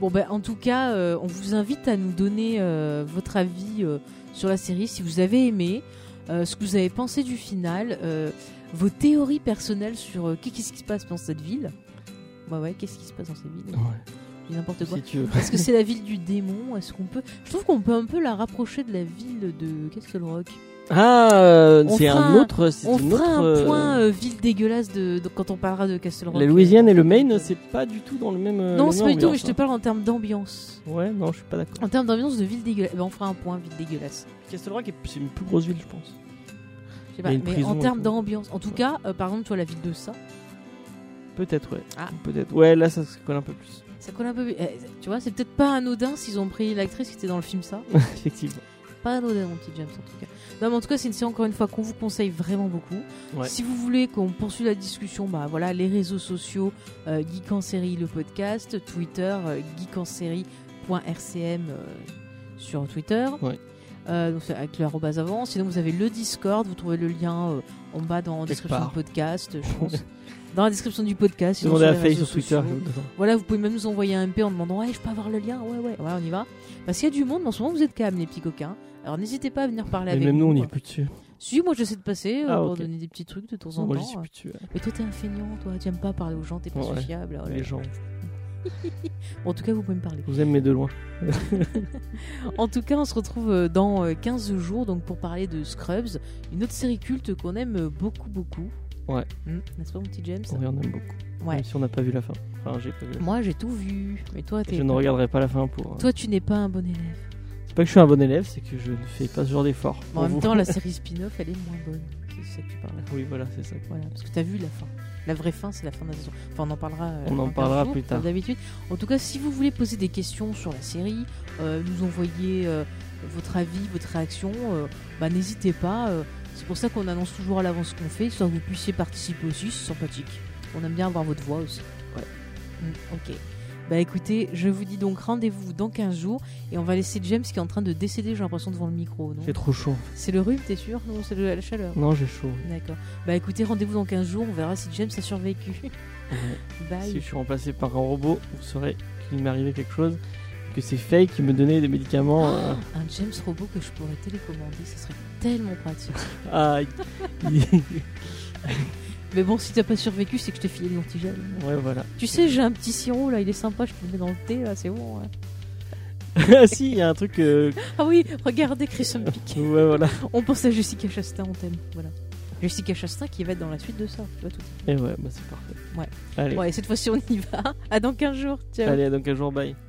Bon, ben, en tout cas, euh, on vous invite à nous donner euh, votre avis euh, sur la série, si vous avez aimé, euh, ce que vous avez pensé du final, euh, vos théories personnelles sur euh, qu'est-ce qui se passe dans cette ville. Bah ouais, qu'est-ce qui se passe dans cette ville Je dis N'importe quoi. Oh. Si tu veux. Est-ce que c'est la ville du démon Est-ce qu'on peut Je trouve qu'on peut un peu la rapprocher de la ville de Castle Rock. Ah, euh, On c'est fera un un- autre. c'est On une fera autre, euh, un point euh, ville dégueulasse de, de- quand on parlera de Castle Rock. La Louisiane et le Maine, Euh, c'est pas du tout dans le même. euh, Non, la c'est même pas du tout, mais ambiance, je te parle en termes d'ambiance. hein. Ouais, non, je suis pas d'accord. En termes d'ambiance de ville dégueulasse. Ben, on fera un point ville dégueulasse. Castle Rock, est- c'est une plus grosse ville, je pense. Je sais pas, Il y a une mais prison en et termes tout. d'ambiance. En tout cas, euh, par exemple, tu vois la ville de ça. Peut-être, ouais. Ah. Peut-être. Ouais, là, ça se colle un peu plus. Ça colle un peu. eh, tu vois, c'est peut-être pas anodin s'ils ont pris l'actrice qui était dans le film ça. Effectivement. pas anodin, mon petit James, en tout cas. Non, mais en tout cas, c'est une série, encore une fois, qu'on vous conseille vraiment beaucoup. Ouais. Si vous voulez qu'on poursuive la discussion, bah voilà, les réseaux sociaux, euh, Geek en série, le podcast, Twitter, euh, Geek en série podcast.rcm euh, sur Twitter. Ouais. Euh, donc c'est avec l'arrobase avant. Sinon, vous avez le Discord. Vous trouvez le lien euh, en bas dans la Quelque description part. du podcast, je pense. dans la description du podcast. sinon Demandez sur à les Faye réseaux sur Twitter. sociaux. je vous- Voilà, vous pouvez même nous envoyer un MP en demandant Ouais, je peux avoir le lien Ouais, ouais, ouais, on y va. Parce qu'il y a du monde, mais en ce moment, vous êtes calme, les petits coquins. Alors n'hésitez pas à venir parler Mais avec même nous, on n'y est quoi. plus dessus. Si, moi, j'essaie de passer euh, Ah, pour ok. donner des petits trucs de temps en Moi, j'y suis temps. plus dessus. Mais toi, t'es un feignant, toi. Tu aimes pas parler aux gens, t'es pas Ouais. sociable. oh là Les là. gens. Bon, en tout cas, vous pouvez me parler. Je vous aime, mais de loin. En tout cas, on se retrouve euh, dans euh, 15 jours donc pour parler de Scrubs, une autre série culte qu'on aime euh, beaucoup, beaucoup. Ouais. Hmm, N'est-ce pas, mon petit James Oui, on aime beaucoup. Ouais. Même si on n'a pas vu la fin. Enfin, j'ai pas vu. la fin. Moi, j'ai tout vu. Mais toi, t'es. Je ne regarderai pas la fin pour. euh, Toi, tu n'es pas un bon élève. C'est pas que je suis un bon élève, c'est que je ne fais pas ce genre d'effort. Bon, en même temps, la série spin-off, elle est moins bonne. C'est ça que tu parles. Ah Oui, voilà, c'est ça. Voilà, parce que t'as vu la fin. La vraie fin, c'est la fin de la saison. Enfin, on en parlera. euh, On en dans 15 parlera jours, plus comme tard. D'habitude. En tout cas, si vous voulez poser des questions sur la série, euh, nous envoyer euh, votre avis, votre réaction, euh, bah, n'hésitez pas. euh, c'est pour ça qu'on annonce toujours à l'avance ce qu'on fait, histoire que vous puissiez participer aussi. C'est sympathique. On aime bien avoir votre voix aussi. Ouais. ok. Bah écoutez, je vous dis donc rendez-vous dans 15 jours et on va laisser James qui est en train de décéder, j'ai l'impression, devant le micro. non J'ai trop chaud. C'est le rhume, t'es sûr Non, c'est le- la chaleur. Non, j'ai chaud. D'accord. Bah écoutez, rendez-vous dans 15 jours, on verra si James a survécu. Bye. Si je suis remplacé par un robot, vous saurez qu'il m'est arrivé quelque chose. Que c'est fake qui me donnait des médicaments. Ah. euh, Un James robot que je pourrais télécommander, ça serait tellement pratique. Ah, il- Mais bon, si t'as pas survécu, c'est que je t'ai filé de l'antigel. ouais, voilà. Tu sais, j'ai un petit sirop là, il est sympa, je peux le mettre dans le thé là, c'est bon. ouais. Ah, si, il y a un truc. euh, Ah oui, regardez Christian Pic. Ouais, voilà. On pense à Jessica Chastain, on t'aime. Voilà. Jessica Chastain qui va être dans la suite de ça, tu vois tout. Et ouais, bah c'est parfait. Ouais. Allez, Ouais, cette fois-ci on y va. À dans 15 jours. Ciao. allez, à donc un jour, bye.